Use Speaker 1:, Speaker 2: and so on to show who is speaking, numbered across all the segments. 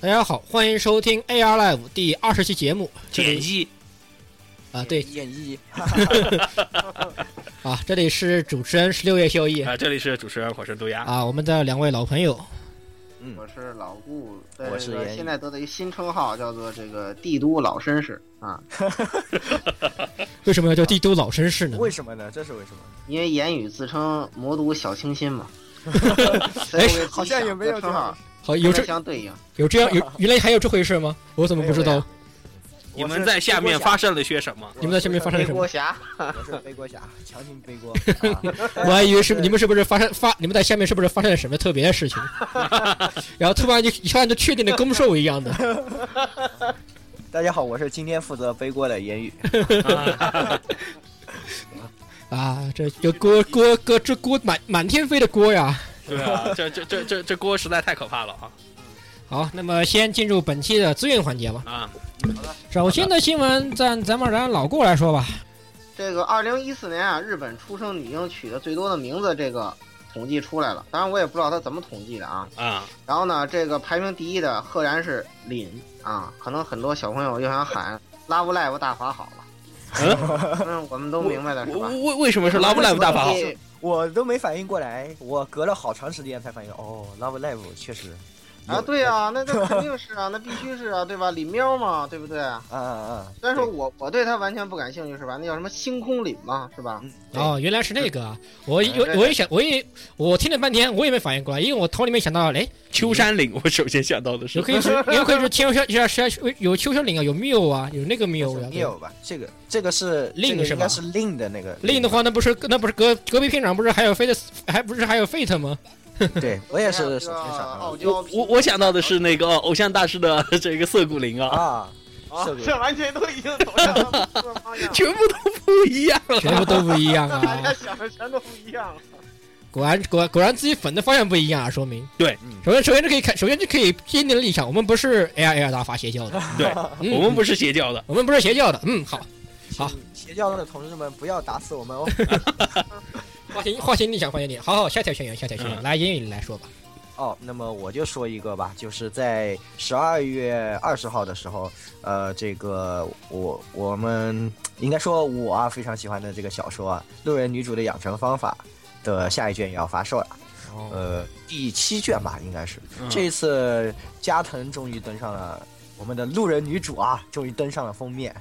Speaker 1: 大家好，欢迎收听 AR Live 第二十期节目。这
Speaker 2: 演
Speaker 1: 里
Speaker 2: 绎
Speaker 1: 啊，对
Speaker 3: 演绎，
Speaker 1: 啊，这里是主持人十六夜秀一
Speaker 4: 哎
Speaker 2: 啊、这里是主持人，我是杜鸦。
Speaker 1: 啊，我们的两位老朋友
Speaker 3: 我是老顾，
Speaker 4: 我
Speaker 3: 在
Speaker 4: 是
Speaker 3: 这个
Speaker 4: 严
Speaker 3: 现在得到一新称号，叫做这个帝都老绅士啊，
Speaker 1: 为什么要叫帝都老绅士呢？
Speaker 4: 为什么呢？这是为什么？
Speaker 3: 因为言语自称魔都小清新嘛，所以
Speaker 1: 哎
Speaker 3: 我给自己
Speaker 4: 好像也
Speaker 3: 想
Speaker 4: 没
Speaker 3: 这
Speaker 4: 有
Speaker 3: 称
Speaker 4: 这
Speaker 3: 号
Speaker 4: 样，
Speaker 1: 好，有
Speaker 3: 有这
Speaker 1: 这
Speaker 3: 相对应，
Speaker 1: 有这样有原来还有这回事吗？我怎么不知
Speaker 4: 没有
Speaker 1: 道
Speaker 4: 呀？
Speaker 2: 你们在下面发生了 些什么？
Speaker 1: 你们在下面发生了
Speaker 3: 背
Speaker 1: 什么
Speaker 3: 锅侠，
Speaker 4: 我是背锅侠，强行背 锅。啊
Speaker 1: 我还以为是
Speaker 4: 对
Speaker 1: 你们是不是发生发你们在下面是不是发生了什么特别的事 情？然后突然就一下就确定了攻受一样的。
Speaker 4: 大家好，我是今天负责背锅的言语。
Speaker 1: 啊，这这锅锅锅这锅满满天飞的锅呀！
Speaker 2: 对啊，这这这这这锅实在太可怕了啊
Speaker 1: 好，那么先进入本期的资源环节吧。
Speaker 2: 啊！
Speaker 1: 首先的新闻，咱咱们让老顾来说吧。
Speaker 3: 这个二零一四年啊，日本出生女婴取的最多的名字，这个统计出来了，当然我也不知道他怎么统计的啊，
Speaker 2: 啊，
Speaker 3: 然后呢，这个排名第一的赫然是凛啊，可能很多小朋友又想喊 Love Live 大法好了。嗯，我们都明白的是
Speaker 2: 我
Speaker 3: 吧？
Speaker 2: 为为为什么是 Love Live 大法好？
Speaker 3: 对
Speaker 4: 我都没反应过来，我隔了好长时间才反应。哦，Love Live 确实有
Speaker 3: 啊，对啊，那那肯定是啊，那必须是啊，对吧？李喵嘛，对不对？
Speaker 4: 啊啊啊！
Speaker 3: 虽然说我我对他完全不感兴趣，是吧？那叫什么星空凛嘛，是吧？
Speaker 4: 嗯
Speaker 3: 对
Speaker 1: 哦，原来是那个啊！我
Speaker 3: 对
Speaker 2: 哎
Speaker 1: 我
Speaker 3: 对
Speaker 1: 我也想，我也我听了半天，我也没反应过来，因为我头里面想到，哎，
Speaker 2: 秋山岭，我首先想到的
Speaker 1: 也
Speaker 2: 是
Speaker 1: 可以是，也可以是天山，有山有秋山岭啊，有缪啊，有那个缪呀
Speaker 4: 你。有吧？这个这个是
Speaker 1: 令
Speaker 4: 这个
Speaker 1: 是
Speaker 4: 应
Speaker 1: 吧
Speaker 4: 该是令的那个
Speaker 1: 对另的话，那不是那不是隔隔壁片场不是还有 Fate，还不是还有 Fate 吗？
Speaker 4: 对我也是首先
Speaker 3: 还有这个
Speaker 4: 想到
Speaker 3: 啊傲
Speaker 4: 的
Speaker 3: 娇
Speaker 2: 我我我想到的是那个偶像大师的 这个涩谷林啊，
Speaker 4: 啊，
Speaker 3: 啊
Speaker 4: 涩，谷
Speaker 3: 这完全都已经走向了不同的方向了，
Speaker 2: 全部都不一样
Speaker 1: 全
Speaker 2: 了。
Speaker 1: 部都不一样
Speaker 3: 大家
Speaker 1: 啊！
Speaker 3: 想的全都不一 样了。
Speaker 1: 果然果然果然自己粉的方向不一样啊，说明
Speaker 2: 对
Speaker 4: 嗯
Speaker 1: 首先首先就可以看，首先就可以坚定的立场，我们不是 A I A I 大法邪教的，
Speaker 2: 对
Speaker 1: 嗯
Speaker 2: 我们不是邪教的，
Speaker 1: 我们不是邪教的，嗯，好，好
Speaker 4: 请邪教的同志们不要打死我们哦。
Speaker 1: 划清划清立场，划清立场，好好，下条宣言，下条宣言，
Speaker 2: 嗯
Speaker 1: 来英语你来说吧。
Speaker 4: 哦，那么我就说一个吧，就是在十二月二十号的时候，呃，这个我我们应该说我啊非常喜欢的这个小说啊，《路人女主的养成方法》的下一卷也要发售了，
Speaker 2: 哦
Speaker 4: 呃，第七卷吧，应该是。
Speaker 2: 嗯
Speaker 4: 这一次加藤终于登上了我们的路人女主啊，终于登上了封面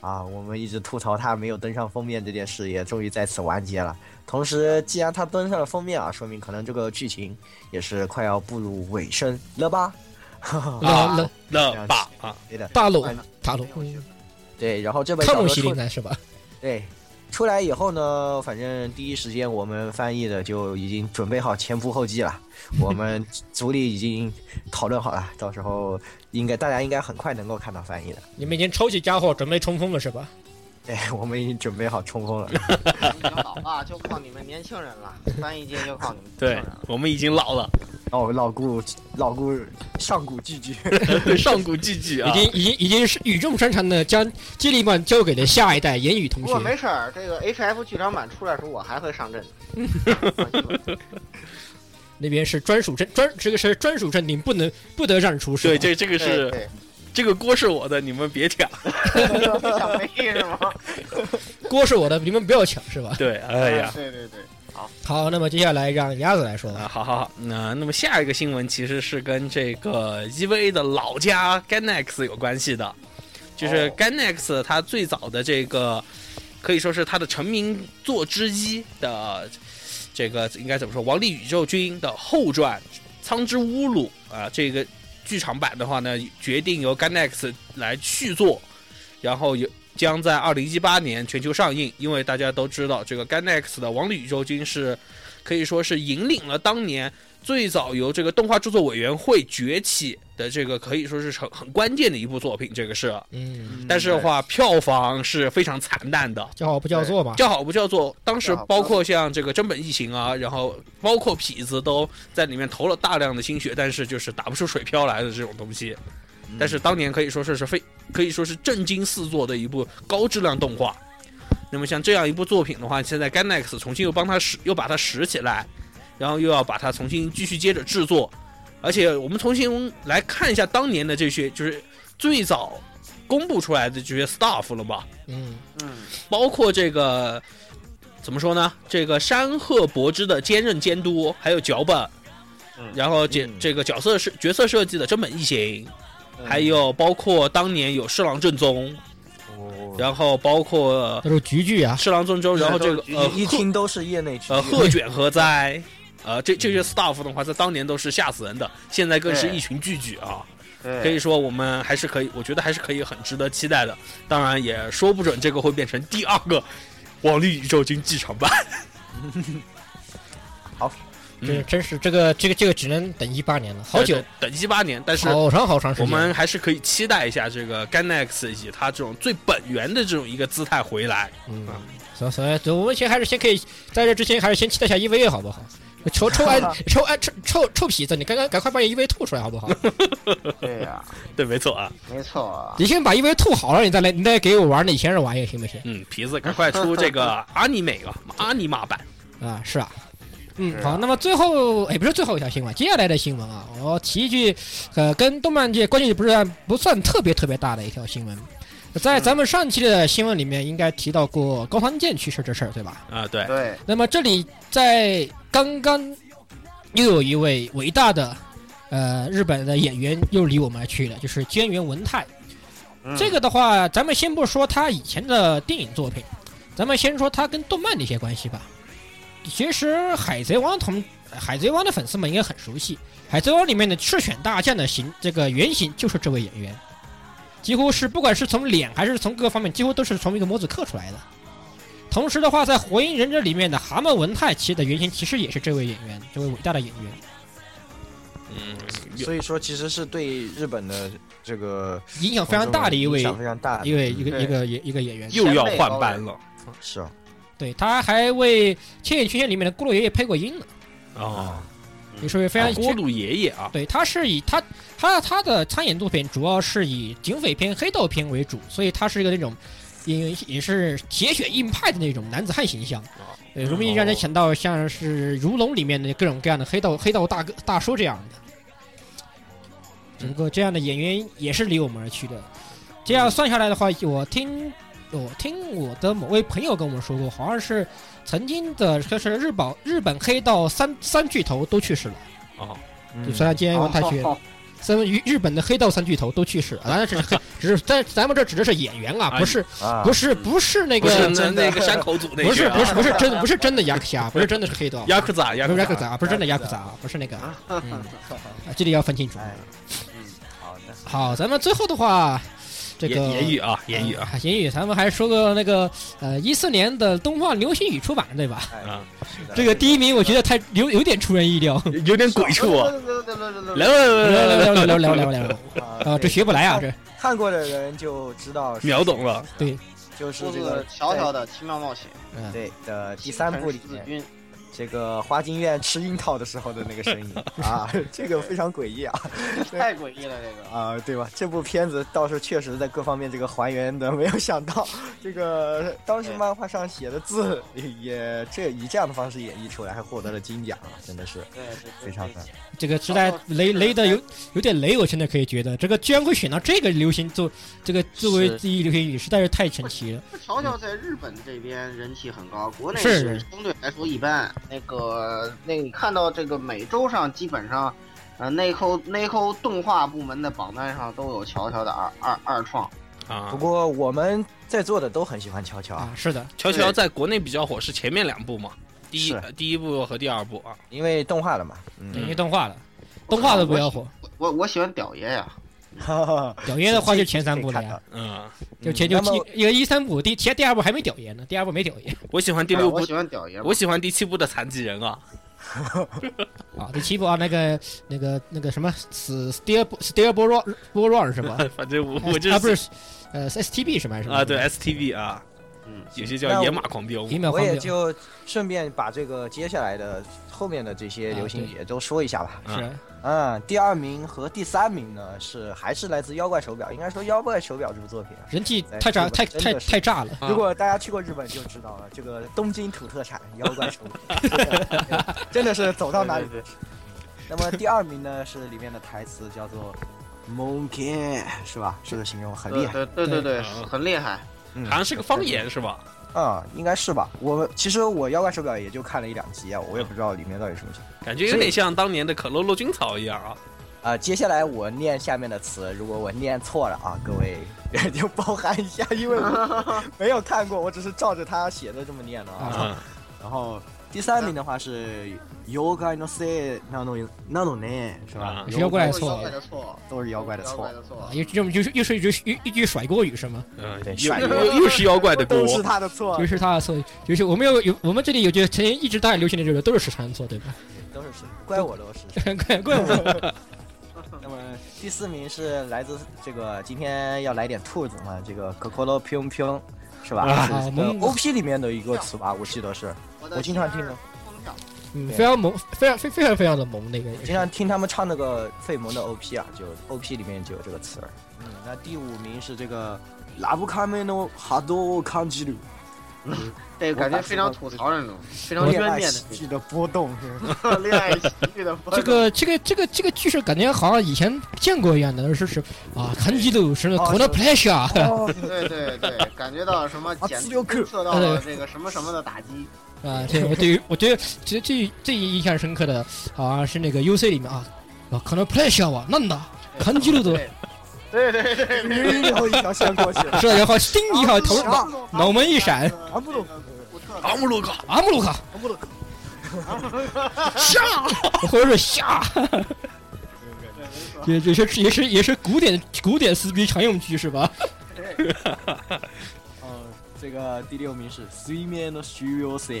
Speaker 4: 啊！我们一直吐槽她没有登上封面这件事，也终于在此完结了。同时，既然她登上了封面啊，说明可能这个剧情也是快要步入尾声了吧？
Speaker 1: 那
Speaker 2: 啊
Speaker 1: 那
Speaker 2: 那爸啊，
Speaker 4: 对的，
Speaker 1: 大龙
Speaker 3: 完了
Speaker 1: 大龙，
Speaker 3: 没有
Speaker 4: 对。然后这本
Speaker 1: 看
Speaker 4: 小
Speaker 1: 姆
Speaker 4: 说
Speaker 1: 西
Speaker 4: 出
Speaker 1: 应该是吧？
Speaker 4: 对，出来以后呢，反正第一时间我们翻译的就已经准备好前仆后继了，我们组里已经讨论好了，到时候应该大家应该很快能够看到翻译的。
Speaker 1: 你们已经抽起家伙准备冲锋了是吧？
Speaker 4: 对，我们已经准备好冲锋了。
Speaker 3: 已经老了，就靠你们年轻人了，翻译界就靠你们年轻
Speaker 2: 对
Speaker 3: 人了。
Speaker 2: 我们已经老 了，
Speaker 4: 哦，老顾，老顾，上古巨巨，
Speaker 2: 上古巨巨啊
Speaker 1: 已，经已经已经是语重心长的将接力棒交给了下一代言语同
Speaker 3: 不
Speaker 1: 学
Speaker 3: 过。没事儿，这个 H F 剧场版出来的时候，我还会上阵的。
Speaker 1: 那边是专属阵专这个是专属阵地，不能不得让出是吧
Speaker 2: 对，这这个
Speaker 3: 对
Speaker 2: 是
Speaker 3: 对，
Speaker 2: 这个锅是我的，你们别抢。
Speaker 3: 你想没是吗？
Speaker 1: 锅是我的，你们不要抢是吧？
Speaker 2: 对，哎呀，
Speaker 3: 对对对，
Speaker 1: 好，那么接下来让鸭子来说吧。
Speaker 2: 啊，好好好，那那么下一个新闻其实是跟这个 EVA 的老家 Ganex 有关系的，就是 Ganex 它最早的这个可以说是它的成名作之一的这个应该怎么说，《王力宇宙军》的后传《苍之乌鲁》啊，这个剧场版的话呢，决定由 Ganex 来续作，然后有。将在二零一八年全球上映，因为大家都知道，这个 Ganex 的《王力宇宙军》是可以说是引领了当年最早由这个动画制作委员会崛起的这个可以说是很很关键的一部作品，这个是。啊
Speaker 1: 嗯，
Speaker 2: 但是的话，票房是非常惨淡的，
Speaker 1: 叫好不叫座嘛。
Speaker 2: 叫好不叫座。当时包括像这个真本异形啊，然后包括痞子都在里面投了大量的心血，但是就是打不出水漂来的这种东西。
Speaker 4: 嗯
Speaker 2: 但是当年可以说是是非可以说是震惊四座的一部高质量动画。那么像这样一部作品的话，现在 Ganex 重新又帮它拾，又把它拾起来，然后又要把它重新继续接着制作，而且我们重新来看一下当年的这些，就是最早公布出来的这些 staff 了吧，
Speaker 1: 嗯，
Speaker 3: 嗯，
Speaker 2: 包括这个怎么说呢？这个山贺博之的兼任监督，还有脚本
Speaker 3: 嗯，
Speaker 2: 然后这、
Speaker 4: 嗯
Speaker 2: 这个角色是角色设计的真本一行，还有包括当年有侍郎正宗，
Speaker 3: 嗯
Speaker 4: 哦
Speaker 2: 然后包括
Speaker 1: 那时候菊菊啊，
Speaker 2: 侍郎正宗，然后这个
Speaker 3: 是
Speaker 2: 呃
Speaker 4: 一
Speaker 2: 贺
Speaker 4: 听都是业内
Speaker 2: 呃
Speaker 4: 巨
Speaker 2: 贺卷何哉，呃这这些 staff 的话，在当年都是吓死人的，现在更是
Speaker 3: 嗯对
Speaker 2: 一群巨巨啊。
Speaker 3: 对，
Speaker 2: 可以说我们还是可以，我觉得还是可以很值得期待的。当然也说不准这个会变成第二个《王力宇宙军》剧场 版。
Speaker 4: 好，
Speaker 1: 这
Speaker 2: 嗯，
Speaker 1: 真是这个这个这个只能等一八年了，好久，
Speaker 2: 等一八年，但是
Speaker 1: 好长好长时
Speaker 2: 我
Speaker 1: 间。
Speaker 2: 们还是可以期待一下这个 Ganex 以及他这种最本源的这种一个姿态回来。
Speaker 1: 嗯，所所以，我们先还是先可以在这之前，还是先期待一下 EVA 好不好？臭臭安臭安臭臭臭痞子，你赶赶赶快把你 EVA 吐出来好不好？
Speaker 3: 对呀、
Speaker 2: 对，没错啊。
Speaker 3: 没错啊。
Speaker 1: 你先把 EVA 吐好了，你再来，你再给我玩那以前的玩意行不行？
Speaker 2: 嗯，皮子，赶快出 这个阿尼美啊，阿尼玛版。
Speaker 1: 啊，是啊。
Speaker 3: 是
Speaker 1: 嗯，
Speaker 3: 啊
Speaker 1: 好，那么最后哎也不是最后一条新闻，接下来的新闻啊，我提一句，呃，跟动漫界关系不是算不算特别特别大的一条新闻，在咱们上期的新闻里面应该提到过高仓健去世这事儿，对吧？
Speaker 2: 啊，对，
Speaker 3: 对，
Speaker 1: 那么这里在刚刚又有一位伟大的呃日本的演员又离我们而去了，就是菅原文太。
Speaker 3: 嗯
Speaker 1: 这个的话，咱们先不说他以前的电影作品，咱们先说他跟动漫的一些关系吧。其实《海贼王》同《海贼王》的粉丝们应该很熟悉，《海贼王》里面的赤犬大将的形这个原型就是这位演员，几乎是不管是从脸还是从各方面，几乎都是从一个模子刻出来的。同时的话，在《火影忍者》里面的蛤蟆文太其实的原型其实也是这位演员，这位伟大的演员，
Speaker 2: 嗯，有
Speaker 4: 所以说其实是对日本的这个
Speaker 1: 影呃响非常大的一
Speaker 4: 影
Speaker 1: 位
Speaker 4: 响非常大的，
Speaker 1: 一位一
Speaker 4: 嗯
Speaker 1: 个一个一个演员。
Speaker 2: 又要换班了。
Speaker 4: 是哦
Speaker 1: 对，他还为《千与千寻》里面的咕噜爷爷配过音呢，
Speaker 2: 哦，
Speaker 1: 也是非常、
Speaker 2: 锅炉爷爷啊，
Speaker 1: 对，他是以他他他的参演作品主要是以警匪片、黑道片为主，所以他是一个那种也也是铁血硬派的那种男子汉形象
Speaker 2: 哦，
Speaker 1: 对，容易让人想到像是《如龙》里面的各种各样的黑道黑道大哥大叔这样的。只不过这样的演员也是离我们而去的。这样算下来的话，我听我听我的某位朋友跟我们说过，好像是曾经的就是日保日本黑道三三巨头都去世了。
Speaker 2: 哦，
Speaker 4: 嗯
Speaker 1: 就虽然今天
Speaker 3: 哦
Speaker 1: 文太去，
Speaker 3: 哦
Speaker 1: 三位日本的黑道三巨头都去世了，当然这是只是在咱们这指的是演员啊，
Speaker 2: 哎
Speaker 1: 不是
Speaker 4: 啊，
Speaker 1: 不是不是那
Speaker 2: 不是
Speaker 1: 个
Speaker 2: 那
Speaker 4: 真的
Speaker 2: 那个山口组那
Speaker 1: 不是
Speaker 2: 群啊
Speaker 1: 不是不是真的不是真的雅克侠，不是真的是黑道，
Speaker 2: 雅克咋雅
Speaker 1: 不
Speaker 2: 克
Speaker 1: 是雅
Speaker 2: 咋
Speaker 1: 克啊，不是真的雅克啊，不是那个，嗯，啊这里要分清楚。
Speaker 4: 哎，好的，
Speaker 1: 好，咱们最后的话，这个
Speaker 2: 言言语啊，言语啊，
Speaker 1: 啊，言语，咱们还说个那个呃一四年的东方流行语出版对吧？
Speaker 4: 哎
Speaker 2: 啊，
Speaker 4: 是的
Speaker 1: 这个第一名我觉得太有有点出人意料，
Speaker 2: 有点鬼畜啊！来
Speaker 3: 来，
Speaker 2: 来
Speaker 1: 聊聊
Speaker 2: 来来来来，
Speaker 1: 聊聊聊聊聊聊，
Speaker 4: 啊
Speaker 1: 啊，这学不来啊，这
Speaker 4: 看过的人就知道是
Speaker 2: 秒懂了，
Speaker 4: 就是
Speaker 3: 出
Speaker 4: 这
Speaker 3: 自
Speaker 4: 个
Speaker 3: 《小小的奇妙冒险
Speaker 1: 嗯，》
Speaker 4: 对的第三部里
Speaker 3: 新城
Speaker 4: 面
Speaker 3: 四，君
Speaker 4: 这个花京院吃樱桃的时候的那个声音 啊，这个非常诡异啊
Speaker 3: 太诡异了，这个
Speaker 4: 啊，对吧？这部片子倒是确实在各方面这个还原的，没有想到 这个当时漫画上写的字也也这以这样的方式演绎出来，还获得了金奖啊，真的是
Speaker 3: 对对对
Speaker 4: 非常的
Speaker 1: 这个实在雷雷的有有点雷，我现在可以觉得这个居然会选到这个流行做这个作为
Speaker 4: 是
Speaker 1: 第一流行语，实在是太神奇了。
Speaker 3: 小小在日本这边人气很高，国内
Speaker 1: 是
Speaker 3: 相对来说一般。那个，那你看到这个每周上基本上，呃，内扣内扣动画部门的榜单上都有乔乔的二二二创。
Speaker 2: 啊
Speaker 4: 不。过我们在座的都很喜欢乔乔啊，
Speaker 1: 啊！是的，
Speaker 2: 乔乔在国内比较火是前面两部嘛，第一
Speaker 4: 是
Speaker 2: 呃第一部和第二部啊。
Speaker 4: 因为动画了嘛，
Speaker 1: 等
Speaker 4: 嗯，
Speaker 1: 于动画了，动画都不要火，
Speaker 3: 我我我喜欢屌爷呀、
Speaker 1: 屌爷的话就前三部了
Speaker 4: 可以看
Speaker 1: 呀
Speaker 4: 到，
Speaker 2: 嗯，
Speaker 1: 就
Speaker 4: 嗯
Speaker 1: 前就
Speaker 4: 那么
Speaker 1: 一一个一三部，第其实第二部还没屌爷呢，第二部没屌爷
Speaker 2: 我喜欢第
Speaker 3: 对
Speaker 2: 六
Speaker 3: 我
Speaker 1: 哎
Speaker 2: 部，
Speaker 3: 喜欢屌爷嘛。
Speaker 2: 我喜欢第七部的残疾人啊。
Speaker 1: 啊，第七部啊那个那个那个什么死 Steer Steer 波若波若是吧？
Speaker 2: 反正我
Speaker 1: 哎
Speaker 2: 我就
Speaker 1: 啊不
Speaker 2: 是
Speaker 1: 是呃 STB 是吧？是吧
Speaker 2: 啊，对 STV 啊，
Speaker 3: 嗯，
Speaker 2: 有些叫
Speaker 4: 那我
Speaker 2: 野马狂飙嘛
Speaker 1: 一秒
Speaker 4: 我
Speaker 1: 方
Speaker 4: 也
Speaker 1: 便
Speaker 4: 就顺便把这个接下来的后面的这些流行语也都说一下吧。
Speaker 2: 啊
Speaker 1: 是
Speaker 4: 嗯，第二名和第三名呢是还是来自《妖怪手表》，应该说《妖怪手表》这部作品啊。
Speaker 1: 人气
Speaker 4: 哎
Speaker 1: 太炸
Speaker 4: 日本
Speaker 1: 太
Speaker 4: 真的
Speaker 1: 太
Speaker 4: 是
Speaker 1: 太炸了，
Speaker 2: 啊
Speaker 4: 如果大家去过日本就知道了，这个东京土特产《妖怪手表》真的是走到哪里
Speaker 3: 对对对
Speaker 4: 那么第二名呢是里面的台词叫做 “monkey”，是吧？这个形容很厉害
Speaker 3: 对对对对，
Speaker 2: 嗯
Speaker 3: 很厉害。
Speaker 4: 嗯
Speaker 2: 好像是个方言是吧？
Speaker 4: 啊、应该是吧？我们其实我《妖怪手表》也就看了一两集啊，我也不知道里面到底什么情况。
Speaker 2: 感觉有点像当年的可乐落军草一样啊。
Speaker 4: 啊、接下来我念下面的词，如果我念错了啊，各位 就包涵一下，因为我没有看过，我只是照着他写的这么念的啊。
Speaker 2: 嗯，
Speaker 4: 然后第三名的话是“妖怪のせいなのなのね”，是吧
Speaker 2: 啊？
Speaker 1: 妖怪
Speaker 3: 都
Speaker 1: 的
Speaker 3: 是
Speaker 1: 错
Speaker 3: 妖怪的错，
Speaker 4: 都是妖怪的
Speaker 3: 妖
Speaker 4: 错
Speaker 3: 怪，的错
Speaker 1: 啊，。又又又又是一句一一句甩锅语是吗？
Speaker 2: 嗯
Speaker 4: 对，
Speaker 2: 又
Speaker 4: 帅
Speaker 2: 又又是妖怪的锅
Speaker 4: 都，是他的错
Speaker 1: 尤，其是他的错，尤其我们有有我们这里有句曾经一直大家流行的就是都是时常错，对吧？
Speaker 4: 都是是怪我都是。
Speaker 1: 怪怪我们
Speaker 4: 那么第四名是来自这个今天要来点兔子嘛，这个 Kokoro p i n p i n 是吧？
Speaker 2: 啊
Speaker 4: 是这个
Speaker 1: 萌
Speaker 4: OP 里面的一个词吧，我记得是，
Speaker 3: 的
Speaker 4: 我经常听
Speaker 3: 心儿
Speaker 4: 的
Speaker 3: 疯跳
Speaker 1: 嗯非常萌，非常非非常非常的萌那个
Speaker 4: 我经常听他们唱那个费蒙的 OP 啊，就 OP 里面就有这个词儿。嗯，那第五名是这个拉布卡梅诺哈多康吉鲁，
Speaker 3: 这个感觉非常吐槽人种，非常
Speaker 4: 恋
Speaker 3: 冤
Speaker 4: 爱
Speaker 3: 念
Speaker 4: 喜剧的波动。
Speaker 3: 的 恋爱喜 剧的风格。
Speaker 1: 这个这个这个这个句式感觉好像以前见过一样的，是是啊，很激动，是 c o n a pleasure，
Speaker 4: 哦，
Speaker 3: 对对对，感觉到什么
Speaker 4: 啊
Speaker 3: 减
Speaker 4: 自由客
Speaker 3: 受到了这个什么什么的打击。
Speaker 1: 啊，这我对于我觉得这最最印象深刻的，好像是那个 U C 里面啊，啊可能 pleasure 哇，那的，看记录的，
Speaker 3: 对对对对对，
Speaker 4: 晕然后一条线过去了，
Speaker 1: 是的，然后叮一下
Speaker 3: 啊
Speaker 1: 头，
Speaker 4: 脑
Speaker 1: 脑门一闪
Speaker 4: 啊不懂
Speaker 3: 不特
Speaker 2: 阿姆洛克
Speaker 1: 阿姆鲁卡，
Speaker 4: 不懂
Speaker 2: 下，
Speaker 1: 或者是下，
Speaker 3: 对没错
Speaker 1: 也也是也是也是古典古典撕逼常用句是吧？
Speaker 3: 对
Speaker 4: 嗯，这个第六名是水面的虚有色，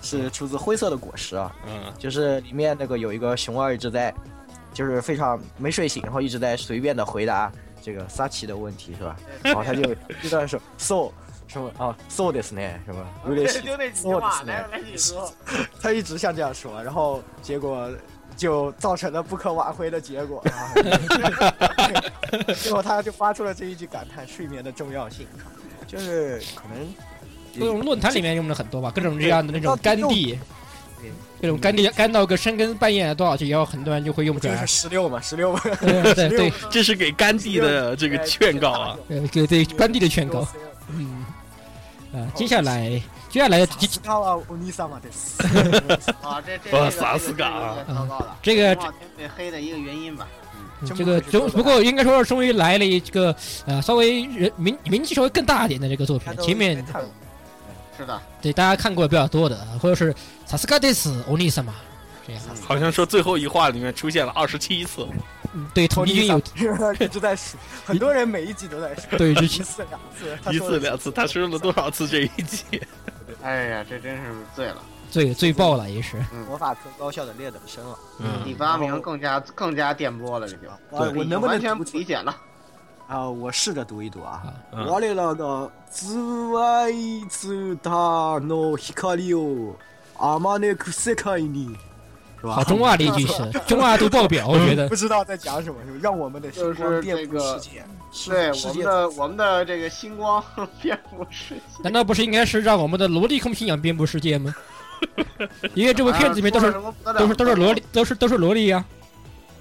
Speaker 4: 是出自《灰色的果实》啊，
Speaker 2: 嗯，
Speaker 4: 就是里面那个有一个熊二一直在，就是非常没睡醒，然后一直在随便的回答这个萨奇的问题是吧？然后他就就在说 so 什么啊 so ですね什么有点
Speaker 3: 对，就那几句
Speaker 4: そうで
Speaker 3: 话，
Speaker 4: す
Speaker 3: 来
Speaker 4: ね，
Speaker 3: 来你说，
Speaker 4: 他一直像这样说，然后结果。就造成了不可挽回的结果啊！最后他就发出了这一句感叹：睡眠的重要性，就是可能
Speaker 1: 各种论坛里面用的很多吧，各种这样的那种干地
Speaker 4: 对，
Speaker 1: 各种干地干到个深更半夜多少去，然后很多人就会用
Speaker 4: 就
Speaker 1: 转
Speaker 4: 是十六嘛，十六嘛，
Speaker 1: 对对对
Speaker 2: 这是给甘地的这个劝告啊。
Speaker 1: 呃给对干地的劝告，嗯，啊，接下来接下来
Speaker 4: 吉他啊，欧尼萨马的，
Speaker 3: 啊，这这
Speaker 2: 哇
Speaker 3: 这个
Speaker 2: 萨
Speaker 3: 这
Speaker 2: 斯
Speaker 3: 个
Speaker 2: 嘎
Speaker 4: 啊
Speaker 3: 这个
Speaker 1: 这个
Speaker 3: 有点糟糕了，往天被黑的一个原因吧。
Speaker 1: 这个终不过应该说是终于来了一个呃稍微人名名气稍微更大一点的这个作品，前面
Speaker 4: 看过
Speaker 3: 是的，
Speaker 1: 对大家看过比较多的，或者是萨斯卡德斯欧尼萨嘛，这样，
Speaker 2: 好像说最后一话里面出现了二十七次，
Speaker 1: 嗯对统一军有
Speaker 4: 一直在数，很多人每一集都在数，
Speaker 1: 对之
Speaker 4: 一
Speaker 1: 前
Speaker 4: 次两次，
Speaker 2: 一次两次，他说了多少次这一季？
Speaker 3: 哎呀，这真是醉了。
Speaker 1: 最最爆了也是，
Speaker 4: 魔法科高校的劣等生啊了，
Speaker 2: 嗯
Speaker 3: 第八名更加更加电波了，这就
Speaker 4: 我我能不
Speaker 3: 完
Speaker 4: 能
Speaker 3: 全
Speaker 4: 读
Speaker 3: 不理解了。
Speaker 4: 啊？我试着读一读啊。
Speaker 2: 嗯
Speaker 4: 我的那个紫外之塔の光をあまねく世界に，是吧？
Speaker 1: 好中二的一句是中二度爆表，我觉得
Speaker 4: 不知道在讲什么，就让我们的星光遍布世界。
Speaker 3: 对，
Speaker 4: 世
Speaker 3: 我们
Speaker 4: 界
Speaker 3: 的我们的这个星光蝙蝠世界。
Speaker 1: 难道不是应该是让我们的萝莉控信仰遍布世界吗？因为这部片子里面都
Speaker 3: 啊
Speaker 1: 是
Speaker 3: 说了什
Speaker 1: 都
Speaker 3: 么
Speaker 1: 是都是萝莉，都是都是萝莉啊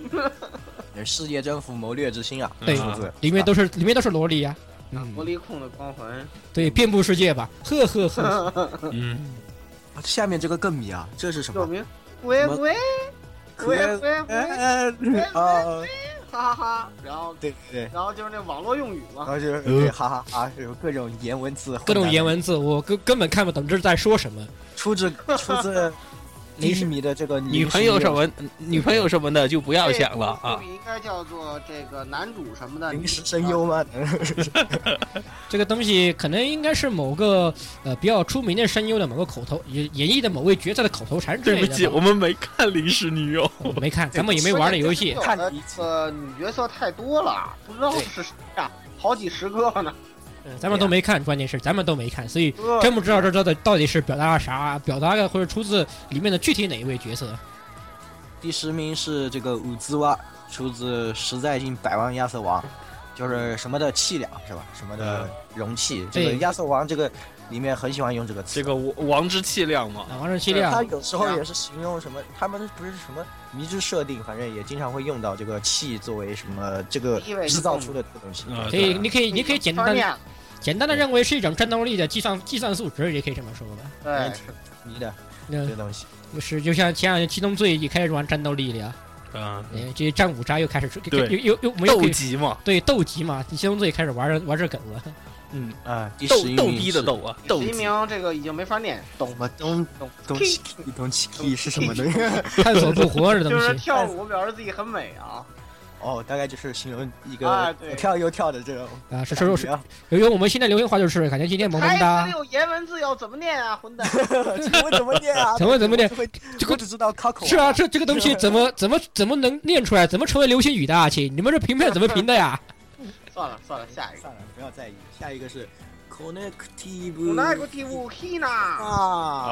Speaker 1: 呀、
Speaker 4: 世界征服谋略之心啊！
Speaker 2: 嗯
Speaker 1: 对
Speaker 4: 是不是
Speaker 1: 里面都是里面都是萝莉呀、
Speaker 3: 魔
Speaker 1: 嗯，
Speaker 3: 力控的光环，
Speaker 1: 对，遍布世界吧，呵呵呵，
Speaker 2: 嗯，
Speaker 4: 啊下面这个更迷啊，这是什
Speaker 3: 有
Speaker 4: 么？
Speaker 3: 名。喂
Speaker 4: 什么
Speaker 3: 喂喂喂喂，
Speaker 4: 哎
Speaker 2: 嗯
Speaker 4: 啊，
Speaker 3: 哈哈哈！然后
Speaker 4: 对对对，
Speaker 3: 然后就是那网络用语
Speaker 4: 然
Speaker 3: 嘛，
Speaker 4: 后就是对，哈哈哈，有各种颜文字，
Speaker 1: 各种颜，文字，我根根本看不懂这是在说什么。
Speaker 4: 出自出自
Speaker 1: 你是
Speaker 4: 低迷的这个
Speaker 2: 女朋友什么女朋友什么的就不要想了
Speaker 3: 这部作
Speaker 2: 啊。
Speaker 3: 品应该叫做这个男主什 么的
Speaker 4: 临时声优吗？
Speaker 1: 这个东西可能应该是某个呃比较出名的声优的某个口头演演绎的某位角色的口头禅之
Speaker 2: 对
Speaker 1: 类
Speaker 2: 不起，
Speaker 1: 的
Speaker 2: 我
Speaker 1: 吧。
Speaker 2: 们没看《临时女友》，
Speaker 1: 我没看，咱们也没玩这游戏。
Speaker 4: 看
Speaker 3: 的
Speaker 4: 你
Speaker 3: 呃女角色太多了，不知道是谁呀，好几十个呢。
Speaker 1: 咱们都没看，关键是咱们都没看，所以
Speaker 3: 呃
Speaker 1: 真不知道这到底到底是表达了啥，表达的或者出自里面的具体哪一位角色。
Speaker 4: 第十名是这个五兹哇，出自《实在性百万亚瑟王》，就是什么的气量是吧？什么的
Speaker 2: 嗯
Speaker 4: 容器，这个
Speaker 1: 对
Speaker 4: 亚瑟王这个里面很喜欢用这个词。
Speaker 2: 这个王王之气量嘛，
Speaker 1: 啊，王者气
Speaker 4: 对他
Speaker 1: 量，
Speaker 4: 有时候也是形容什么，他们不是什么迷之设定，反正也经常会用到这个气作为什么这个
Speaker 3: 因为
Speaker 4: 制造出的这个东西。
Speaker 2: 呃
Speaker 1: 可以，
Speaker 2: 对
Speaker 1: 你可以，你可以简单
Speaker 3: 专
Speaker 1: 地
Speaker 3: 业
Speaker 1: 简单的认为是一种战斗力的计算计算数值，也可以这么说吧。
Speaker 3: 对，
Speaker 4: 嗯
Speaker 3: 是
Speaker 4: 迷的这
Speaker 1: 那
Speaker 4: 个东西，
Speaker 1: 就是就像前两天《七宗罪》也开始玩战斗力了呀，
Speaker 2: 嗯，
Speaker 1: 哎这些战五渣又开始出
Speaker 2: 对
Speaker 1: 又又又没有
Speaker 2: 斗级嘛，
Speaker 1: 对斗级嘛，《七宗罪》开始玩玩这梗了。
Speaker 2: 嗯，
Speaker 4: 啊，第
Speaker 2: 斗
Speaker 4: 十一
Speaker 2: 逗
Speaker 4: 名
Speaker 2: 逼的
Speaker 4: 是
Speaker 2: 斗啊，斗
Speaker 3: 第一
Speaker 2: 级，
Speaker 3: 名这个已经没法念，懂
Speaker 4: 什么东
Speaker 3: 懂
Speaker 4: 东西东西是什么东西？
Speaker 1: 探索不活这东
Speaker 3: 就是
Speaker 1: 西，
Speaker 3: 跳舞表示自己很美啊，
Speaker 4: 哦，大概就是形容一
Speaker 3: 啊
Speaker 4: 个
Speaker 3: 对
Speaker 4: 左跳右跳的这种
Speaker 1: 啊，是
Speaker 4: 感
Speaker 1: 是是，
Speaker 4: 觉。
Speaker 1: 由于我们现在流行话就是感觉今天萌萌
Speaker 3: 台
Speaker 1: 哒
Speaker 3: 词，有颜文字要怎么念啊， 混蛋！
Speaker 4: 请问 怎么念啊？
Speaker 1: 怎么怎么念
Speaker 4: 我只会？
Speaker 1: 这个
Speaker 4: 我只知道 coco。
Speaker 1: 是啊，，这这个东西怎么怎么怎么能念出来？怎么成为流行语的啊？亲，你们这评判怎么评的呀？
Speaker 3: 算了算了，下一个。
Speaker 4: 算了，啊不要在意。下一个是 connective。
Speaker 3: 古奈古蒂乌希纳，
Speaker 4: 啊！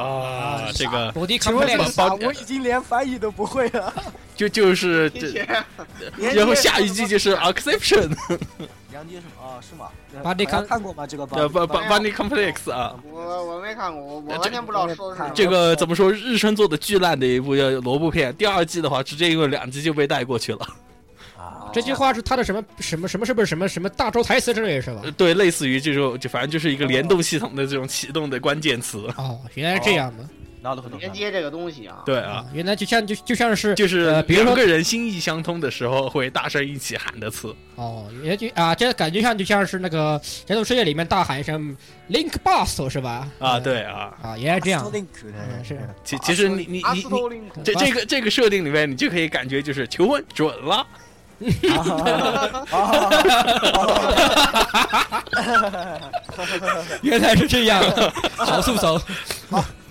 Speaker 2: 啊，这个
Speaker 1: 我的
Speaker 4: 请问这个
Speaker 1: complex
Speaker 4: 啥？
Speaker 2: 包
Speaker 4: 我已经连翻译都不会了。
Speaker 2: 就就是
Speaker 3: 谢
Speaker 2: 这，
Speaker 3: 谢。
Speaker 2: 然后下一句就是 exception，
Speaker 4: 梁杰什么？哦，是吗？
Speaker 1: Body
Speaker 4: 好像
Speaker 1: con-
Speaker 4: 看过吗？这个
Speaker 2: 呃，b
Speaker 4: 巴
Speaker 2: u n y complex 啊，
Speaker 3: 我我没看过，我我完全不知道说的是什么。
Speaker 2: 这个怎么说？日升做的巨烂的一部叫萝卜片，第二季的话，直接用两集就被带过去了。
Speaker 4: 啊，
Speaker 1: 这句话是他的什么什么什么是不是什么什么大招台词之类是吧
Speaker 2: 呃？对，类似于这种，就反正就是一个联动系统的这种启动的关键词。
Speaker 1: 哦，原来是这样的哦
Speaker 4: 闹得很
Speaker 3: 连接这个东西啊？
Speaker 2: 对啊，，
Speaker 1: 原来就像就就像是
Speaker 2: 就是
Speaker 1: 呃比如说
Speaker 2: 两个人心意相通的时候，会大声一起喊的词。
Speaker 1: 哦，原来就啊，这感觉像就像是那个《战斗世界》里面大喊一声 “Link Boss” 是吧？
Speaker 2: 啊，
Speaker 1: 嗯
Speaker 2: 对啊，
Speaker 1: 啊，原来这样。嗯
Speaker 4: 嗯
Speaker 1: 是
Speaker 2: 其其实你你
Speaker 3: 阿
Speaker 2: 你
Speaker 3: 斯
Speaker 2: 你
Speaker 3: 托林
Speaker 2: 这这个这个设定里面，你就可以感觉就是求婚准了，
Speaker 1: 原来是这样，好速走。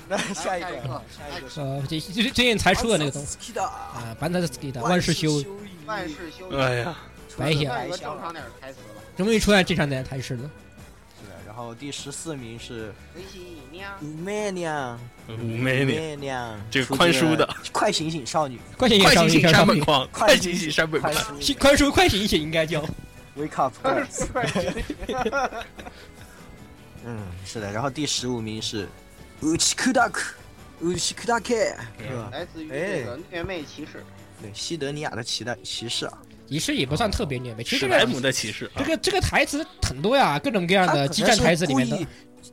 Speaker 4: 那下一个，啊下一个是
Speaker 1: 呃，这最最近才出的那个东西啊，板塔斯基的万事休，
Speaker 3: 万事休矣。
Speaker 2: 哎呀，
Speaker 1: 白
Speaker 4: 除
Speaker 1: 写
Speaker 4: 了白
Speaker 3: 换一个
Speaker 4: 瞎
Speaker 3: 正常
Speaker 4: 了。
Speaker 3: 点的台词吧。
Speaker 1: 终于出现正常的台式了。
Speaker 4: 是的然后第十四名是
Speaker 3: 维西尼 亚，
Speaker 4: 武媚娘，
Speaker 2: 武媚娘，
Speaker 4: 媚娘，
Speaker 2: 这个宽叔的，
Speaker 4: 快醒醒少女，
Speaker 1: 快醒
Speaker 2: 快
Speaker 1: 上
Speaker 2: 醒
Speaker 1: 一
Speaker 2: 醒
Speaker 1: 上
Speaker 2: 山
Speaker 1: 上
Speaker 2: 本矿，快醒醒山本
Speaker 4: 宽
Speaker 2: 矿，
Speaker 4: 叔
Speaker 1: 醒宽叔 快醒醒应该 叫。
Speaker 4: ，Wake up，girls
Speaker 3: 对
Speaker 4: 嗯，是的。然后第十五名是乌奇库达克，乌奇库达克，是吧？
Speaker 3: 来自于这个虐妹骑士。
Speaker 4: 对，西德尼亚的骑的骑士啊，
Speaker 1: 仪式也不算特别虐呗，其
Speaker 2: 史
Speaker 1: 实这
Speaker 2: 莱
Speaker 1: 个
Speaker 2: 姆的骑士
Speaker 1: 这
Speaker 2: 啊，
Speaker 1: 个这个台词很多呀，各种各样
Speaker 4: 他
Speaker 1: 的
Speaker 4: 可
Speaker 1: 激
Speaker 4: 能
Speaker 1: 战
Speaker 4: 是
Speaker 1: 台词里面的
Speaker 4: 故意。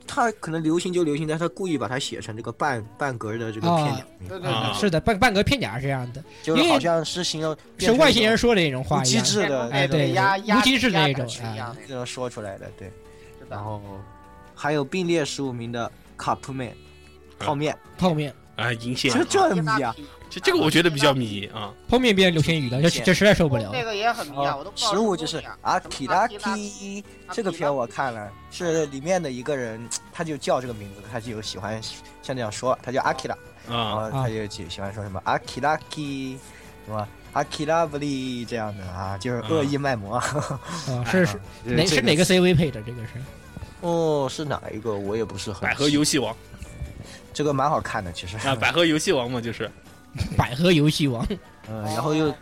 Speaker 4: 他可能流行就流行在他故意把它写成这个半半格的这个
Speaker 1: 啊
Speaker 4: 片两名，
Speaker 3: 对对
Speaker 2: 啊
Speaker 3: 对，
Speaker 1: 是的，半半格片甲是这样的，
Speaker 4: 就是好像是形容
Speaker 1: 是外星人说的那种
Speaker 4: 无
Speaker 1: 话一
Speaker 4: 机
Speaker 1: 样。
Speaker 4: 智的
Speaker 1: 哎对
Speaker 3: 压压
Speaker 1: 无机制的那
Speaker 3: 压
Speaker 1: 种
Speaker 3: 制一样的
Speaker 4: 啊这种说出来的，对。
Speaker 3: 是的
Speaker 4: 然
Speaker 2: 啊
Speaker 4: 后还有并列十五名的 Cup Man 泡面，
Speaker 1: 泡面，
Speaker 2: 啊，银线
Speaker 4: 这，这很迷啊！
Speaker 2: 这这个我觉得比较迷啊，
Speaker 1: 泡面变流星雨了，这这实在受不了
Speaker 3: 那。个也很迷啊，我都不知道
Speaker 4: 十五哦就是啊阿提拉
Speaker 3: 什么阿啊
Speaker 4: 提，这个片我看了，是里面的一个人，他就叫这个名字，他就喜欢像这样说，他叫阿提拉，然
Speaker 2: 啊，
Speaker 4: 后他就喜喜欢说什么阿提拉基，什么阿提拉布利这样的啊，就是恶意卖萌啊。
Speaker 1: 啊，是是
Speaker 4: 就是
Speaker 1: 哪
Speaker 4: 这
Speaker 1: 是哪个 CV 配的？这个是
Speaker 4: 哦，是哪一个？我也不是很。
Speaker 2: 百合游戏 王
Speaker 4: 这个蛮好看的，其实。
Speaker 2: 啊，百合游戏王嘛，就是
Speaker 1: 百合游戏王，
Speaker 4: 嗯，然后又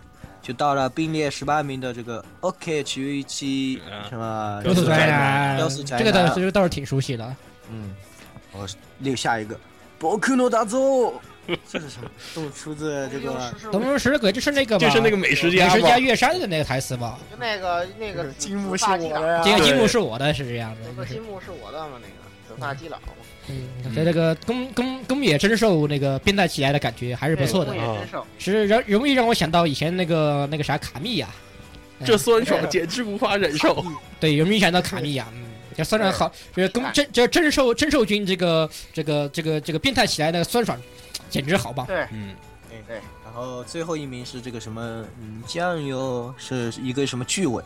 Speaker 4: 就到了并列十八名的这个 OK 奇遇七
Speaker 2: 嗯
Speaker 4: 什么
Speaker 2: 雕塑 宅
Speaker 1: 男
Speaker 4: 雕塑宅
Speaker 1: 这个倒
Speaker 4: 男
Speaker 1: 是这个倒是挺熟悉的。
Speaker 4: 嗯，我另下一个博克诺 达佐，这是什么？都出自这个
Speaker 1: 东
Speaker 3: 就
Speaker 1: 方石鬼就是那个吧，
Speaker 2: 就是那个美食
Speaker 1: 美
Speaker 2: 家
Speaker 1: 食
Speaker 2: 嘛
Speaker 1: 家，月山的那个台词吧。
Speaker 3: 那个那个
Speaker 4: 金木是我的
Speaker 3: 啊
Speaker 1: 这
Speaker 4: 呀
Speaker 1: 个，
Speaker 2: 对
Speaker 1: 积木是我的，是这样的
Speaker 3: 那。
Speaker 1: 就
Speaker 3: 个
Speaker 1: 是
Speaker 3: 金木是我的嘛，那个紫 发基佬嘛，
Speaker 1: 嗯，所以那个宫宫宫野真寿那个变态起来的感觉还是不错的啊
Speaker 3: 对
Speaker 2: 对。
Speaker 3: 宫野真守
Speaker 1: 是容容易让我想到以前那个那个啥卡啊密亚，
Speaker 2: 这酸爽简直无法忍受。
Speaker 1: 对，容易想到卡密亚，嗯，这酸爽好，这跟
Speaker 3: 对
Speaker 1: 真这真寿真寿君这个这个这个这个变态起来的酸爽，简直好棒。
Speaker 3: 对
Speaker 2: 嗯，
Speaker 3: 对，
Speaker 4: 然后最后一名是这个什么嗯酱油，是一个什么剧尾，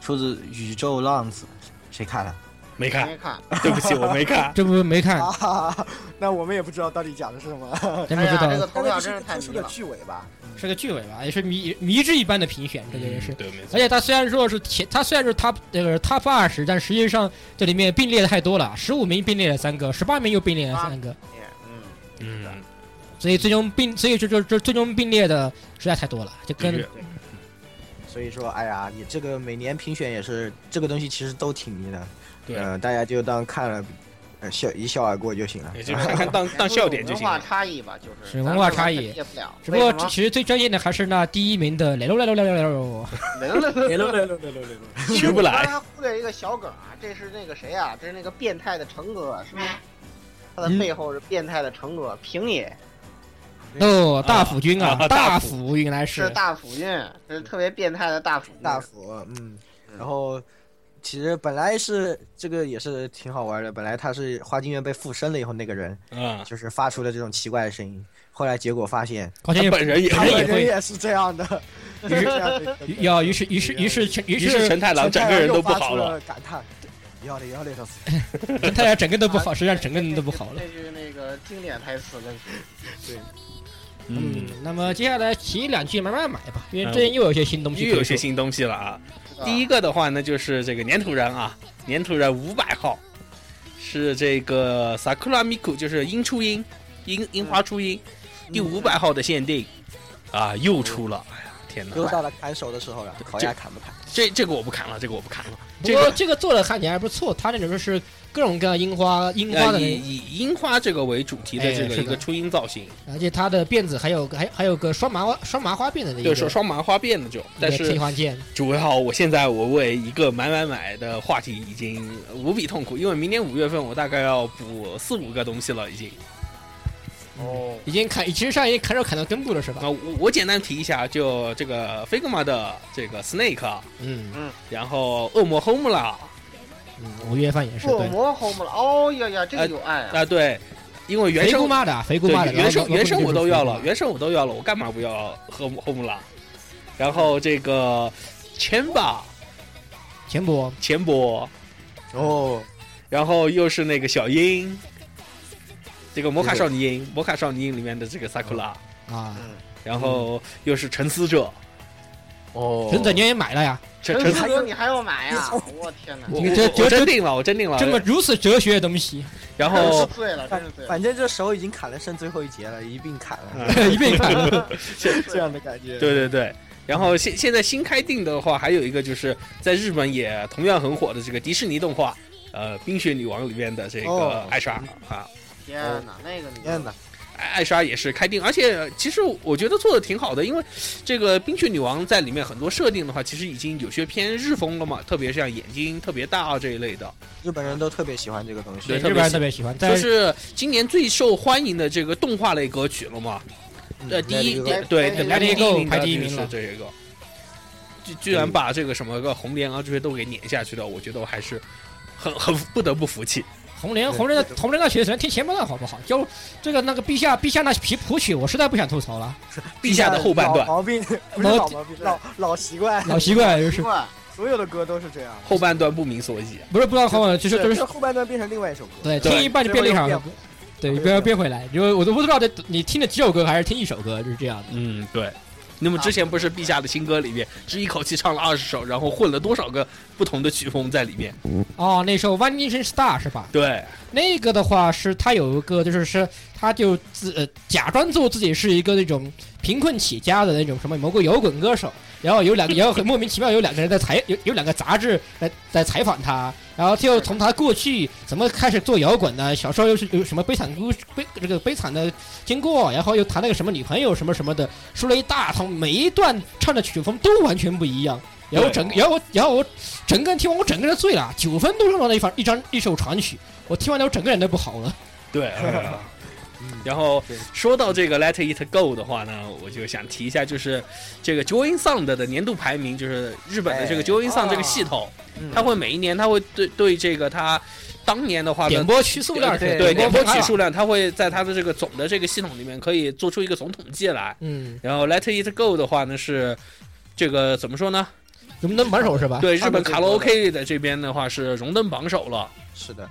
Speaker 4: 出自宇宙浪子，谁看了？
Speaker 2: 没看，
Speaker 3: 没看，
Speaker 2: 对不起，我没 看。
Speaker 1: 这不没看，
Speaker 4: 啊，那我们也不知道到底讲的是什么，
Speaker 1: 真不
Speaker 3: 哎
Speaker 1: 知
Speaker 3: 呀，这
Speaker 1: 道，
Speaker 3: 个投票真是太迷了。
Speaker 4: 剧尾吧？
Speaker 1: 是个剧尾吧，也是迷迷之一般的评选，这个也是。
Speaker 2: 嗯对，没错
Speaker 1: 而。且他虽然说是前，他虽然是 top 那个 top 二十，但实际上这里面并列的太多了，十五名并列了三个，十八名又并列了三个，
Speaker 3: 嗯，
Speaker 2: 嗯，
Speaker 1: 所以最终并所以就就就最终并列的实在太多了，就跟
Speaker 2: 这个
Speaker 4: 所以说，哎呀，你这个每年评选也是这个东西，其实都挺迷的，
Speaker 2: 对
Speaker 4: 呃，大家就当看了，呃，笑一笑而过就行了。啊
Speaker 2: 也 就是看看 当当笑点就行
Speaker 3: 文化
Speaker 2: 了。
Speaker 3: 差异吧，就是
Speaker 1: 是文化差异
Speaker 3: 咱们完全理解不了。
Speaker 1: 只不过
Speaker 3: 为什么
Speaker 1: 其实最关键的还是那第一名的雷喽雷喽雷喽雷喽，
Speaker 5: 来了来了来了来了，
Speaker 2: 学不来
Speaker 3: 刚才忽略一个小梗啊，这是那个谁啊？这是那个变态的成哥，是吧？他
Speaker 1: 嗯
Speaker 3: 的背后是变态的成哥，平野
Speaker 1: 哦，大辅君啊，
Speaker 2: 啊
Speaker 1: 大
Speaker 2: 大
Speaker 1: 辅原来
Speaker 3: 是
Speaker 1: 是
Speaker 3: 大辅君，是特别变态的大辅君。
Speaker 4: 大辅，嗯，然后其实本来是这个也是挺好玩的，本来他是花京院被附身了以后那个人，
Speaker 2: 嗯，
Speaker 4: 就是发出了这种奇怪的声音，后来结果发现
Speaker 1: 高
Speaker 2: 他
Speaker 1: 先
Speaker 2: 本人也
Speaker 4: 他
Speaker 1: 人也会
Speaker 4: 本人也是这 样的，
Speaker 1: 于
Speaker 4: 是
Speaker 1: 是
Speaker 4: 这样的一个
Speaker 1: 要于是于是于是于
Speaker 2: 于是
Speaker 1: 是
Speaker 2: 陈太郎整个人都不好了。，
Speaker 4: 感叹， 要嘞要嘞，老师，
Speaker 1: 陈太郎整个都不好，实际上整个人都不好了
Speaker 3: 这。是那个经典台词了，是
Speaker 1: 嗯
Speaker 2: 嗯，，
Speaker 1: 那么接下来提两句慢慢买吧，因为最近又有一些新东西可以
Speaker 2: 又
Speaker 1: 说，
Speaker 2: 有一些新东西了啊。
Speaker 3: 吧
Speaker 2: 第一个的话呢，就是这个粘土人啊，粘土人五百号是这个 Sakura Miku，就是樱初樱，
Speaker 1: 嗯
Speaker 2: 樱樱花初樱，第五百号的限定啊，又出了。哎呀，天
Speaker 4: 又
Speaker 2: 哪！
Speaker 4: 到了砍手的时候了，烤鸭砍不砍？
Speaker 2: 这这个我不砍了，这个我不砍了。
Speaker 1: 不
Speaker 2: 这
Speaker 1: 过
Speaker 2: 个
Speaker 1: 这个做的看起来还不错，它那种就是各种各样樱花樱花
Speaker 2: 呃
Speaker 1: 的
Speaker 2: 以
Speaker 1: 那，
Speaker 2: 以樱花这个为主题
Speaker 1: 哎
Speaker 2: 的这个
Speaker 1: 是
Speaker 2: 一
Speaker 1: 的
Speaker 2: 个初樱造型，
Speaker 1: 而且它的辫子还有还还有个双麻花双麻花辫子的一
Speaker 2: 就
Speaker 1: 个
Speaker 2: 是双麻花辫的这种。但
Speaker 1: 一个替
Speaker 2: 是
Speaker 1: 换件，
Speaker 2: 主要我现在我为一个买买买的话题已经无比痛苦，因为明年五月份我大概要补四五个东西了，已经。
Speaker 3: 哦，
Speaker 1: 已经砍，其实上已经砍手砍到根部了是吧？
Speaker 2: 啊，我我简单提一下，就这个 Figma 的这个 Snake，啊
Speaker 1: 嗯
Speaker 2: 然后恶魔 Home 啦，
Speaker 1: 嗯，五月份也是
Speaker 3: 做
Speaker 1: 对。
Speaker 3: 魔 home 了，哦呀呀，这个有爱啊！
Speaker 2: 啊对，因为原
Speaker 1: 肥姑
Speaker 2: 生
Speaker 1: 妈的，啊肥姑
Speaker 2: 对
Speaker 1: 妈的，
Speaker 2: 原生
Speaker 1: 然后
Speaker 2: 原生我都要了，
Speaker 1: 然后
Speaker 2: 原生我都要了，我干嘛不要 Home Home 啦？然后这个 Chamba
Speaker 1: 钱博
Speaker 2: 钱博，
Speaker 4: 哦，
Speaker 2: 然后又是那个小樱，这个魔卡少女樱，魔卡少女樱里面的这个 Sakura，哦
Speaker 1: 啊，
Speaker 2: 然后又是沉思者，
Speaker 4: 哦
Speaker 1: 陈子年也买了呀，
Speaker 2: 沉
Speaker 3: 陈
Speaker 2: 沉思
Speaker 3: 思。哲，你还要买呀？我天哪，
Speaker 2: 我
Speaker 1: 你
Speaker 2: 我
Speaker 1: 这
Speaker 2: 我
Speaker 1: 这
Speaker 2: 真定了，我真定了。
Speaker 1: 这么如此哲学的东西，
Speaker 2: 然
Speaker 3: 真是
Speaker 2: 后
Speaker 3: 醉了，真是醉了。
Speaker 4: 反正这手已经砍了剩最后一节了，一并砍了，
Speaker 1: 一遍看
Speaker 4: 嗯这样的感觉。
Speaker 2: 对对对，然后现现在新开定的话，还有一个就是在日本也同样很火的这个迪士尼动画，呃，《冰雪女王》里面的这个
Speaker 4: 哦
Speaker 2: 艾莎、啊，
Speaker 3: 天哪，那个你
Speaker 4: 天哪，
Speaker 2: 艾艾莎也是开定，而且其实我觉得做的挺好的，因为这个《冰雪女王》在里面很多设定的话，其实已经有些偏日风了嘛，特别像眼睛特别大这一类的。
Speaker 4: 日本人都特别喜欢这个东西。
Speaker 1: 对
Speaker 2: 对
Speaker 1: 日
Speaker 2: 特别
Speaker 1: 本人
Speaker 2: 喜
Speaker 1: 特别喜欢，
Speaker 2: 就
Speaker 1: 在
Speaker 2: 是今年最受欢迎的这个动画类歌曲了嘛，
Speaker 4: 嗯
Speaker 2: 呃，第一
Speaker 4: 点，
Speaker 2: 对，
Speaker 3: 排
Speaker 2: 排
Speaker 1: 第一
Speaker 2: 第一
Speaker 1: 个
Speaker 2: 名
Speaker 1: 排
Speaker 2: 的
Speaker 1: 第一
Speaker 2: 就
Speaker 1: 名
Speaker 2: 是
Speaker 1: 了
Speaker 2: 这一个，居居然把这个什么个红莲啊这些都给撵下去了，我觉得我还是很很不得不服气。
Speaker 1: 红莲红莲的红莲的曲子只能听前半段好不好？就这个那个陛下陛下那皮谱曲，我实在不想吐槽了，
Speaker 2: 陛下的后半段
Speaker 4: 老，毛病不是老毛病，老老习惯，
Speaker 1: 老习惯就
Speaker 3: 奇
Speaker 1: 是
Speaker 3: 怪，
Speaker 4: 所有的歌都是这样。
Speaker 2: 后半段不明所以，
Speaker 1: 不是不知道好不好，就是就是
Speaker 4: 是后半段变成另外一首歌。
Speaker 1: 对
Speaker 2: 对
Speaker 1: 听一半就变另一场
Speaker 4: 这
Speaker 1: 了
Speaker 4: 边，
Speaker 1: 对，不要变回来，因为我都不知道这你听了几首歌还是听一首歌，就是这样的。
Speaker 2: 嗯，对。那么之前不是陛下的新歌里面，是一口气唱了二十首，然后混了多少个不同的曲风在里面？
Speaker 1: 哦，那首《One Nation Star》是吧？
Speaker 2: 对，
Speaker 1: 那个的话是他有一个，就是是他就自、呃、假装做自己是一个那种贫困起家的那种什么某个摇滚歌手，然后有两个，然后很莫名其妙有两个人在采有有两个杂志在在采访他，然后就从他过去怎么开始做摇滚的，小时候又是有什么悲惨故事悲这个悲惨的经过，然后又谈了个什么女朋友什么什么的，说了一大通，每一段唱的曲风都完全不一样。然后整，然后我，然后我整个人听完，我整个人醉了，九分都上到那一方一张一首长曲，我听完之后整个人都不好了。
Speaker 2: 对。嗯然后说到这个《Let It Go》的话呢，我就想提一下，就是这个 Join Sound 的年度排名，就是日本的这个
Speaker 4: 哎
Speaker 2: Join Sound 这
Speaker 1: 啊
Speaker 2: 个系统，
Speaker 4: 嗯
Speaker 2: 它会每一年，它会对对这个它当年的话
Speaker 1: 点
Speaker 2: 呢。
Speaker 1: 播曲数量是
Speaker 4: 对
Speaker 2: 对
Speaker 1: 点
Speaker 2: 点
Speaker 1: 播
Speaker 2: 播
Speaker 1: 曲
Speaker 2: 曲
Speaker 1: 数，
Speaker 2: 数量，它会在它的这个总的这个系统里面可以做出一个总统计来。
Speaker 1: 嗯，
Speaker 2: 然后 Let It Go 的话呢是这个怎么说呢？
Speaker 1: 能不能满手是吧？
Speaker 2: 对
Speaker 4: 他
Speaker 2: 日
Speaker 4: 们
Speaker 2: 本
Speaker 4: 最
Speaker 2: 卡拉
Speaker 4: 多的
Speaker 2: OK 的这边的话是荣登榜首了。
Speaker 4: 是的，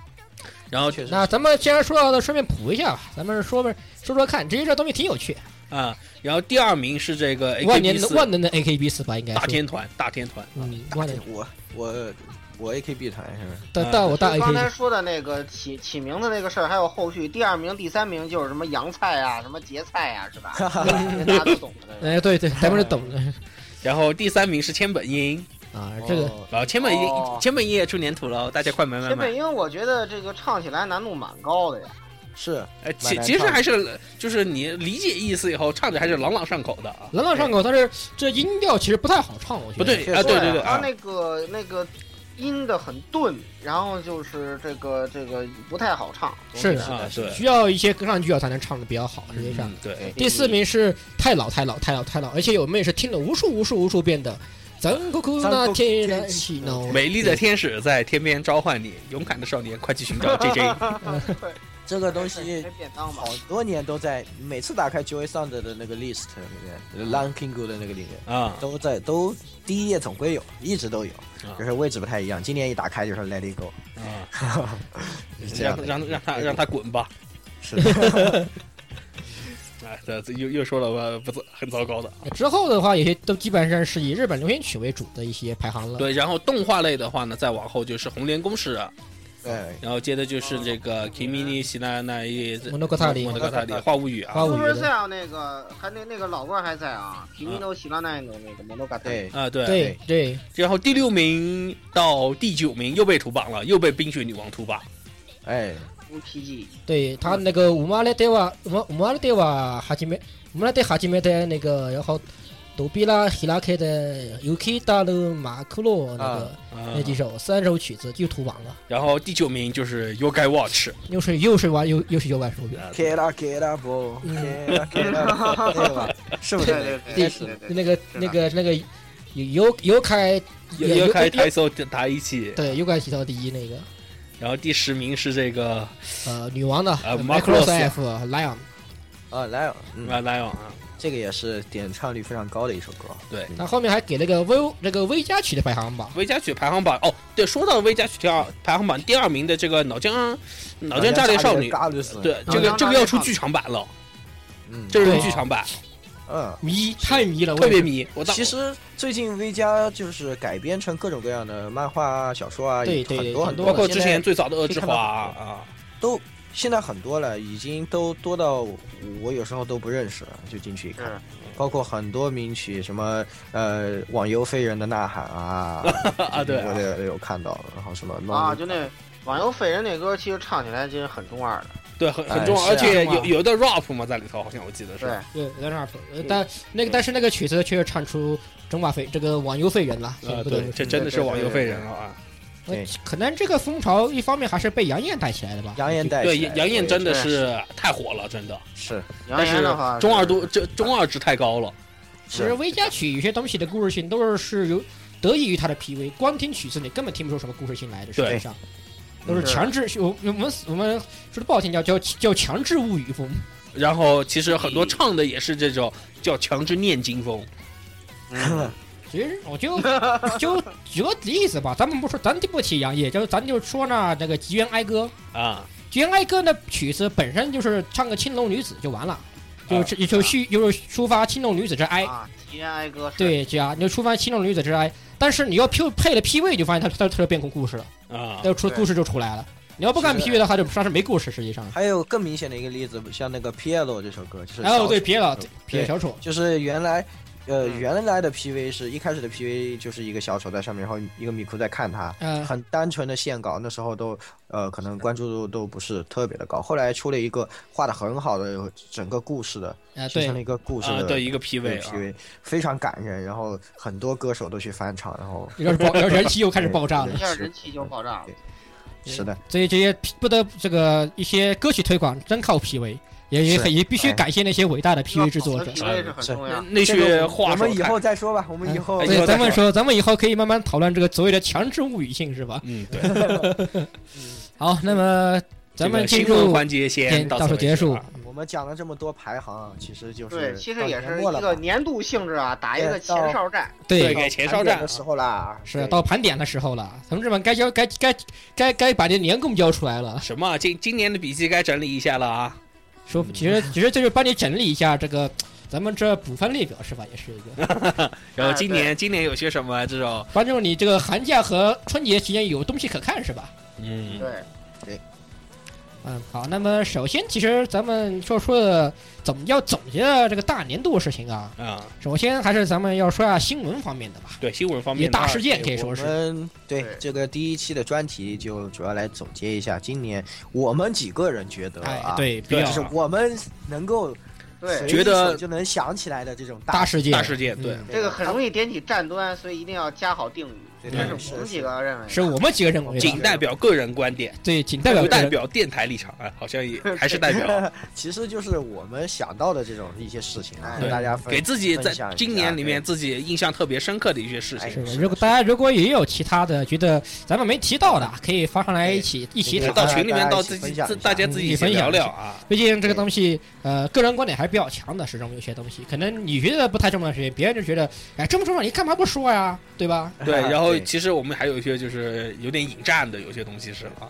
Speaker 2: 然后
Speaker 4: 确实。
Speaker 1: 那咱们既然说到的，顺便补一下吧，咱们说吧，说说看，这些这东西挺有趣。
Speaker 2: 啊，然后第二名是这个
Speaker 1: 万年
Speaker 2: AKB
Speaker 1: 的
Speaker 2: 四
Speaker 1: 万能的 AKB 四吧，应该
Speaker 2: 大
Speaker 1: 哎是。
Speaker 2: 天团，大天团。
Speaker 1: 嗯，
Speaker 4: 大
Speaker 1: 万能
Speaker 4: 我我我 AKB 团是吧？
Speaker 1: 但但
Speaker 2: 啊
Speaker 1: 我大
Speaker 3: 就刚
Speaker 1: AKB
Speaker 3: 才说的那个起起名的那个事儿，还有后续第二名、第三名就是什么洋菜啊，什么节菜啊，是吧？大家都懂的。
Speaker 1: 哎，对对，咱们是懂的。
Speaker 2: 然后第三名是千本樱，
Speaker 1: 啊，这个
Speaker 4: 哦
Speaker 2: 然后千本樱、
Speaker 3: 哦
Speaker 2: 千本樱也出年图了，大家快买买
Speaker 3: 千
Speaker 2: 买
Speaker 3: 本！樱，我觉得这个唱起来难度蛮高的呀。
Speaker 4: 是
Speaker 2: 呃，其
Speaker 4: 蛮难
Speaker 2: 其实
Speaker 4: 唱
Speaker 2: 还是就是你理解意思以后，唱着还是朗朗上口的啊。
Speaker 1: 朗朗上口，但是这音调其实不太好唱，我觉得
Speaker 2: 不对
Speaker 4: 确
Speaker 2: 啊，
Speaker 4: 实
Speaker 2: 对对对
Speaker 3: 他
Speaker 2: 啊，
Speaker 3: 那个那个音的很钝，然后就是这个这个不太好唱。
Speaker 1: 是的
Speaker 2: 啊对，
Speaker 1: 需要一些歌唱技啊巧才能唱的比较好，实际上。
Speaker 2: 嗯对，
Speaker 1: 第四名是太老太老太老太老，而且我们也是听了无数无数无数遍的。咱哭哭那天然起闹，
Speaker 2: 美丽的天使在天边召唤你，勇敢的少年，快去寻找 J 啊 J。
Speaker 4: 这个东
Speaker 3: 是
Speaker 4: 西
Speaker 3: 吃便当吧
Speaker 4: 好。多年都在，每次打开 Joy Sound 的那个 list 里面，Ranking 的那个里面。
Speaker 2: 啊，
Speaker 4: 都在都第一页总归有，一直都有，就是位置不太一样。今年一打开就是 Let It Go，
Speaker 2: 啊，
Speaker 4: 就是这样
Speaker 2: 让
Speaker 4: 的。
Speaker 2: 让让他让他滚吧！
Speaker 4: 是的，
Speaker 2: 啊，这这又又说了我不是很糟糕的。
Speaker 1: 之后的话，有些都基本上是以日本流行曲为主的一些排行了。
Speaker 2: 对，然后动画类的话呢，再往后就是《红莲啊公使》，
Speaker 4: 对，
Speaker 2: 然后接着就是这
Speaker 3: 哦
Speaker 2: 个《Kimi ni s h i n a n a
Speaker 1: 我那个塔里
Speaker 2: 我那个塔里花无语啊，
Speaker 1: 花无
Speaker 3: 是
Speaker 1: 语
Speaker 3: 不是这样？那个还那那个老歌还在啊，平民都喜欢那个那个摩诺嘎
Speaker 4: 对
Speaker 2: 啊对
Speaker 1: 对对，
Speaker 2: 然后第六名到第九名又被屠榜了，又被冰雪女王屠榜。
Speaker 4: 哎，
Speaker 3: 乌 P G，
Speaker 1: 对他那个五马勒德瓦，五五马勒德瓦哈基梅，五马勒德哈基梅的那个，然后逗比拉希拉克的 UK 大陆马库洛那个、
Speaker 2: 啊
Speaker 1: 那几首三首曲子就屠榜了，
Speaker 2: 然后第九名就是 You Guy Watch，
Speaker 1: 又是又是玩又又是又玩手柄。
Speaker 2: 啊
Speaker 4: k i l a k i l a b k i l a k i l a 对吧？是不
Speaker 3: 对
Speaker 4: 是？
Speaker 3: 对
Speaker 1: 第
Speaker 3: 对对对，
Speaker 1: 那个那个那个有有有开
Speaker 2: 又
Speaker 1: 有
Speaker 2: 又开
Speaker 1: 有
Speaker 2: 台手打一起，
Speaker 1: 对有开提到第一那个
Speaker 2: 然后第十名是这个啊
Speaker 1: 呃女王的
Speaker 2: 呃
Speaker 1: Microsoft
Speaker 2: Macross
Speaker 1: Lion，
Speaker 4: 啊，来，嗯，
Speaker 2: Lion 啊，
Speaker 4: 这个也是点唱率非常高的一首歌。
Speaker 2: 对，
Speaker 1: 他后面还给了个 V 那个 V 加曲的排行榜，
Speaker 2: 微加曲排行榜哦，对，说到微加曲第二排行榜第二名的这个脑浆脑浆炸裂少女，
Speaker 4: 嘎鲁斯，
Speaker 2: 对，
Speaker 1: 脑
Speaker 2: 这个
Speaker 3: 浆
Speaker 2: 这
Speaker 3: 炸
Speaker 2: 个
Speaker 3: 裂
Speaker 2: 要出
Speaker 3: 少女
Speaker 2: 剧场版了，
Speaker 4: 嗯，
Speaker 2: 这是
Speaker 1: 对
Speaker 2: 剧场版，
Speaker 4: 嗯。
Speaker 1: 迷太迷了，
Speaker 2: 特别
Speaker 1: 迷。
Speaker 2: 迷。我当
Speaker 4: 其实最近 V 加就是改编成各种各样的漫画啊、小说啊，
Speaker 1: 对
Speaker 4: 很
Speaker 1: 对
Speaker 4: 多
Speaker 1: 很
Speaker 4: 很
Speaker 1: 多
Speaker 4: 多，
Speaker 2: 包括之
Speaker 4: 现在
Speaker 2: 前最早的恶之
Speaker 4: 可以看
Speaker 2: 花
Speaker 4: 到
Speaker 2: 啊，
Speaker 4: 都现在很多了，已经都多到我我有时候都不认识了，就进去一看
Speaker 3: 是，
Speaker 2: 嗯
Speaker 4: 包括很多名曲，什么呃《网游飞人的呐喊》啊
Speaker 2: 啊对啊
Speaker 4: 我也有看到，然后什么
Speaker 3: 啊，就那网游废人那歌，其实唱起来其实很中二的。
Speaker 2: 对，很很
Speaker 4: 哎
Speaker 2: 重要，
Speaker 4: 是
Speaker 2: 而
Speaker 4: 啊
Speaker 2: 且
Speaker 1: 是吗
Speaker 2: 有有的 rap 嘛在里头，好像我记得是。啊
Speaker 3: 对，
Speaker 1: 对，有点儿呃但那个但是那个曲子确实唱出整把废这个网游废人了，所以
Speaker 2: 啊，
Speaker 1: 不得
Speaker 2: 对
Speaker 1: 不，
Speaker 2: 这
Speaker 1: 说
Speaker 2: 真的是
Speaker 4: 对对
Speaker 2: 网游
Speaker 4: 对
Speaker 2: 废
Speaker 4: 对
Speaker 2: 人了啊！
Speaker 1: 呃
Speaker 4: 对
Speaker 1: 可能这个风潮一方面还是被杨艳带起来的吧，
Speaker 4: 杨艳带
Speaker 2: 对，
Speaker 4: 起来
Speaker 2: 杨艳真的
Speaker 3: 对
Speaker 2: 是太火了，真的。
Speaker 4: 是
Speaker 3: 杨
Speaker 2: 但
Speaker 3: 言
Speaker 2: 是
Speaker 3: 的话，
Speaker 2: 中二度，这中二值太高了。
Speaker 1: 其实微加曲有些东西的故事性都是是由得益于它的 PV，光听曲子你根本听不出什么故事性来的，实际
Speaker 2: 对
Speaker 1: 上都是强制。我我们我们说的不好听叫叫叫强制物语风，
Speaker 2: 然后其实很多唱的也是这种叫强制念经风，
Speaker 3: 嗯
Speaker 1: 其实我 就就举个例子吧，咱们不说，咱就不提杨业，就咱就说呢那个《吉原哀歌》，
Speaker 2: 啊，
Speaker 1: 《吉原哀歌》的曲子本身就是唱个青楼女子就完了，
Speaker 4: 啊
Speaker 1: 就是就去就是抒发青楼女子之哀，
Speaker 3: 啊，吉安哀歌是，
Speaker 1: 对加你就抒发青楼女子之哀，但是你要配配了 PV，就发现它它它就变成故事了。
Speaker 2: 啊，
Speaker 1: 要出
Speaker 4: 对
Speaker 1: 故事就出来了。你要不干
Speaker 4: 是
Speaker 1: P V 的话，就算是没故事。实际上，
Speaker 4: 还有更明显的一个例子，像那个 Piero 这首歌，就是
Speaker 1: 哎，
Speaker 4: 小
Speaker 1: 我对
Speaker 4: 丑
Speaker 1: 别了
Speaker 4: 对，
Speaker 1: 别小丑，
Speaker 4: 就是原来。呃，
Speaker 3: 嗯
Speaker 4: 原来的 PV 是一开始的 PV 就是一个小丑在上面，然后一个米库在看他，
Speaker 1: 嗯，
Speaker 4: 很单纯的线稿，那时候都呃可能关注度都不是特别的高。后来出了一个画的很好的整个故事的，
Speaker 1: 啊，
Speaker 4: 形成了
Speaker 1: 对，
Speaker 4: 一个故事
Speaker 2: 啊
Speaker 4: 的、
Speaker 2: 对一个
Speaker 4: 一个
Speaker 2: PV 啊，
Speaker 4: PV，非常感人。然后很多歌手都去翻唱，然后
Speaker 1: 有点爆，有点人气又开始爆炸
Speaker 4: 对
Speaker 1: 了
Speaker 3: 一
Speaker 4: 对。
Speaker 3: 下人气就爆炸了。
Speaker 4: 是的，
Speaker 1: 所以这些不得这个一些歌曲推广真靠 P V，也也
Speaker 4: 是
Speaker 1: 很也必须
Speaker 4: 哎
Speaker 1: 感谢那些伟大的 P V 制作者。
Speaker 3: ，PV 是很重
Speaker 2: 那
Speaker 3: 要。
Speaker 2: 那
Speaker 4: 这个
Speaker 2: 些话
Speaker 4: 我
Speaker 2: 说
Speaker 4: 们以
Speaker 2: 太
Speaker 4: 后再说吧，我们以后
Speaker 2: 哎
Speaker 1: 对，
Speaker 2: 以后再
Speaker 1: 咱们
Speaker 2: 说
Speaker 1: 说，咱们以后可以慢慢讨论这个所谓的强制物语性，是吧？
Speaker 2: 嗯，对，
Speaker 1: 好，那么咱们
Speaker 2: 这
Speaker 1: 进
Speaker 2: 个新闻
Speaker 1: 入
Speaker 2: 环节先
Speaker 1: 点到此
Speaker 2: 此
Speaker 1: 结
Speaker 2: 为止
Speaker 1: 束
Speaker 2: 啊。
Speaker 4: 我们讲了这么多排行啊，其实就是
Speaker 3: 对，其实
Speaker 4: 到
Speaker 3: 也
Speaker 4: 年
Speaker 3: 是一
Speaker 4: 末了
Speaker 3: 个
Speaker 4: 吧
Speaker 3: 年度性质啊，打一
Speaker 4: 对
Speaker 3: 个前
Speaker 4: 到
Speaker 3: 哨战。
Speaker 2: 对，
Speaker 1: 对，
Speaker 2: 给前
Speaker 4: 盘
Speaker 2: 哨
Speaker 4: 点
Speaker 2: 战
Speaker 4: 的时候啦，
Speaker 1: 是
Speaker 4: 对
Speaker 1: 到盘点的时候了，同志们该交该该该该把这年贡交出来了。
Speaker 2: 什么啊？今今年的笔记该整理一下了啊！
Speaker 1: 说，其实其实就是帮你整理一下这个咱们这补番列表是吧？也是一 个
Speaker 2: 然后
Speaker 3: 啊
Speaker 2: 今年今年有些什么这种
Speaker 1: 帮助你这
Speaker 4: 嗯
Speaker 1: 个寒假和春节期间有东西可看是吧？
Speaker 2: 嗯
Speaker 3: 对，
Speaker 1: 嗯，好，那么首先，其实咱们说说的怎么要总结这个大年度的事情啊，
Speaker 2: 啊，
Speaker 1: 首先还是咱们要说下新闻方面的吧，
Speaker 2: 对新闻方
Speaker 1: 一
Speaker 2: 面
Speaker 1: 大
Speaker 2: 那
Speaker 1: 事件可以
Speaker 2: 我
Speaker 1: 说
Speaker 4: 我
Speaker 1: 是，
Speaker 4: 们对
Speaker 3: 对
Speaker 4: 这个第一期的专题就主要来总结一下今年我们几个人觉得
Speaker 1: 哎
Speaker 4: 啊，，，
Speaker 1: 对，比
Speaker 2: 对
Speaker 1: 较
Speaker 4: 就是我们能够
Speaker 3: 对，
Speaker 4: 随
Speaker 2: 觉得
Speaker 4: 手就能想起来的这种
Speaker 1: 大
Speaker 4: 大
Speaker 1: 事件，
Speaker 2: 大事件，对，
Speaker 1: 嗯
Speaker 3: 这个很容易点起战端，所以一定要加好定语。
Speaker 4: 对
Speaker 3: 这
Speaker 4: 对
Speaker 3: 是我们
Speaker 4: 嗯是
Speaker 3: 几个认为的
Speaker 1: 是我们几个认为的，
Speaker 2: 仅代表个人观点，
Speaker 1: 对，仅代表
Speaker 2: 不
Speaker 1: 个
Speaker 2: 代
Speaker 1: 人
Speaker 2: 表电台立场啊，好 像也还是代表
Speaker 4: 其实就是我们想到的这种一些事情啊，
Speaker 2: 对
Speaker 4: 让大家分
Speaker 2: 哎给自己在
Speaker 4: 分享一下
Speaker 2: 今年里面
Speaker 4: 对
Speaker 2: 自己印象特别深刻的一些事情
Speaker 4: 哎。
Speaker 1: 是的
Speaker 4: 是，的
Speaker 1: 如果大家如果也有其他的觉得咱们没提到的，可以发上来一起一起
Speaker 4: 对
Speaker 1: 讨
Speaker 2: 到
Speaker 1: 论。
Speaker 2: 群里面，到
Speaker 4: 大家一起
Speaker 2: 自己
Speaker 4: 分享
Speaker 2: 自
Speaker 4: 一下
Speaker 2: 大家自己
Speaker 1: 嗯分享
Speaker 2: 聊
Speaker 1: 一
Speaker 2: 聊
Speaker 1: 下
Speaker 2: 啊。
Speaker 1: 毕竟这个东西，呃，个人观点还是比较强的。始终有些东西，可能你觉得不太重要的事情，别人就觉得，哎，重不重要？你干嘛不说呀？对吧？
Speaker 2: 对，然后
Speaker 4: 对
Speaker 2: 其实我们还有一些就是有点引战的，有些东西是啊，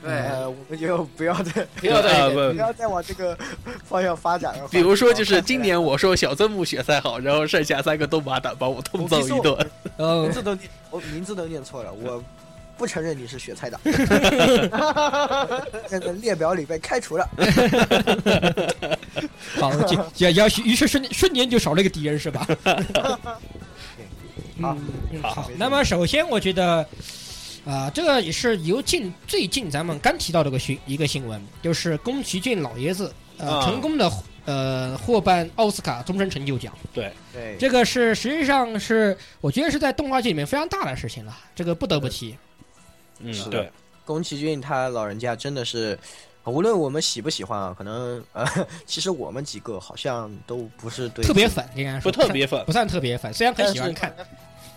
Speaker 3: 对，
Speaker 4: 呃，我们就不要再
Speaker 1: 不要再
Speaker 2: 呃
Speaker 4: 不要再往这个方向发展了。
Speaker 2: 比如说，就是今年我说小曾木雪菜好，然后剩下三个都马党把我痛揍一顿。
Speaker 1: 呃
Speaker 4: 名，字都念我名字都念错了，我不承认你是雪 菜党，在列表里被开除了。
Speaker 1: 好，就也要于是瞬瞬间就少了一个敌人，是 吧？
Speaker 4: 好
Speaker 1: 嗯，
Speaker 2: 好
Speaker 1: 好。那么首先，我觉得，啊、这个也是由近最近咱们刚提到的一个新一个新闻，就是宫崎骏老爷子呃、
Speaker 2: 啊
Speaker 1: 成功的呃获颁奥斯卡终身成就奖，
Speaker 4: 对，
Speaker 1: 这个是实际上是我觉得是在动画界里面非常大的事情了，这个不得不提。
Speaker 2: 嗯
Speaker 4: 是的
Speaker 2: 对，
Speaker 4: 宫崎骏他老人家真的是，无论我们喜不喜欢啊，可能呃， 其实我们几个好像都不是对
Speaker 1: 特别，粉，应该说
Speaker 2: 不特别粉
Speaker 1: 不，算特别粉，虽然很喜欢看，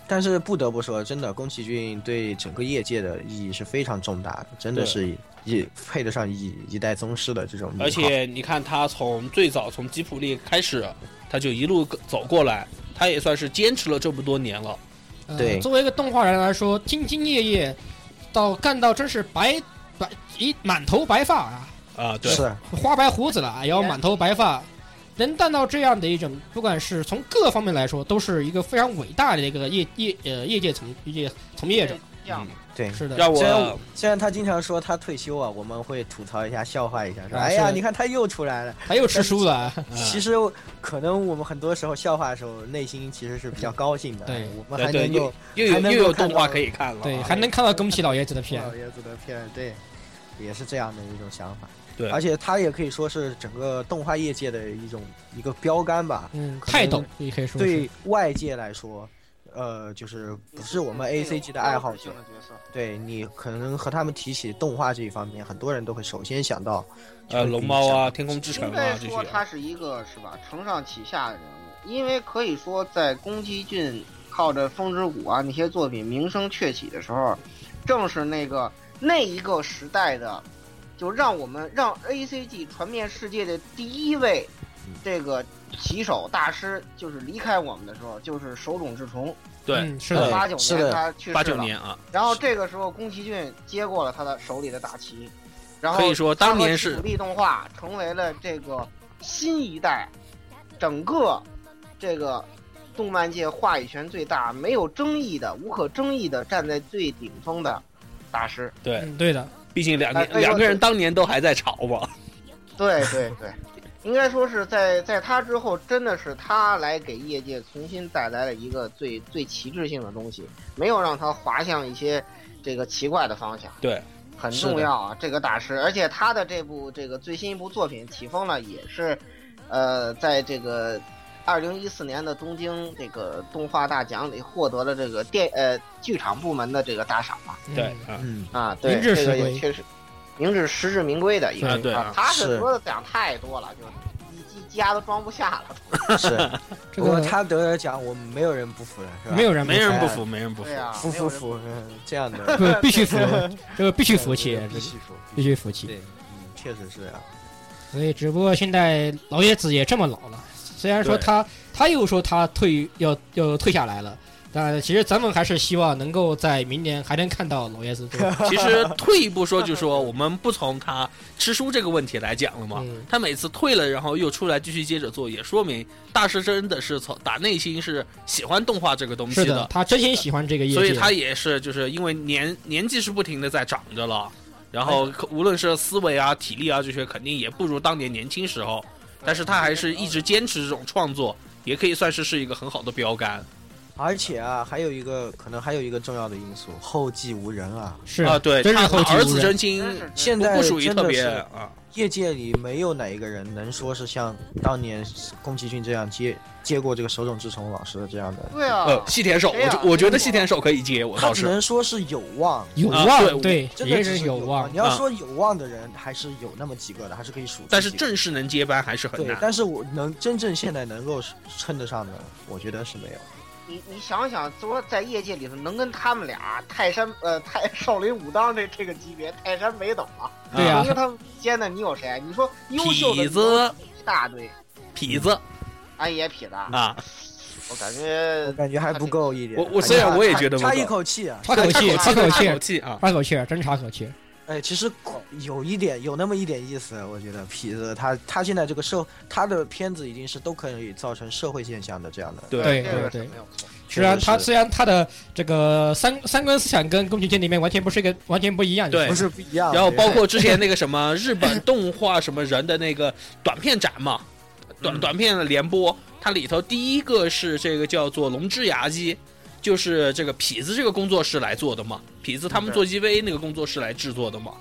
Speaker 4: 但是不得不说，真的宫崎骏对整个业界的意义是非常重大的，真的
Speaker 2: 对
Speaker 4: 是也配得上一一代宗师的这种名号。
Speaker 2: 而且你看他从最早从吉普力开始，他就一路走过来，他也算是坚持了这么多年了。
Speaker 1: 呃
Speaker 4: 对
Speaker 1: 作为一个动画人来说，兢兢业业到干到真是白白一满头白发啊，
Speaker 2: 啊，对，
Speaker 4: 是
Speaker 1: 花白胡子了，也啊要满头白发，能干到这样的一种，不管是从各方面来说，都是一个非常伟大的一个业业呃业界从业从业者。
Speaker 3: 这样
Speaker 4: 对。
Speaker 1: 是的，
Speaker 2: 让
Speaker 4: 虽然
Speaker 2: 我
Speaker 4: 虽然他经常说他退休啊，我们会吐槽一下、笑话一下，说
Speaker 1: 啊
Speaker 4: 哎呀，
Speaker 1: 是
Speaker 4: 你看他又出来了。
Speaker 1: 他又吃书了，啊
Speaker 2: 啊
Speaker 4: 其实可能我们很多时候笑话的时候，内心其实是比较高兴的。
Speaker 1: 对
Speaker 4: 我们还
Speaker 2: 对对
Speaker 4: 能够
Speaker 2: 又有
Speaker 4: 还能
Speaker 2: 又有
Speaker 4: 够看
Speaker 2: 动画
Speaker 4: 到
Speaker 2: 可以看了啊，
Speaker 1: 对，还能看到宫崎老爷子的片
Speaker 4: 老。爷子的片，对，也是这样的一种想法。
Speaker 2: 对
Speaker 4: 而且他也可以说是整个动画业界的一种一个标杆吧。
Speaker 1: 嗯，
Speaker 4: 可能
Speaker 1: 泰斗也可以说是
Speaker 4: 对外界来说，呃，就是不是我们 A C G 的爱好者
Speaker 3: 性，的角色，
Speaker 4: 对你可能和他们提起动画这一方面，很多人都会首先想到
Speaker 2: 呃龙猫啊、天空之城
Speaker 3: 应该
Speaker 2: 啊这
Speaker 3: 说
Speaker 2: 些，
Speaker 3: 他是一个是吧，承上启下的人物，因为可以说在宫崎骏靠着《风之谷》啊那些作品名声鹊起的时候，正是那个那一个时代的，就让我们让 A C G 传遍世界的第一位
Speaker 4: 嗯
Speaker 3: 这个棋手大师，就是离开我们的时候，就是手冢治虫，
Speaker 2: 对，
Speaker 1: 嗯，是的，
Speaker 3: 八九
Speaker 4: 是
Speaker 3: 年
Speaker 4: 的
Speaker 3: 他去世了，
Speaker 2: 八九年啊，
Speaker 3: 然后这个时候，宫崎骏接过了他的手里的大旗，然后
Speaker 2: 可以说当年是
Speaker 3: 独立动画成为了这个新一代整个这个动漫界话语权最大、没有争议的、无可争议的站在最顶峰的大师。
Speaker 2: 对，
Speaker 1: 嗯，对的，
Speaker 2: 毕竟两
Speaker 3: 哎
Speaker 2: 年
Speaker 3: 哎
Speaker 2: 两
Speaker 3: 我
Speaker 2: 个人当年都还在吵嘛，
Speaker 3: 对对对，应该说是在在他之后，真的是他来给业界重新带来了一个最最旗帜性的东西，没有让他滑向一些这个奇怪的方向。
Speaker 2: 对，
Speaker 3: 很
Speaker 2: 是的
Speaker 3: 重要啊，这个大师，而且他的这部这个最新一部作品《起风了》也是，呃，在这个二零一四年的东京这个动画大奖里获得了这个电呃剧场部门的这个大赏嘛。
Speaker 1: 嗯
Speaker 2: 对啊，
Speaker 4: 嗯，
Speaker 3: 啊，对，
Speaker 1: 名至
Speaker 3: 这个
Speaker 1: 实归
Speaker 3: 也确实，名至实至名归的一个
Speaker 2: 啊对啊
Speaker 3: 他
Speaker 4: 是
Speaker 3: 是说的奖太多了，就一一家都装不下了。
Speaker 4: 嗯是。
Speaker 1: 这
Speaker 4: 不过
Speaker 1: 个
Speaker 4: 他得了奖，我们没有人不服了，是吧？
Speaker 1: 没有人
Speaker 2: 没人不
Speaker 1: 服，
Speaker 2: 服，没人不服
Speaker 3: 对，啊，
Speaker 4: 服
Speaker 3: 没有
Speaker 4: 服
Speaker 3: 人
Speaker 4: 服，嗯这样的
Speaker 1: 不必须服，这 个必须服 气，
Speaker 4: 必须服，
Speaker 1: 必须服气。
Speaker 4: 对，嗯，确实是啊。
Speaker 1: 所以，只不过现在老爷子也这么老了，虽然说
Speaker 2: 对
Speaker 1: 他他又说他退要要退下来了，但其实咱们还是希望能够在明年还能看到老爷子这个。
Speaker 2: 其实退一步说，就说我们不从他吃书这个问题来讲了嘛。
Speaker 1: 嗯
Speaker 2: 他每次退了，然后又出来继续接着做，也说明大师真的是从打内心是喜欢动画这个东西
Speaker 1: 是的，他真心喜欢这个业界，
Speaker 2: 所以他也是就是因为年年纪是不停的在长着了，然后可无论是思维啊、体力啊这些，肯定也不如当年年轻时候。但是他还是一直坚持这种创作，也可以算是是一个很好的标杆
Speaker 4: 而且啊，还有一个可能还有一个重要的因素，后继无人啊。
Speaker 1: 是
Speaker 2: 啊。对，
Speaker 1: 真
Speaker 2: 他
Speaker 1: 是后继
Speaker 2: 儿
Speaker 1: 无
Speaker 2: 子
Speaker 1: 人。
Speaker 2: 真金
Speaker 3: 真是
Speaker 4: 现
Speaker 2: 不
Speaker 4: 在
Speaker 2: 不属于
Speaker 4: 真
Speaker 2: 特
Speaker 4: 的
Speaker 2: 别
Speaker 4: 是
Speaker 2: 啊，
Speaker 4: 业界里没有哪一个人能说是像当年宫崎骏这样接接过这个手冢治虫老师的这样的，
Speaker 3: 对啊
Speaker 2: 呃，，细田守，
Speaker 3: 谁呀
Speaker 2: 我就我觉得
Speaker 3: 谁呀
Speaker 2: 细田守可以接，我
Speaker 4: 他
Speaker 2: 倒
Speaker 4: 只
Speaker 2: 是
Speaker 4: 能说是有望。
Speaker 1: 有
Speaker 2: 啊
Speaker 1: 望，对，
Speaker 4: 真
Speaker 1: 也
Speaker 4: 的
Speaker 1: 是
Speaker 4: 只是
Speaker 1: 有望啊
Speaker 4: 望，你。要说有望的人，还是有那么几个的，还是可以数出几个。
Speaker 2: 但是正式能接班还是很
Speaker 4: 对
Speaker 2: 难，。
Speaker 4: 但是我能真正现在能够称得上的，我觉得是没有。
Speaker 3: 你你想想，说在业界里头能跟他们俩泰山呃泰少林武当这这个级别泰山北斗啊，
Speaker 1: 对呀
Speaker 3: 能跟他们之间的你有谁？你说优秀的
Speaker 2: 痞子
Speaker 3: 一大堆，
Speaker 2: 痞子
Speaker 3: 安野痞子，
Speaker 2: 啊，
Speaker 3: 我感觉
Speaker 4: 我感觉还不够一点。
Speaker 2: 我我虽然我也觉得不
Speaker 4: 差一
Speaker 2: 够，
Speaker 4: 口气啊，
Speaker 1: 差口气，
Speaker 3: 差
Speaker 1: 差
Speaker 3: 口
Speaker 1: 口
Speaker 2: 差口
Speaker 1: 气，
Speaker 2: 气啊，
Speaker 1: 差口气，真差口气。
Speaker 4: 哎，其实有一点，有那么一点意思，我觉得痞子他他现在这个社他的片子已经是都可以造成社会现象的这样的。
Speaker 2: 对
Speaker 1: 对
Speaker 3: 这个
Speaker 1: 对
Speaker 3: 是
Speaker 1: 对
Speaker 3: 没，有错。
Speaker 1: 虽然
Speaker 4: 确实
Speaker 1: 他
Speaker 4: 是
Speaker 1: 虽然他的这个三三观思想跟宫崎骏里面完全不是一个完全不一样，
Speaker 2: 对
Speaker 4: 不是不一样。
Speaker 2: 然后
Speaker 4: 对
Speaker 2: 包括之前那个什么日本动画什么人的那个短片展嘛，
Speaker 1: 嗯
Speaker 2: 短短片的联播，它里头第一个是这个叫做龙之牙机，就是这个痞子这个工作室来做的嘛，痞子他们做 EVA 那个工作室来制作的嘛，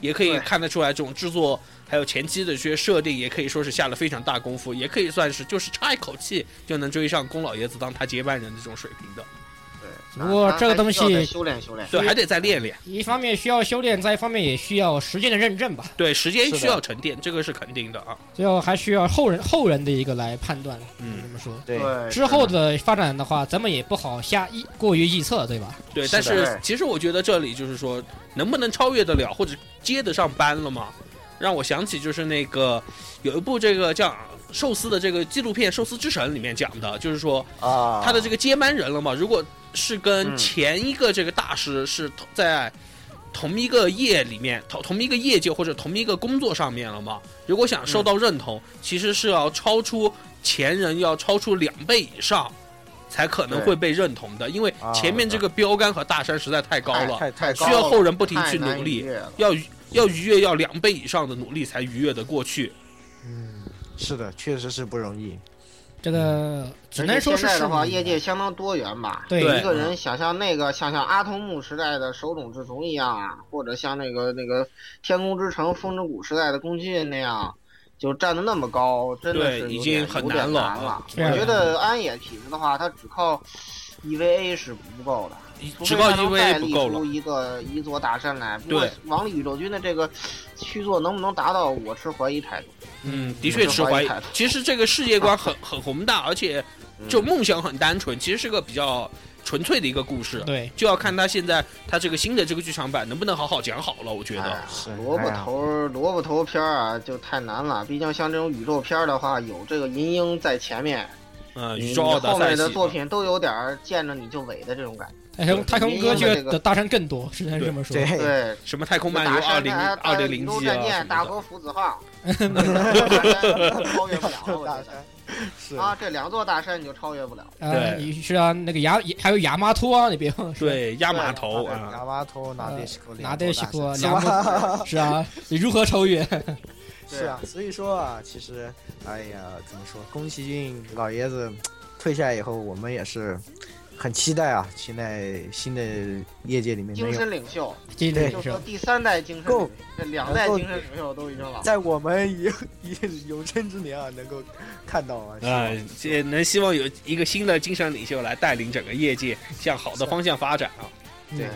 Speaker 2: 也可以
Speaker 3: 对
Speaker 2: 看得出来这种制作还有前期的这些设定，也可以说是下了非常大功夫，也可以算是就是差一口气就能追上宫老爷子当他接班人的这种水平的，
Speaker 3: 对，
Speaker 1: 只不过
Speaker 3: 那
Speaker 1: 这个
Speaker 3: 还
Speaker 1: 东
Speaker 3: 需要再
Speaker 1: 西
Speaker 3: 修炼修炼，
Speaker 2: 对，还得再练练，
Speaker 1: 一方面需要修炼，再一方面也需要时间的认证吧。
Speaker 2: 对，时间
Speaker 4: 是的
Speaker 2: 需要沉淀，这个是肯定的啊，
Speaker 1: 最后还需要后人后人的一个来判断。
Speaker 2: 嗯
Speaker 1: 这。么说，
Speaker 4: 对
Speaker 1: 之后的发展的话，咱们也不好下意过于臆测，对吧？
Speaker 2: 对，
Speaker 4: 是
Speaker 2: 但
Speaker 4: 的
Speaker 2: 是
Speaker 3: 对
Speaker 2: 其实我觉得这里就是说，能不能超越得了，或者接得上班了吗？让我想起就是那个有一部这个叫寿司的这个纪录片《寿司之神》里面讲的，就是说
Speaker 4: 啊，
Speaker 2: 他的这个接班人了嘛，如果是跟
Speaker 3: 嗯
Speaker 2: 前一个这个大师是同在同一个业里面、同同一个业界或者同一个工作上面了嘛，如果想受到认同，
Speaker 3: 嗯
Speaker 2: 其实是要超出前人，要超出两倍以上。才可能
Speaker 3: 对
Speaker 2: 会被认同的，因为
Speaker 4: 啊
Speaker 2: 前面这个标杆和大山实在太高了，
Speaker 4: 太太
Speaker 3: 太
Speaker 4: 高
Speaker 3: 高
Speaker 2: 需要
Speaker 3: 了
Speaker 2: 后人不停
Speaker 3: 太
Speaker 2: 去
Speaker 3: 难
Speaker 2: 努
Speaker 3: 逾
Speaker 2: 力，
Speaker 3: 越了
Speaker 2: 要逾要逾越要两倍以上的努力才逾越得过去。
Speaker 4: 嗯，是的，确实是不容易。
Speaker 1: 这个只
Speaker 3: 而
Speaker 1: 能
Speaker 3: 且
Speaker 1: 说是
Speaker 3: 现在
Speaker 1: 拭
Speaker 3: 的话，
Speaker 1: 目以
Speaker 3: 业
Speaker 1: 待
Speaker 3: 界相当多元吧。
Speaker 1: 对
Speaker 2: 对嗯
Speaker 3: 一个人想像那个，像像阿童木时代的手冢治虫一样啊，或者像那个那个天空之城风之谷时代的宫崎骏那样，就站得那么高，真的
Speaker 2: 对
Speaker 3: 是有点
Speaker 2: 已经很
Speaker 3: 有点
Speaker 2: 难
Speaker 3: 难
Speaker 2: 了嗯
Speaker 3: 了。
Speaker 1: 是
Speaker 3: 我觉得安野痞子的话，他只靠 EVA 是不够的，除
Speaker 2: 只
Speaker 3: 非
Speaker 2: 靠
Speaker 3: 他能
Speaker 2: EVA
Speaker 3: 再
Speaker 2: 不
Speaker 3: 立
Speaker 2: 够了
Speaker 3: 出，一个一座大山来。不过
Speaker 2: 对
Speaker 3: 王宇宙军的这个续作能不能达到，我持怀疑态度。
Speaker 2: 嗯，的确持怀疑
Speaker 3: 我是怀疑他。
Speaker 2: 其实这个世界观很很宏大，而且
Speaker 3: 嗯
Speaker 2: 就梦想很单纯，其实是个比较纯粹的一个故事。
Speaker 1: 对，
Speaker 2: 就要看他现在他这个新的这个剧场版能不能好好讲好了，我觉
Speaker 3: 哎
Speaker 2: 得
Speaker 3: 呀
Speaker 4: 是
Speaker 3: 萝卜头儿萝卜头片儿啊，就太难了。毕竟像这种宇宙片儿的话，有这个银鹰在前面，
Speaker 2: 嗯，
Speaker 3: 你
Speaker 2: 宇
Speaker 3: 你
Speaker 2: 宙奥
Speaker 3: 后
Speaker 2: 德
Speaker 3: 面
Speaker 2: 赛
Speaker 3: 的
Speaker 2: 系
Speaker 3: 作品都有点儿见着你就萎的这种感觉。
Speaker 1: 太空太空歌剧
Speaker 3: 因为这个
Speaker 1: 的大山更多，只能这么说。
Speaker 2: 哎
Speaker 4: 对，
Speaker 3: 对，
Speaker 2: 什么太空漫游
Speaker 3: 打
Speaker 2: 二
Speaker 3: 山
Speaker 2: 零
Speaker 3: 啊
Speaker 2: 二零
Speaker 3: 宇
Speaker 2: 零
Speaker 3: 宙
Speaker 2: 七
Speaker 3: 战
Speaker 2: 啊什
Speaker 3: 舰、大
Speaker 2: 么的，
Speaker 3: 和福 子号，超越不了了，我觉得
Speaker 4: 是
Speaker 3: 啊，这两座大山你就超越不了。
Speaker 1: 呃，
Speaker 2: 对
Speaker 1: 你是啊，那个牙还有牙妈托啊，你 别忘了。是吧，
Speaker 2: 对压码
Speaker 1: 哦
Speaker 2: 头啊，
Speaker 4: 拿瓦托呃拿德西科，
Speaker 1: 拿德西科，
Speaker 4: 是
Speaker 1: 两
Speaker 4: 吧？
Speaker 1: 个是啊，你如何超越？
Speaker 4: 是啊，所以说啊，其实，哎呀，怎么说？宫崎骏老爷子退下以后，我们也是很期待啊，期待新的业界里面能
Speaker 3: 精
Speaker 4: 有，
Speaker 3: 神领袖，
Speaker 1: 今
Speaker 4: 对
Speaker 1: 天
Speaker 3: 就
Speaker 1: 说
Speaker 3: 说第三代精神领袖，这两代精神领袖都已经老了。
Speaker 4: 在我们有有生之年啊，能够看到啊。希望
Speaker 2: 啊，这能希望有一个新的精神领袖来带领整个业界向好的方向发展啊。
Speaker 4: 对，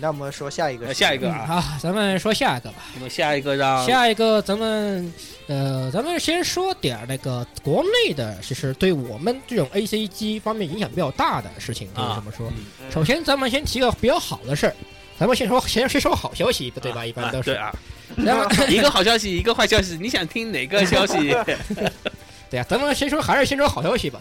Speaker 4: 那我们说下一个，
Speaker 2: 呃下一
Speaker 1: 嗯
Speaker 2: 个啊，
Speaker 1: 啊，咱们说下一个吧。
Speaker 2: 我们下一个让
Speaker 1: 下一个咱们呃，咱们先说点儿那个国内的，其实对我们这种 A C G 方面影响比较大的事情，就是
Speaker 2: 啊
Speaker 1: 怎么说？
Speaker 2: 嗯
Speaker 3: 嗯
Speaker 1: 首先，咱们先提个比较好的事儿，咱们先说先先说好消息，对吧？
Speaker 2: 啊
Speaker 1: 一般都
Speaker 2: 啊
Speaker 1: 是
Speaker 2: 对。啊，
Speaker 1: 咱们
Speaker 2: 一个好消息，一个坏消息，你想听哪个消 息？
Speaker 1: 对啊，咱们先说还是先说好消息吧。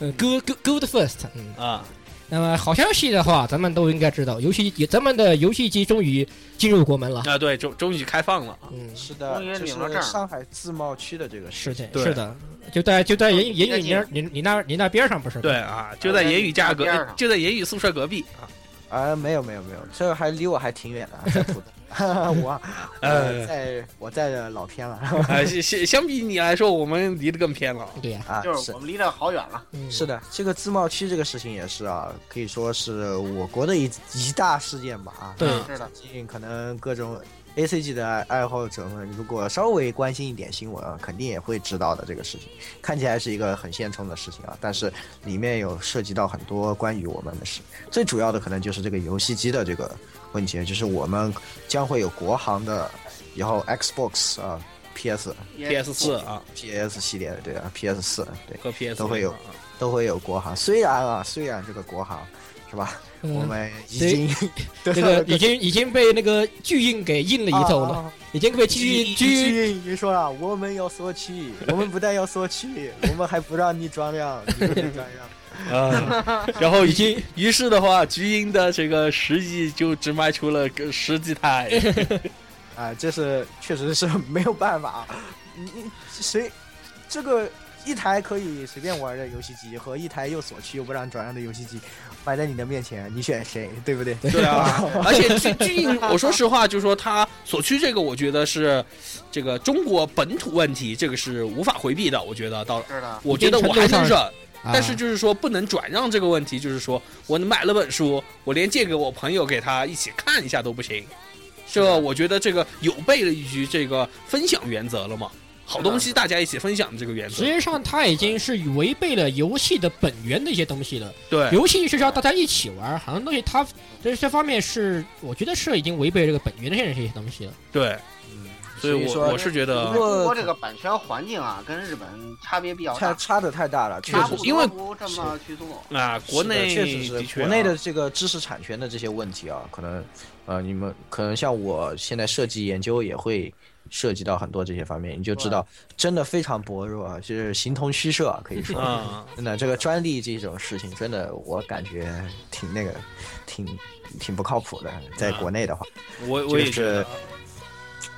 Speaker 1: 嗯，good good good first，嗯。
Speaker 2: 啊，
Speaker 1: 那么好消息的话，咱们都应该知道，游戏也咱们的游戏机终于进入国门了。
Speaker 2: 啊对，终终于开放了，
Speaker 1: 嗯，
Speaker 4: 是的
Speaker 3: 终于，
Speaker 4: 就
Speaker 3: 领了
Speaker 4: 是
Speaker 3: 证
Speaker 4: 上海自贸区的这个事
Speaker 1: 是的，
Speaker 2: 对
Speaker 1: 是的，就在就在言语言语
Speaker 3: 应该
Speaker 1: 你你你那你那边上不是吗？
Speaker 2: 对啊，就在言语价格，就在言语宿舍隔壁啊，
Speaker 4: 啊，没有没有没有，这还离我还挺远的啊，在浦东 我呃
Speaker 2: 呃，
Speaker 4: 在我在的老偏了
Speaker 2: 啊，相相相比你来说，我们离得更偏了。
Speaker 1: 对呀、
Speaker 4: 啊，
Speaker 3: 就是
Speaker 4: 是
Speaker 3: 我们离得好远了。
Speaker 1: 嗯
Speaker 4: 是的，这个自贸区这个事情也是啊，可以说是我国的一一大事件吧啊。
Speaker 1: 对
Speaker 2: 嗯
Speaker 3: 是的，
Speaker 4: 最近可能各种 A C G 的爱爱好者们，如果稍微关心一点新闻啊，肯定也会知道的这个事情。看起来是一个很现充的事情啊，但是里面有涉及到很多关于我们的事。最主要的可能就是这个游戏机的这个问题，就是我们将会有国行的，以后 Xbox 啊、P S
Speaker 2: PS 四啊
Speaker 4: P S 系列对啊 P S 四对
Speaker 2: 和 PS
Speaker 4: 都会有
Speaker 2: 啊
Speaker 4: 都会有国行。虽然啊，虽然这个国行是吧，
Speaker 1: 嗯
Speaker 4: 我们已经得
Speaker 1: 这
Speaker 4: 到了
Speaker 1: 个已经已经被那个巨印给印了一头了，
Speaker 4: 啊
Speaker 1: 已经被巨
Speaker 4: 居
Speaker 1: 印
Speaker 4: 居
Speaker 1: 巨
Speaker 4: 运已经说了，我们要缩区，我们不但要缩区，我们还不让你装量，你不能装量。
Speaker 2: 啊，然后
Speaker 1: 已
Speaker 2: 已
Speaker 1: 经
Speaker 2: 经于是的话，菊英的这个实际就只卖出了个十几台，
Speaker 4: 啊，这是确实是没有办法，你你谁这个一台可以随便玩的游戏机和一台又锁区又不让转让的游戏机摆在你的面前，你选谁，对不对？
Speaker 2: 对啊，而且巨巨印，我说实话，就说它所趋这个，我觉得是这个中国本土问题，这个是无法回避的。我觉得到，
Speaker 3: 是的，
Speaker 2: 我觉得我还能忍，
Speaker 1: 啊
Speaker 2: 但是就是说不能转让这个问题，就是说我买了本书，我连借给我朋友给他一起看一下都不行。
Speaker 4: 啊
Speaker 2: 这我觉得这个有悖了于这个分享原则了嘛。好东西大家一起分享这个原
Speaker 1: 实
Speaker 2: 则，
Speaker 1: 际上它已经是违背了游戏的本源的一些东西了。
Speaker 2: 对
Speaker 1: 游戏是要大家一起玩，好像东西它这这方面是，我觉得是已经违背这个本源的现这些东西了。
Speaker 2: 对，
Speaker 4: 嗯，
Speaker 2: 所以
Speaker 4: 所以
Speaker 2: 我
Speaker 4: 说
Speaker 2: 我是觉
Speaker 4: 如
Speaker 2: 得
Speaker 4: 果
Speaker 3: 中国这个版权环境啊，跟日本差别比较
Speaker 4: 差
Speaker 3: 大，
Speaker 4: 差的太大了，确
Speaker 3: 他
Speaker 4: 实
Speaker 3: 不
Speaker 4: 是。
Speaker 2: 因为
Speaker 3: 得不这么去做。
Speaker 2: 啊，国内
Speaker 4: 是的确实
Speaker 2: 的
Speaker 4: 是
Speaker 2: 确
Speaker 4: 国
Speaker 2: 啊
Speaker 4: 内的这个知识产权的这些问题啊，可能呃，你们可能像我现在设计研究也会涉及到很多这些方面，你就知道真的非常薄弱，啊，就是形同虚设啊，可以 说。
Speaker 2: 啊，
Speaker 4: 真的，这个专利这种事情，真的我感觉挺那个，挺挺不靠谱的。在国内的
Speaker 2: 啊
Speaker 4: 话，
Speaker 2: 我我也
Speaker 4: 就
Speaker 2: 觉得
Speaker 4: 是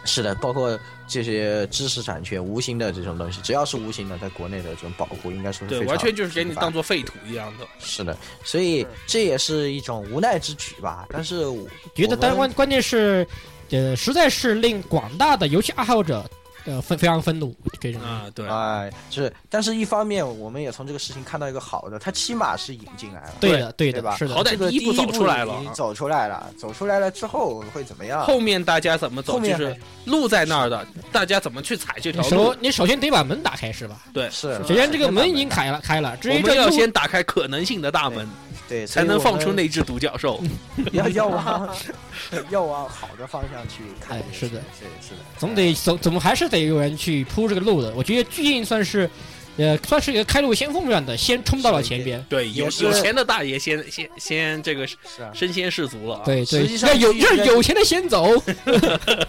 Speaker 4: 是的，包括这些知识产权、无形的这种东西，只要是无形的，在国内的这种保护，应该说是
Speaker 2: 对，
Speaker 4: 非常
Speaker 2: 完全就是给你
Speaker 4: 频繁
Speaker 2: 当做废土一样的。
Speaker 4: 是的，所以这也是一种无奈之举吧。但是我
Speaker 1: 觉得
Speaker 4: 我们
Speaker 1: 但关关键是，呃，实在是令广大的游戏爱好者，呃，非非常愤怒这种。
Speaker 2: 啊，对，
Speaker 4: 哎，是，但是一方面我们也从这个事情看到一个好的，它起码是引进来了，
Speaker 1: 对的，对
Speaker 4: 对
Speaker 1: 的，
Speaker 4: 吧
Speaker 1: 是的
Speaker 2: 好，歹
Speaker 4: 这个
Speaker 2: 第一步走
Speaker 4: 步
Speaker 2: 出来了
Speaker 4: 已经走出来了，走出来了之后会怎么样？
Speaker 2: 后面大家怎么走，
Speaker 4: 后
Speaker 2: 就
Speaker 4: 面
Speaker 2: 是路在那儿的，大家怎么去踩这条
Speaker 1: 你
Speaker 2: 路
Speaker 1: 首？你首先得把门打开是吧？
Speaker 2: 对，
Speaker 4: 是，
Speaker 1: 首先这个
Speaker 4: 先
Speaker 1: 门
Speaker 4: 把
Speaker 1: 已经开了，开了，至
Speaker 2: 我
Speaker 1: 于
Speaker 2: 们
Speaker 1: 这
Speaker 2: 要
Speaker 1: 路
Speaker 2: 先打开可能性的大门，
Speaker 4: 对，所
Speaker 2: 才
Speaker 4: 以
Speaker 2: 能
Speaker 4: 我
Speaker 2: 放出
Speaker 4: 们嗯
Speaker 2: 那只独角兽。
Speaker 4: 要要往要往好的方向去看
Speaker 1: 哎
Speaker 4: 这个
Speaker 1: 是
Speaker 4: 事
Speaker 1: 的
Speaker 4: 情。是是的，
Speaker 1: 总得总总还是得有人去铺这个路的。我觉得巨印算是，呃，算是一个开路先锋一样的，先冲到了前边。
Speaker 2: 对，有
Speaker 4: 也是
Speaker 2: 有钱的大爷先先先这个
Speaker 4: 是啊，
Speaker 2: 身先士卒了啊。
Speaker 1: 对对
Speaker 4: 实际，上
Speaker 1: 那有
Speaker 4: 巨印
Speaker 1: 让
Speaker 4: 在
Speaker 1: 有钱的先走，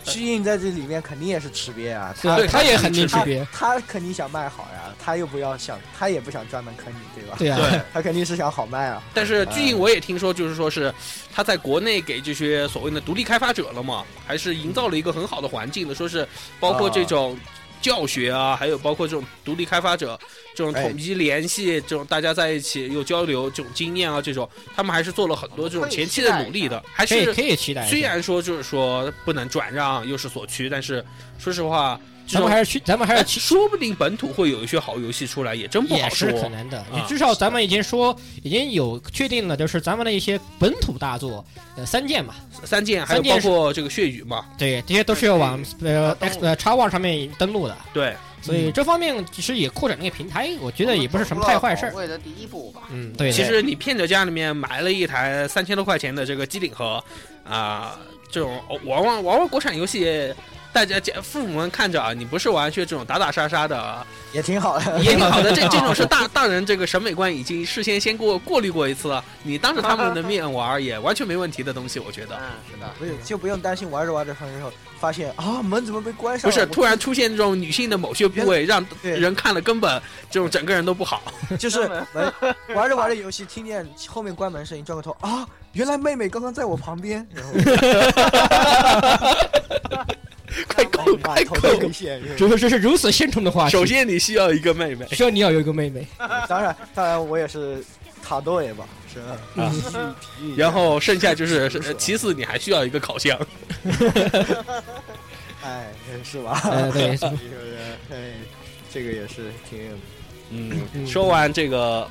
Speaker 4: 虚印哎在这里面肯定也是吃瘪啊，
Speaker 1: 对吧
Speaker 2: 对
Speaker 1: 他也
Speaker 2: 他
Speaker 1: 很
Speaker 2: 是
Speaker 1: 能区
Speaker 4: 他
Speaker 1: 别，
Speaker 4: 他肯定想卖好呀，他又不要想，他也不想专门坑你，对吧？
Speaker 1: 对啊，
Speaker 2: 对，
Speaker 4: 他肯定是想好卖啊。
Speaker 2: 但是巨印我也听说，就是说是他在国内给这些所谓的独立开发者了嘛，还是营造了一个很好的环境的，说是包括
Speaker 4: 啊
Speaker 2: 这种教学啊，还有包括这种独立开发者这种
Speaker 4: 哎
Speaker 2: 统一联系，这种大家在一起有交流这种经验啊，这种他们还是做了很多这种前期的努力的，还
Speaker 1: 可以
Speaker 2: 是
Speaker 1: 可以期待一下。
Speaker 2: 虽然说就是说不能转让，又是所趋，但是说实话，这
Speaker 1: 咱
Speaker 2: 种
Speaker 1: 们还是去，咱们还
Speaker 2: 哎
Speaker 1: 是去。
Speaker 2: 说不定本土会有一些好游戏出来，也真不
Speaker 1: 也
Speaker 2: 好
Speaker 1: 是可
Speaker 2: 说。
Speaker 1: 能的，
Speaker 2: 啊
Speaker 1: 至少咱们已经说已经有确定了，就是咱们的一些本土大作，呃，三剑嘛，
Speaker 2: 三剑还
Speaker 1: 三
Speaker 2: 有
Speaker 1: 剑
Speaker 2: 包
Speaker 1: 是
Speaker 2: 括这个血雨嘛，
Speaker 1: 对，这些都是要往呃 X 呃 X One 上面登录的，
Speaker 2: 对。
Speaker 1: 所以这方面其实也扩展那个平台，我觉得也不是什么太坏事儿。
Speaker 3: 为了第一步吧，
Speaker 1: 嗯，对，
Speaker 2: 其实你骗着家里面买了一台三千多块钱的这个机顶盒，啊、这种玩玩玩玩国产游戏，大家家父母们看着啊，你不是玩些这种打打杀 杀的，啊
Speaker 4: 也挺好的，
Speaker 2: 也挺好的。这这种是大大人这个审美观已经事先先过过滤过一次了，你当着他们的面玩也完全没问题的东西，我觉得。
Speaker 3: 嗯，是的，
Speaker 4: 不是就不用担心玩着玩着发现后发现啊门怎么被关
Speaker 2: 不
Speaker 4: 上了？
Speaker 2: 是
Speaker 4: 我
Speaker 2: 突然出现这种女性的某些部位，让
Speaker 4: 对
Speaker 2: 人看了根本这种整个人都不好。
Speaker 4: 就是门玩着玩着游戏，听见后面关门声音，转个头啊，原来妹妹刚刚在我旁边，然后
Speaker 2: 快扣 快
Speaker 4: 哎呀头都
Speaker 2: 扣！
Speaker 4: 没线。
Speaker 1: 这是这是如此现充的话题，
Speaker 2: 首先你需要一个妹妹，
Speaker 1: 需要你要有一个妹妹，
Speaker 4: 当然当然我也是卡多也吧，声，
Speaker 2: 啊
Speaker 1: 嗯
Speaker 4: 继续 体育。
Speaker 2: 然后剩下就是
Speaker 4: 是
Speaker 2: 呃其次你还需要一个烤箱，
Speaker 4: 哎，是吧？
Speaker 1: 呃，对，
Speaker 4: 这个哎，这个也是挺
Speaker 2: 嗯，说完这个，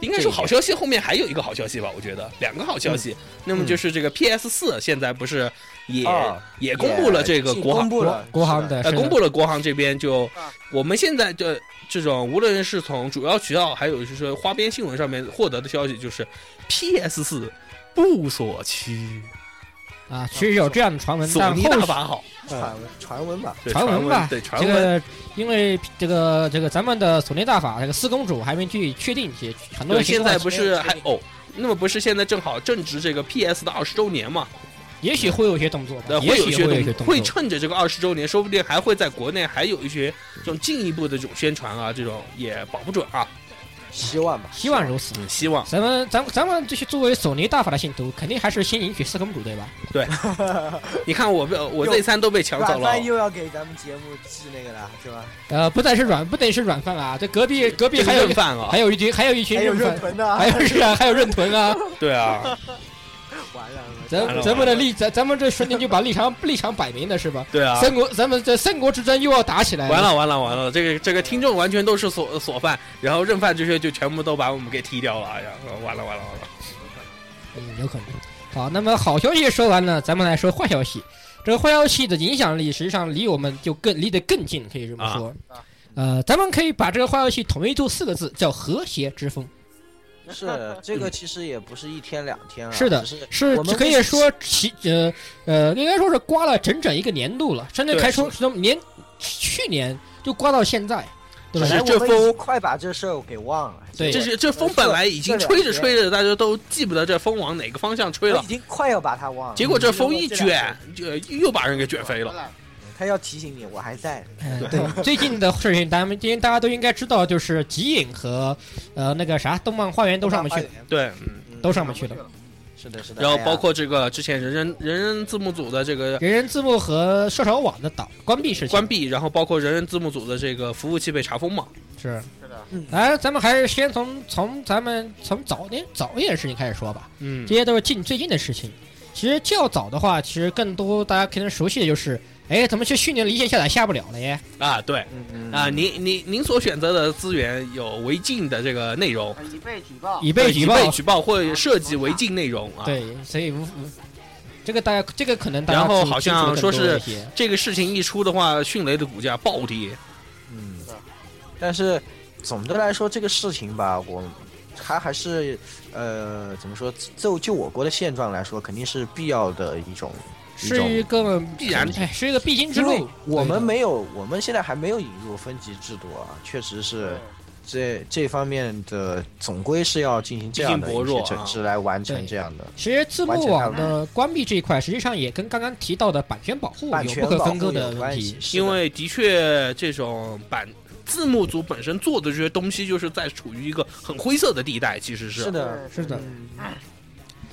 Speaker 2: 应该说好消息后面还有一个好消息吧？我觉得两个好消息，那么就是这个 PS 四现在不是也、
Speaker 4: 啊
Speaker 2: 也公布了这个国
Speaker 4: 公
Speaker 2: 行，
Speaker 4: 布了
Speaker 1: 国行
Speaker 4: 的
Speaker 1: 的
Speaker 2: 呃，
Speaker 1: 是的
Speaker 2: 公布了国行这边就
Speaker 3: 啊
Speaker 2: 我们现在的这种，无论是从主要渠道，还有就是花边新闻上面获得的消息，就是 PS 四。不所趋，
Speaker 1: 啊，其实有这样的传闻，
Speaker 2: 索
Speaker 1: 但
Speaker 2: 尼
Speaker 1: 后
Speaker 2: 大
Speaker 1: 续
Speaker 2: 法好，
Speaker 4: 传闻传闻吧，
Speaker 2: 对
Speaker 1: 传
Speaker 2: 闻
Speaker 1: 吧，
Speaker 2: 对传
Speaker 1: 这
Speaker 2: 闻，
Speaker 1: 个因为这个这个咱们的索尼大法这个四公主还没去确定些，很多
Speaker 2: 对，
Speaker 1: 人
Speaker 2: 现在不是还哦，那么不是现在正好正值这个 PS 的二十周年嘛？
Speaker 1: 也许会有一些动作吧，
Speaker 2: 呃，
Speaker 1: 也
Speaker 2: 会
Speaker 1: 许
Speaker 2: 有一
Speaker 1: 会有一
Speaker 2: 些
Speaker 1: 些
Speaker 2: 东
Speaker 1: 动
Speaker 2: 会
Speaker 1: 作，
Speaker 2: 趁着这个二十周年，说不定还会在国内还有一些这种进一步的这种宣传啊，这种也保不准啊。
Speaker 4: 希望吧，
Speaker 1: 希望如此。
Speaker 2: 嗯，希望
Speaker 1: 咱们咱们咱们这些作为索尼大法的信徒，肯定还是先迎娶四公主对吧？
Speaker 2: 你看我被我
Speaker 4: 又
Speaker 2: 这餐都被抢走
Speaker 4: 晚
Speaker 2: 了哦
Speaker 4: 饭，又要给咱们节目寄那个了，是吧？
Speaker 1: 呃，不再是软，不得是软饭啊，这隔壁隔壁
Speaker 2: 这
Speaker 1: 还
Speaker 2: 是
Speaker 1: 有
Speaker 2: 剩饭啊
Speaker 1: 还，有一群还有一群
Speaker 4: 还有
Speaker 1: 润
Speaker 4: 润
Speaker 1: 粉，
Speaker 4: 盆的啊，
Speaker 1: 还有是啊，还有润臀啊，
Speaker 2: 对 啊，
Speaker 4: 完了，
Speaker 2: 完了
Speaker 1: 咱咱们的立咱咱们这瞬间就把立场立场摆明了是吧？
Speaker 2: 对啊。
Speaker 1: 三国咱们这三国之争又要打起来
Speaker 2: 完，了完了完了！这个这个听众完全都是索索饭，然后认饭这些就全部都把我们给踢掉了，哎呀，完了完了完了！
Speaker 1: 嗯，有可能。好，那么好消息说完了，咱们来说坏消息。这个坏消息的影响力实际上离我们就更离得更近，可以这么说。
Speaker 3: 啊
Speaker 1: 呃，咱们可以把这个坏消息统一出四个字，叫和谐之风。
Speaker 4: 是 这个其实也不是一天两天了，啊
Speaker 1: 是的
Speaker 4: 只是
Speaker 1: 是
Speaker 4: 我们
Speaker 1: 可以说其呃呃，应该说是刮了整整一个年度了，甚至
Speaker 2: 对
Speaker 1: 开出从年去年就刮到现在，对
Speaker 4: 本
Speaker 1: 吧
Speaker 2: 是？
Speaker 4: 来
Speaker 2: 这
Speaker 4: 我们已经
Speaker 2: 风
Speaker 4: 快把这事儿给忘了，
Speaker 1: 对
Speaker 2: 这是这风本来已经吹着吹着，大家都记不得这风往哪个方向吹
Speaker 4: 我
Speaker 2: 了
Speaker 4: 已，经快要把它忘了。
Speaker 2: 结果这风一
Speaker 4: 你知道吗这两
Speaker 2: 卷，就又把人给卷飞了。
Speaker 3: 了。
Speaker 4: 天，他要提醒你，我还在。
Speaker 1: 嗯，对，最近的事情，咱们今天大家都应该知道，就是极影和呃那个啥动漫花园都上不去了，
Speaker 2: 对，嗯，
Speaker 4: 嗯
Speaker 1: 都上不去了。
Speaker 4: 是的，是的。
Speaker 2: 然后
Speaker 4: 哎呀
Speaker 2: 包括这个之前人人人人字幕组的这个
Speaker 1: 人人字幕和社潮网的岛关闭事情，
Speaker 2: 关闭，然后包括人人字幕组的这个服务器被查封嘛。
Speaker 1: 是。
Speaker 3: 是的，
Speaker 1: 来，咱们还是先从从咱们从早点早一点事情开始说吧，
Speaker 2: 嗯
Speaker 1: 这些都是近最近的事情。其实较早的话，其实更多大家可能熟悉的就是，哎，怎么去去年离线下载下不了了耶？
Speaker 2: 啊，对
Speaker 4: 嗯
Speaker 2: 啊，您您您所选择的资源有违禁的这个内容，
Speaker 3: 以被举报，
Speaker 1: 已被举报
Speaker 2: 哦对，被举报或涉及违禁内容啊。，
Speaker 1: 对，所以无无这个大家这个可能大家
Speaker 2: 然后
Speaker 1: 自己
Speaker 2: 好
Speaker 1: 清
Speaker 2: 像
Speaker 1: 楚得更
Speaker 2: 说是
Speaker 1: 多一些
Speaker 2: 这个事情一出的话，迅雷的股价暴跌。
Speaker 4: 嗯
Speaker 3: 是的，
Speaker 4: 但是总的来说，这个事情吧，我它还是呃，怎么说？就就我国的现状来说，肯定是必要的一种，一
Speaker 1: 是一
Speaker 4: 种。
Speaker 1: 个
Speaker 2: 必然
Speaker 1: 哎是一个必经之
Speaker 4: 因为
Speaker 1: 路。
Speaker 4: 我们
Speaker 1: 对
Speaker 4: 没有，我们现在还没有引入分级制度啊，确实是这这方面的总归是要进行这样的
Speaker 2: 毕竟薄
Speaker 4: 一些
Speaker 2: 弱啊
Speaker 4: 整治来完成
Speaker 1: 对
Speaker 4: 这样的
Speaker 1: 其实字幕网的关闭这一块，实际上也跟刚刚提到的版权保护
Speaker 4: 版
Speaker 1: 有
Speaker 4: 权
Speaker 1: 不可
Speaker 4: 保
Speaker 1: 分
Speaker 4: 护
Speaker 1: 割的
Speaker 4: 有
Speaker 1: 问
Speaker 4: 关
Speaker 1: 题
Speaker 4: 系，。是的
Speaker 2: 因为的确这种版字幕组本身做的这些东西，就是在处于一个很灰色的地带，其实
Speaker 4: 是
Speaker 2: 是。
Speaker 4: 的，
Speaker 1: 是的，
Speaker 4: 嗯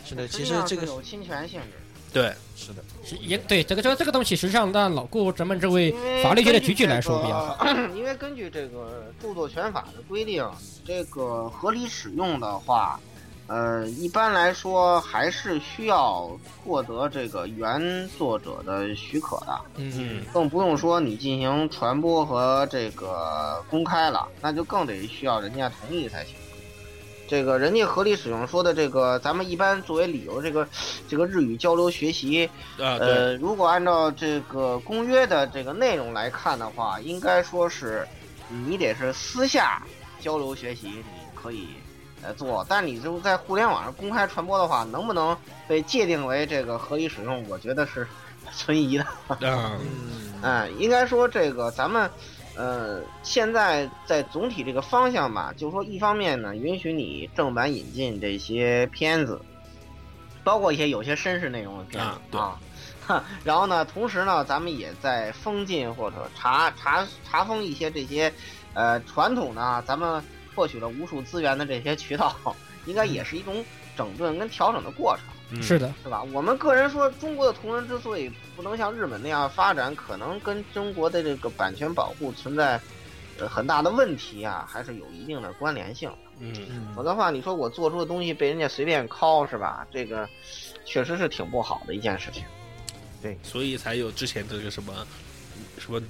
Speaker 4: 是的，
Speaker 3: 对，
Speaker 4: 其
Speaker 3: 实际
Speaker 4: 实
Speaker 3: 上
Speaker 4: 这个
Speaker 3: 是有侵权性质。
Speaker 2: 对，
Speaker 4: 是的，
Speaker 1: 是也对这个这个这个东西，实际上让老顾咱们这位
Speaker 3: 因为
Speaker 1: 法律界的
Speaker 3: 根据
Speaker 1: 局局来
Speaker 3: 这
Speaker 1: 说比较
Speaker 3: 个
Speaker 1: 好。
Speaker 3: 因为根据这个著作权法的规定，这个合理使用的话，呃，一般来说还是需要获得这个原作者的许可的，
Speaker 1: 嗯，
Speaker 2: 嗯，
Speaker 3: 更不用说你进行传播和这个公开了，那就更得需要人家同意才行。这个人家合理使用说的这个，咱们一般作为理由，这个这个日语交流学习，
Speaker 2: 啊，对，
Speaker 3: 呃，如果按照这个公约的这个内容来看的话，应该说是你得是私下交流学习，你可以呃做，但你就在互联网上公开传播的话，能不能被界定为这个合理使用，我觉得是 存疑的。
Speaker 1: 啊
Speaker 2: 嗯。
Speaker 4: 嗯，
Speaker 3: 嗯，应该说这个咱们，呃，现在在总体这个方向吧，就说一方面呢，允许你正版引进这些片子，包括一些有些绅士内容的片
Speaker 2: 啊
Speaker 3: 子
Speaker 2: 对
Speaker 3: 啊。哈，然后呢，同时呢，咱们也在封禁或者查查查封一些这些，呃，传统呢，咱们获取了无数资源的这些渠道，应该也是一种整顿跟调整的过程。
Speaker 2: 嗯
Speaker 1: 是的，
Speaker 3: 是吧？我们个人说，中国的同人之所以不能像日本那样发展，可能跟中国的这个版权保护存在呃很大的问题啊，还是有一定的关联性的。
Speaker 2: 嗯，
Speaker 4: 嗯
Speaker 3: 否则的话，你说我做出的东西被人家随便拷是吧？这个确实是挺不好的一件事情。
Speaker 2: 所以才有之前这个什么什么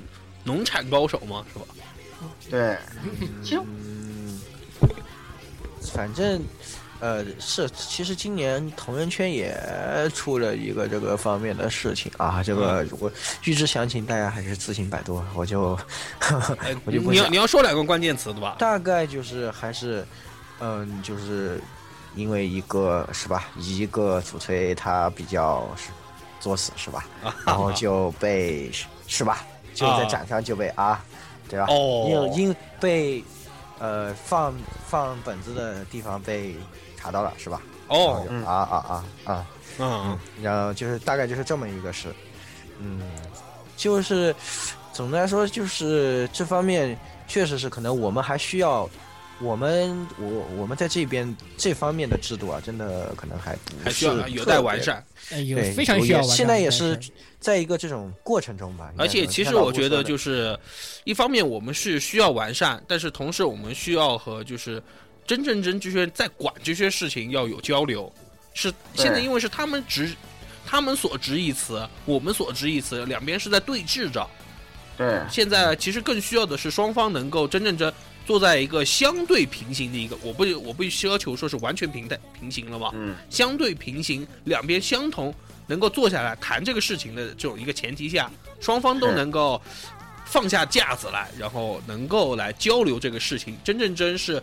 Speaker 2: 农产高手嘛，是吧？
Speaker 3: 对，其实
Speaker 4: 嗯，反正，呃，是，其实今年同人圈也出了一个这个方面的事情啊。这个我预知详情，大家还是自行百度。啊我就，
Speaker 2: 哎，
Speaker 4: 我就不
Speaker 2: 你要
Speaker 4: 想
Speaker 2: 你要说两个关键词对吧？
Speaker 4: 大概就是还是，嗯、就是因为一个是吧，一个主推他比较是作死是 吧，然后就被是是吧，就在
Speaker 2: 啊
Speaker 4: 展上就被啊，对吧？
Speaker 2: 哦
Speaker 4: 因因被呃放放本子的地方被查到了是吧？
Speaker 2: 哦，
Speaker 4: 然后就啊啊啊啊！
Speaker 2: 嗯，
Speaker 4: 然后就是大概就是这么一个事，嗯，就是总的来说就是这方面确实是可能我们还需要，我们我我们在这边这方面的制度啊，真的可能还不
Speaker 2: 还需
Speaker 4: 是
Speaker 2: 要有待完
Speaker 4: 特别。
Speaker 2: 善。
Speaker 1: 哎呦，
Speaker 4: 对
Speaker 1: 非常
Speaker 4: 我
Speaker 1: 需要
Speaker 4: 也
Speaker 1: 玩的。
Speaker 4: 现在也
Speaker 1: 但
Speaker 4: 是在一个这种过程中吧，
Speaker 2: 而且
Speaker 4: 应该
Speaker 2: 其实
Speaker 4: 说像老
Speaker 2: 我
Speaker 4: 顾
Speaker 2: 觉
Speaker 4: 说
Speaker 2: 得
Speaker 4: 的
Speaker 2: 就是，一方面我们是需要完善，但是同时我们需要和就是真正真这些在管这些事情要有交流。是
Speaker 3: 对
Speaker 2: 现在因为是他们执，他们所执一词，我们所执一词，两边是在对峙着。
Speaker 3: 对，
Speaker 2: 现在其实更需要的是双方能够真正真坐在一个相对平行的一个，我不我不需要求说是完全平等平行了吧，
Speaker 3: 嗯，
Speaker 2: 相对平行，两边相同，能够坐下来谈这个事情的这种一个前提下，双方都
Speaker 3: 是
Speaker 2: 能够放下架子来，然后能够来交流这个事情，真正真是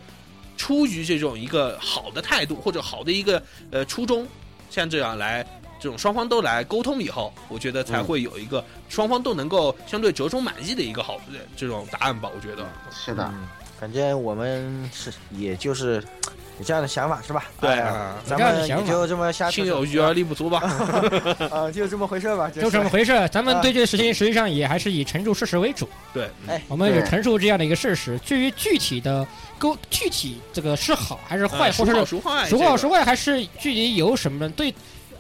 Speaker 2: 出于这种一个好的态度或者好的一个呃初衷，像这样来。这种双方都来沟通以后，我觉得才
Speaker 3: 嗯
Speaker 2: 会有一个双方都能够相对折中满意的一个好的这种答案吧。我觉得，
Speaker 3: 是的，
Speaker 4: 嗯，反正我们是也就是有这样的想法是吧？
Speaker 2: 对
Speaker 4: 哎
Speaker 2: 啊
Speaker 1: 有
Speaker 4: 咱
Speaker 1: 这样的
Speaker 4: 们
Speaker 1: 想
Speaker 4: 也
Speaker 1: 法
Speaker 4: 就这么下去
Speaker 2: 心有余而力不足吧。
Speaker 4: 啊，就这么回事吧，
Speaker 1: 是就这么回事儿。咱
Speaker 4: 啊
Speaker 1: 们对这个事情实际上也还是以陈述事实为主。
Speaker 2: 对，
Speaker 4: 哎，
Speaker 1: 我们只
Speaker 3: 对
Speaker 1: 陈述这样的一个事实。至于具体的沟具体这个是好还是坏，
Speaker 2: 呃
Speaker 4: 啊
Speaker 1: 或
Speaker 2: 孰
Speaker 1: 者
Speaker 2: 好
Speaker 1: 是
Speaker 2: 孰坏，
Speaker 1: 孰
Speaker 2: 这
Speaker 1: 好
Speaker 2: 个
Speaker 1: 孰坏，还是距离有什么对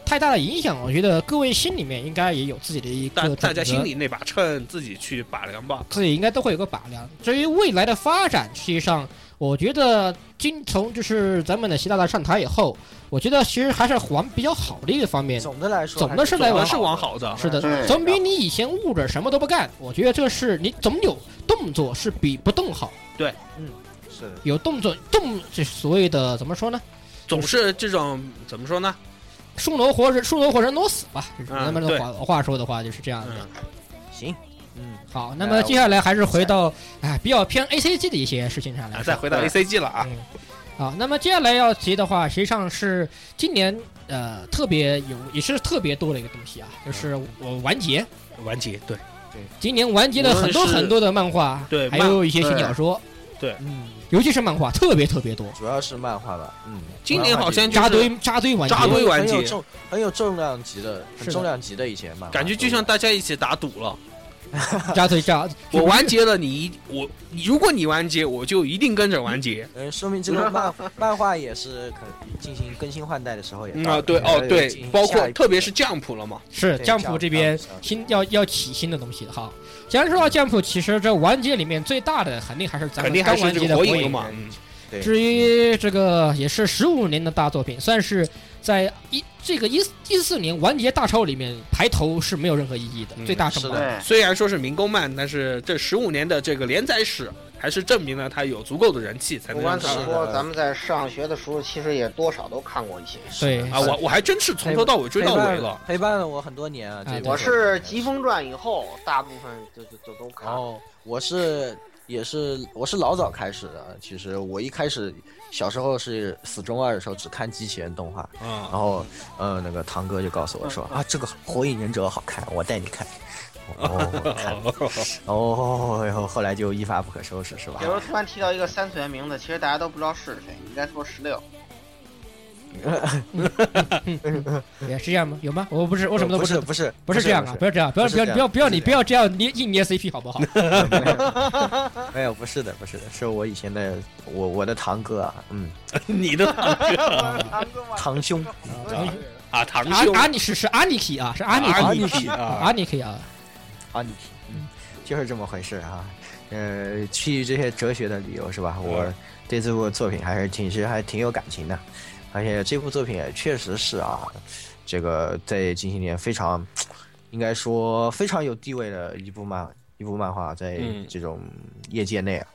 Speaker 1: 太大的影响，我觉得各位心里面应该也有自己的一
Speaker 2: 大
Speaker 1: 个
Speaker 2: 大家
Speaker 1: 准则
Speaker 2: 心里那把秤自己去把量吧。
Speaker 1: 自己应该都会有个把量。至于未来的发展，实际上我觉得今从就是咱们的习大大上台以后，我觉得其实还是往比较好的一个方面。
Speaker 4: 总的来说
Speaker 1: 总
Speaker 4: 还
Speaker 1: 的
Speaker 4: 是
Speaker 1: 是来
Speaker 2: 往
Speaker 4: 往
Speaker 2: 是啊往好的
Speaker 1: 是的，
Speaker 3: 对
Speaker 1: 总比你以前捂着什么都不干，我觉得这是你总有动作是比不动好，
Speaker 4: 是的，
Speaker 1: 有动作动这所谓的怎么说呢？
Speaker 2: 总是这种怎么说呢？
Speaker 1: 树挪活人，树挪活人挪死吧。就是
Speaker 2: 嗯
Speaker 1: 咱们的
Speaker 2: 对
Speaker 1: 话话说的话就是这样的。
Speaker 2: 嗯，
Speaker 4: 行，嗯，
Speaker 1: 好，那
Speaker 2: 哎
Speaker 1: 么接下来还是回到哎比较偏 A C G 的一些事情上来
Speaker 2: 啊
Speaker 1: 说。
Speaker 2: 再回到 A C G 了啊，
Speaker 1: 嗯，好，那么接下来要提的话，实际上是今年呃特别有，也是特别多的一个东西啊，
Speaker 2: 嗯
Speaker 1: 就是我完结。
Speaker 2: 完结对
Speaker 1: 今年完结了很多
Speaker 2: 无论是
Speaker 1: 很多的漫画，
Speaker 2: 对
Speaker 1: 还
Speaker 2: 漫
Speaker 1: 有一些新小说，
Speaker 4: 嗯，
Speaker 1: 尤其是漫画，特别特别多，
Speaker 4: 主要是漫画吧，嗯，
Speaker 2: 今年好像就
Speaker 1: 扎
Speaker 2: 是
Speaker 1: 堆扎堆完结
Speaker 2: 扎。堆完
Speaker 4: 很有
Speaker 2: 结
Speaker 4: 重很有重量级的，
Speaker 1: 是
Speaker 4: 很
Speaker 1: 的
Speaker 4: 重量级的一些漫画，
Speaker 2: 感觉就像大家一起打赌了，
Speaker 1: 扎堆扎，
Speaker 2: 我完结了，你一我你如果你完结，我就一定跟着完结。
Speaker 4: 嗯，说明这个漫漫画也是可进行更新换代的时候也
Speaker 2: 嗯
Speaker 4: 到
Speaker 2: 啊，
Speaker 4: 了
Speaker 2: 对
Speaker 4: 可
Speaker 2: 哦
Speaker 4: 能要
Speaker 2: 对
Speaker 4: 进，行
Speaker 2: 包
Speaker 4: 下
Speaker 2: 括
Speaker 4: 一
Speaker 2: 特别
Speaker 4: 部
Speaker 2: 是降普了嘛，
Speaker 1: 是
Speaker 4: 对
Speaker 1: 江
Speaker 4: 降
Speaker 1: 浦
Speaker 4: 普
Speaker 1: 这边
Speaker 4: 降普
Speaker 1: 新要要起新的东西了哈。既然说到降普，其实这完结里面最大的肯定还是咱
Speaker 2: 嗯肯
Speaker 1: 们
Speaker 2: 定还
Speaker 1: 刚
Speaker 2: 是
Speaker 1: 完
Speaker 2: 这
Speaker 1: 结
Speaker 2: 个
Speaker 1: 的火
Speaker 2: 火影了
Speaker 1: 影
Speaker 2: 嘛。
Speaker 4: 嗯
Speaker 2: 嗯
Speaker 4: 对
Speaker 1: 至于这个也是十五年的大作品，算是在一这个一一四年完结大潮里面排头是没有任何意义的，
Speaker 2: 嗯
Speaker 1: 最大成
Speaker 4: 是
Speaker 1: 败。
Speaker 4: 的
Speaker 3: 对，
Speaker 2: 虽然说是民工漫，但是这十五年的这个连载史，还是证明了它有足够的人气，才
Speaker 3: 不
Speaker 2: 能
Speaker 3: 管
Speaker 2: 让
Speaker 3: 怎
Speaker 2: 它
Speaker 3: 么
Speaker 4: 是
Speaker 3: 说，
Speaker 4: 的
Speaker 3: 咱们在上学的时候，其实也多少都看过一些。
Speaker 1: 对
Speaker 4: 嗯
Speaker 2: 啊，我我还真是从头到尾追到尾了。
Speaker 4: 陪伴了我很多年啊，这
Speaker 1: 哎
Speaker 4: 个
Speaker 3: 我是《疾风传》以后，大部分就就就都看
Speaker 4: 然
Speaker 3: 了。
Speaker 4: 后我是也是我是老早开始的，啊其实我一开始小时候是死忠二的时候只看机器人动画，然
Speaker 2: 啊，
Speaker 4: 后呃那个堂哥就告诉我说
Speaker 1: 嗯
Speaker 4: 啊这个火影忍者好看，我带你看。哦，我看了哦，然后后来就一发不可收拾，是吧
Speaker 3: 有？时候突然提到一个三次元名字，其实大家都不知道是谁，应该说十六。
Speaker 1: 也是这样吗？有吗？我不是，我什么都
Speaker 4: 不
Speaker 1: 不是，
Speaker 4: 不是
Speaker 1: 不是这样啊！不要这样，不要
Speaker 4: 不
Speaker 1: 不
Speaker 4: 是
Speaker 1: 要
Speaker 4: 这样
Speaker 1: 不要不要
Speaker 4: 不是
Speaker 1: 你不要这样捏硬捏 CP 好不好？
Speaker 4: 没有，不是的，不是的，是我以前的我我的堂哥啊，嗯，
Speaker 2: 你的
Speaker 3: 堂哥嘛
Speaker 4: 堂兄，
Speaker 2: 啊，堂
Speaker 1: 阿
Speaker 2: 兄
Speaker 1: 阿尼是是阿尼基啊，是阿尼
Speaker 2: 阿
Speaker 1: 基
Speaker 2: 尼基啊，
Speaker 1: 阿尼基啊，
Speaker 4: 啊，你嗯，就是这么回事啊。呃，基于这些哲学的理由是吧？
Speaker 2: 嗯
Speaker 4: 我对这部作品还是挺是还挺有感情的，而且这部作品也确实是啊，这个在近些年非常，应该说非常有地位的一部漫一部漫画，在
Speaker 2: 嗯
Speaker 4: 这种业界内啊，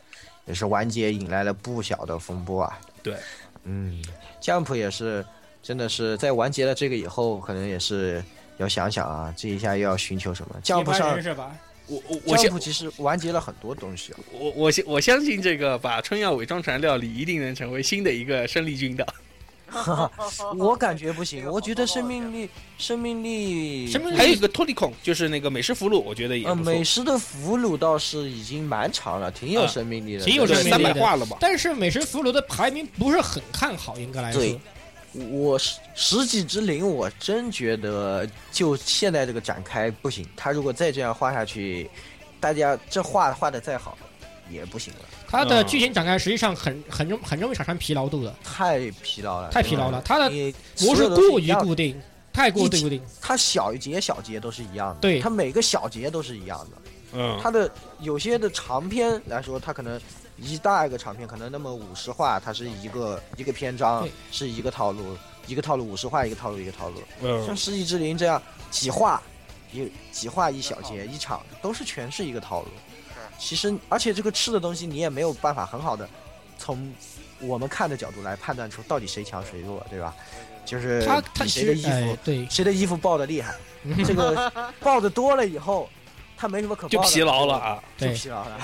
Speaker 4: 也是完结引来了不小的风波啊。
Speaker 2: 对，
Speaker 4: 嗯，Jump 也是，真的是在完结了这个以后，可能也是要想想啊，这一下又要寻求什么
Speaker 1: 接
Speaker 4: ？Jump
Speaker 1: 班
Speaker 4: 上
Speaker 1: 人是吧？
Speaker 2: 我我我相
Speaker 4: ，Jump 其实完结了很多东西啊。
Speaker 2: 我我相我相信这个把春药伪装成料理一定能成为新的一个生力军的。
Speaker 3: 哦
Speaker 4: 我感觉不行，
Speaker 3: 这个
Speaker 4: 我觉得
Speaker 3: 好好
Speaker 4: 生
Speaker 3: 好
Speaker 4: 命力，生命力，
Speaker 1: 生命力
Speaker 2: 还有一个托利孔，就是那个美食俘虏，我觉得也
Speaker 4: 呃，
Speaker 2: 不错
Speaker 4: 美，食的俘虏倒是已经蛮长了，挺有
Speaker 2: 啊
Speaker 4: 生命力的，
Speaker 1: 挺有
Speaker 4: 对
Speaker 1: 生命
Speaker 2: 是三
Speaker 1: 力
Speaker 2: 百
Speaker 1: 的
Speaker 2: 话了嘛。
Speaker 1: 但是美食俘虏的排名不是很看好，应该来说。
Speaker 4: 对我十十几之灵，我真觉得就现在这个展开不行，他如果再这样画下去，大家这画画的再好也不行了，
Speaker 1: 它的
Speaker 2: 嗯
Speaker 1: 剧情展开实际上很很容很容易产生疲劳度的，
Speaker 4: 太疲劳了，
Speaker 1: 太疲劳了。它的
Speaker 4: 你
Speaker 1: 模
Speaker 4: 所
Speaker 1: 式
Speaker 4: 有都是
Speaker 1: 过
Speaker 4: 一
Speaker 1: 于
Speaker 4: 样的
Speaker 1: 固定，太过
Speaker 4: 一
Speaker 1: 于固定。
Speaker 4: 它小节小节都是一样的，
Speaker 1: 对
Speaker 4: 它每个小节都是一样的。
Speaker 2: 嗯，
Speaker 4: 它的有些的长篇来说，它可能一大一个长篇，可能那么五十话，它是一个一个篇章
Speaker 1: 对，
Speaker 4: 是一个套路，一个套路五十话，一个套路一个套路。像《
Speaker 2: 嗯，
Speaker 4: 世纪之灵》这样几话，一几话一小节一场，都是全是一个套路。其实，而且这个吃的东西你也没有办法很好的从我们看的角度来判断出到底谁强谁弱，对吧？就是
Speaker 1: 它它
Speaker 4: 比
Speaker 1: 其
Speaker 4: 谁的衣
Speaker 1: 实哎
Speaker 4: 服，
Speaker 1: 对，
Speaker 4: 谁的衣服爆的厉害，这个爆的多了以后，他没什么可
Speaker 2: 就
Speaker 4: 爆的
Speaker 2: 疲劳了，啊。
Speaker 4: 就
Speaker 1: 对
Speaker 4: 疲劳了。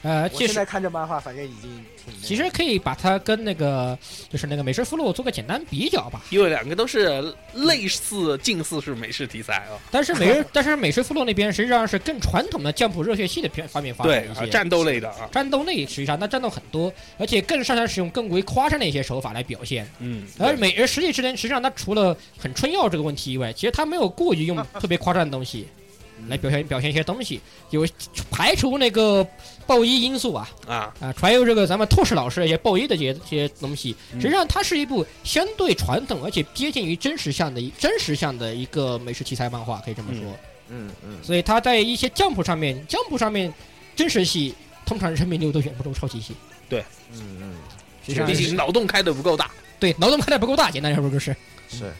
Speaker 1: 呃，
Speaker 4: 我
Speaker 1: 其
Speaker 4: 现
Speaker 1: 实
Speaker 4: 在看这漫画，反正已经挺那个
Speaker 1: 其实可以把它跟那个就是那个美食俘虏做个简单比较吧。
Speaker 2: 因为两个都是类似近似是美式题材啊，
Speaker 1: 但是 美食但是美食俘虏那边实际上是更传统的降谱热血系的片方面发展
Speaker 2: 对
Speaker 1: 一
Speaker 4: 呃
Speaker 2: 啊，
Speaker 1: 些。
Speaker 2: 战斗类的啊，
Speaker 1: 战斗类实际上，那战斗很多，而且更擅长使用更为夸张的一些手法来表现。
Speaker 2: 嗯，
Speaker 1: 而美而实际之间，实际上它除了很春药这个问题以外，其实它没有过于用特别夸张的东西
Speaker 4: 嗯
Speaker 1: 来表现表现一些东西，有排除那个爆衣因素啊
Speaker 2: 啊，
Speaker 1: 啊，传有这个咱们拓士老师的一些爆衣的这些这些东西，实际上它是一部相对传统而且接近于真实向的一真实向的一个美食题材漫画，可以这么说。
Speaker 4: 嗯嗯，
Speaker 1: 所以它在一些降谱上面，降谱上面真实系通常生命力都远不如超级系，
Speaker 4: 嗯嗯
Speaker 1: 实际上
Speaker 2: 毕
Speaker 1: 是
Speaker 2: 竟脑洞开的不够大，
Speaker 1: 对脑洞开的不够大，简单来说就是
Speaker 4: 是。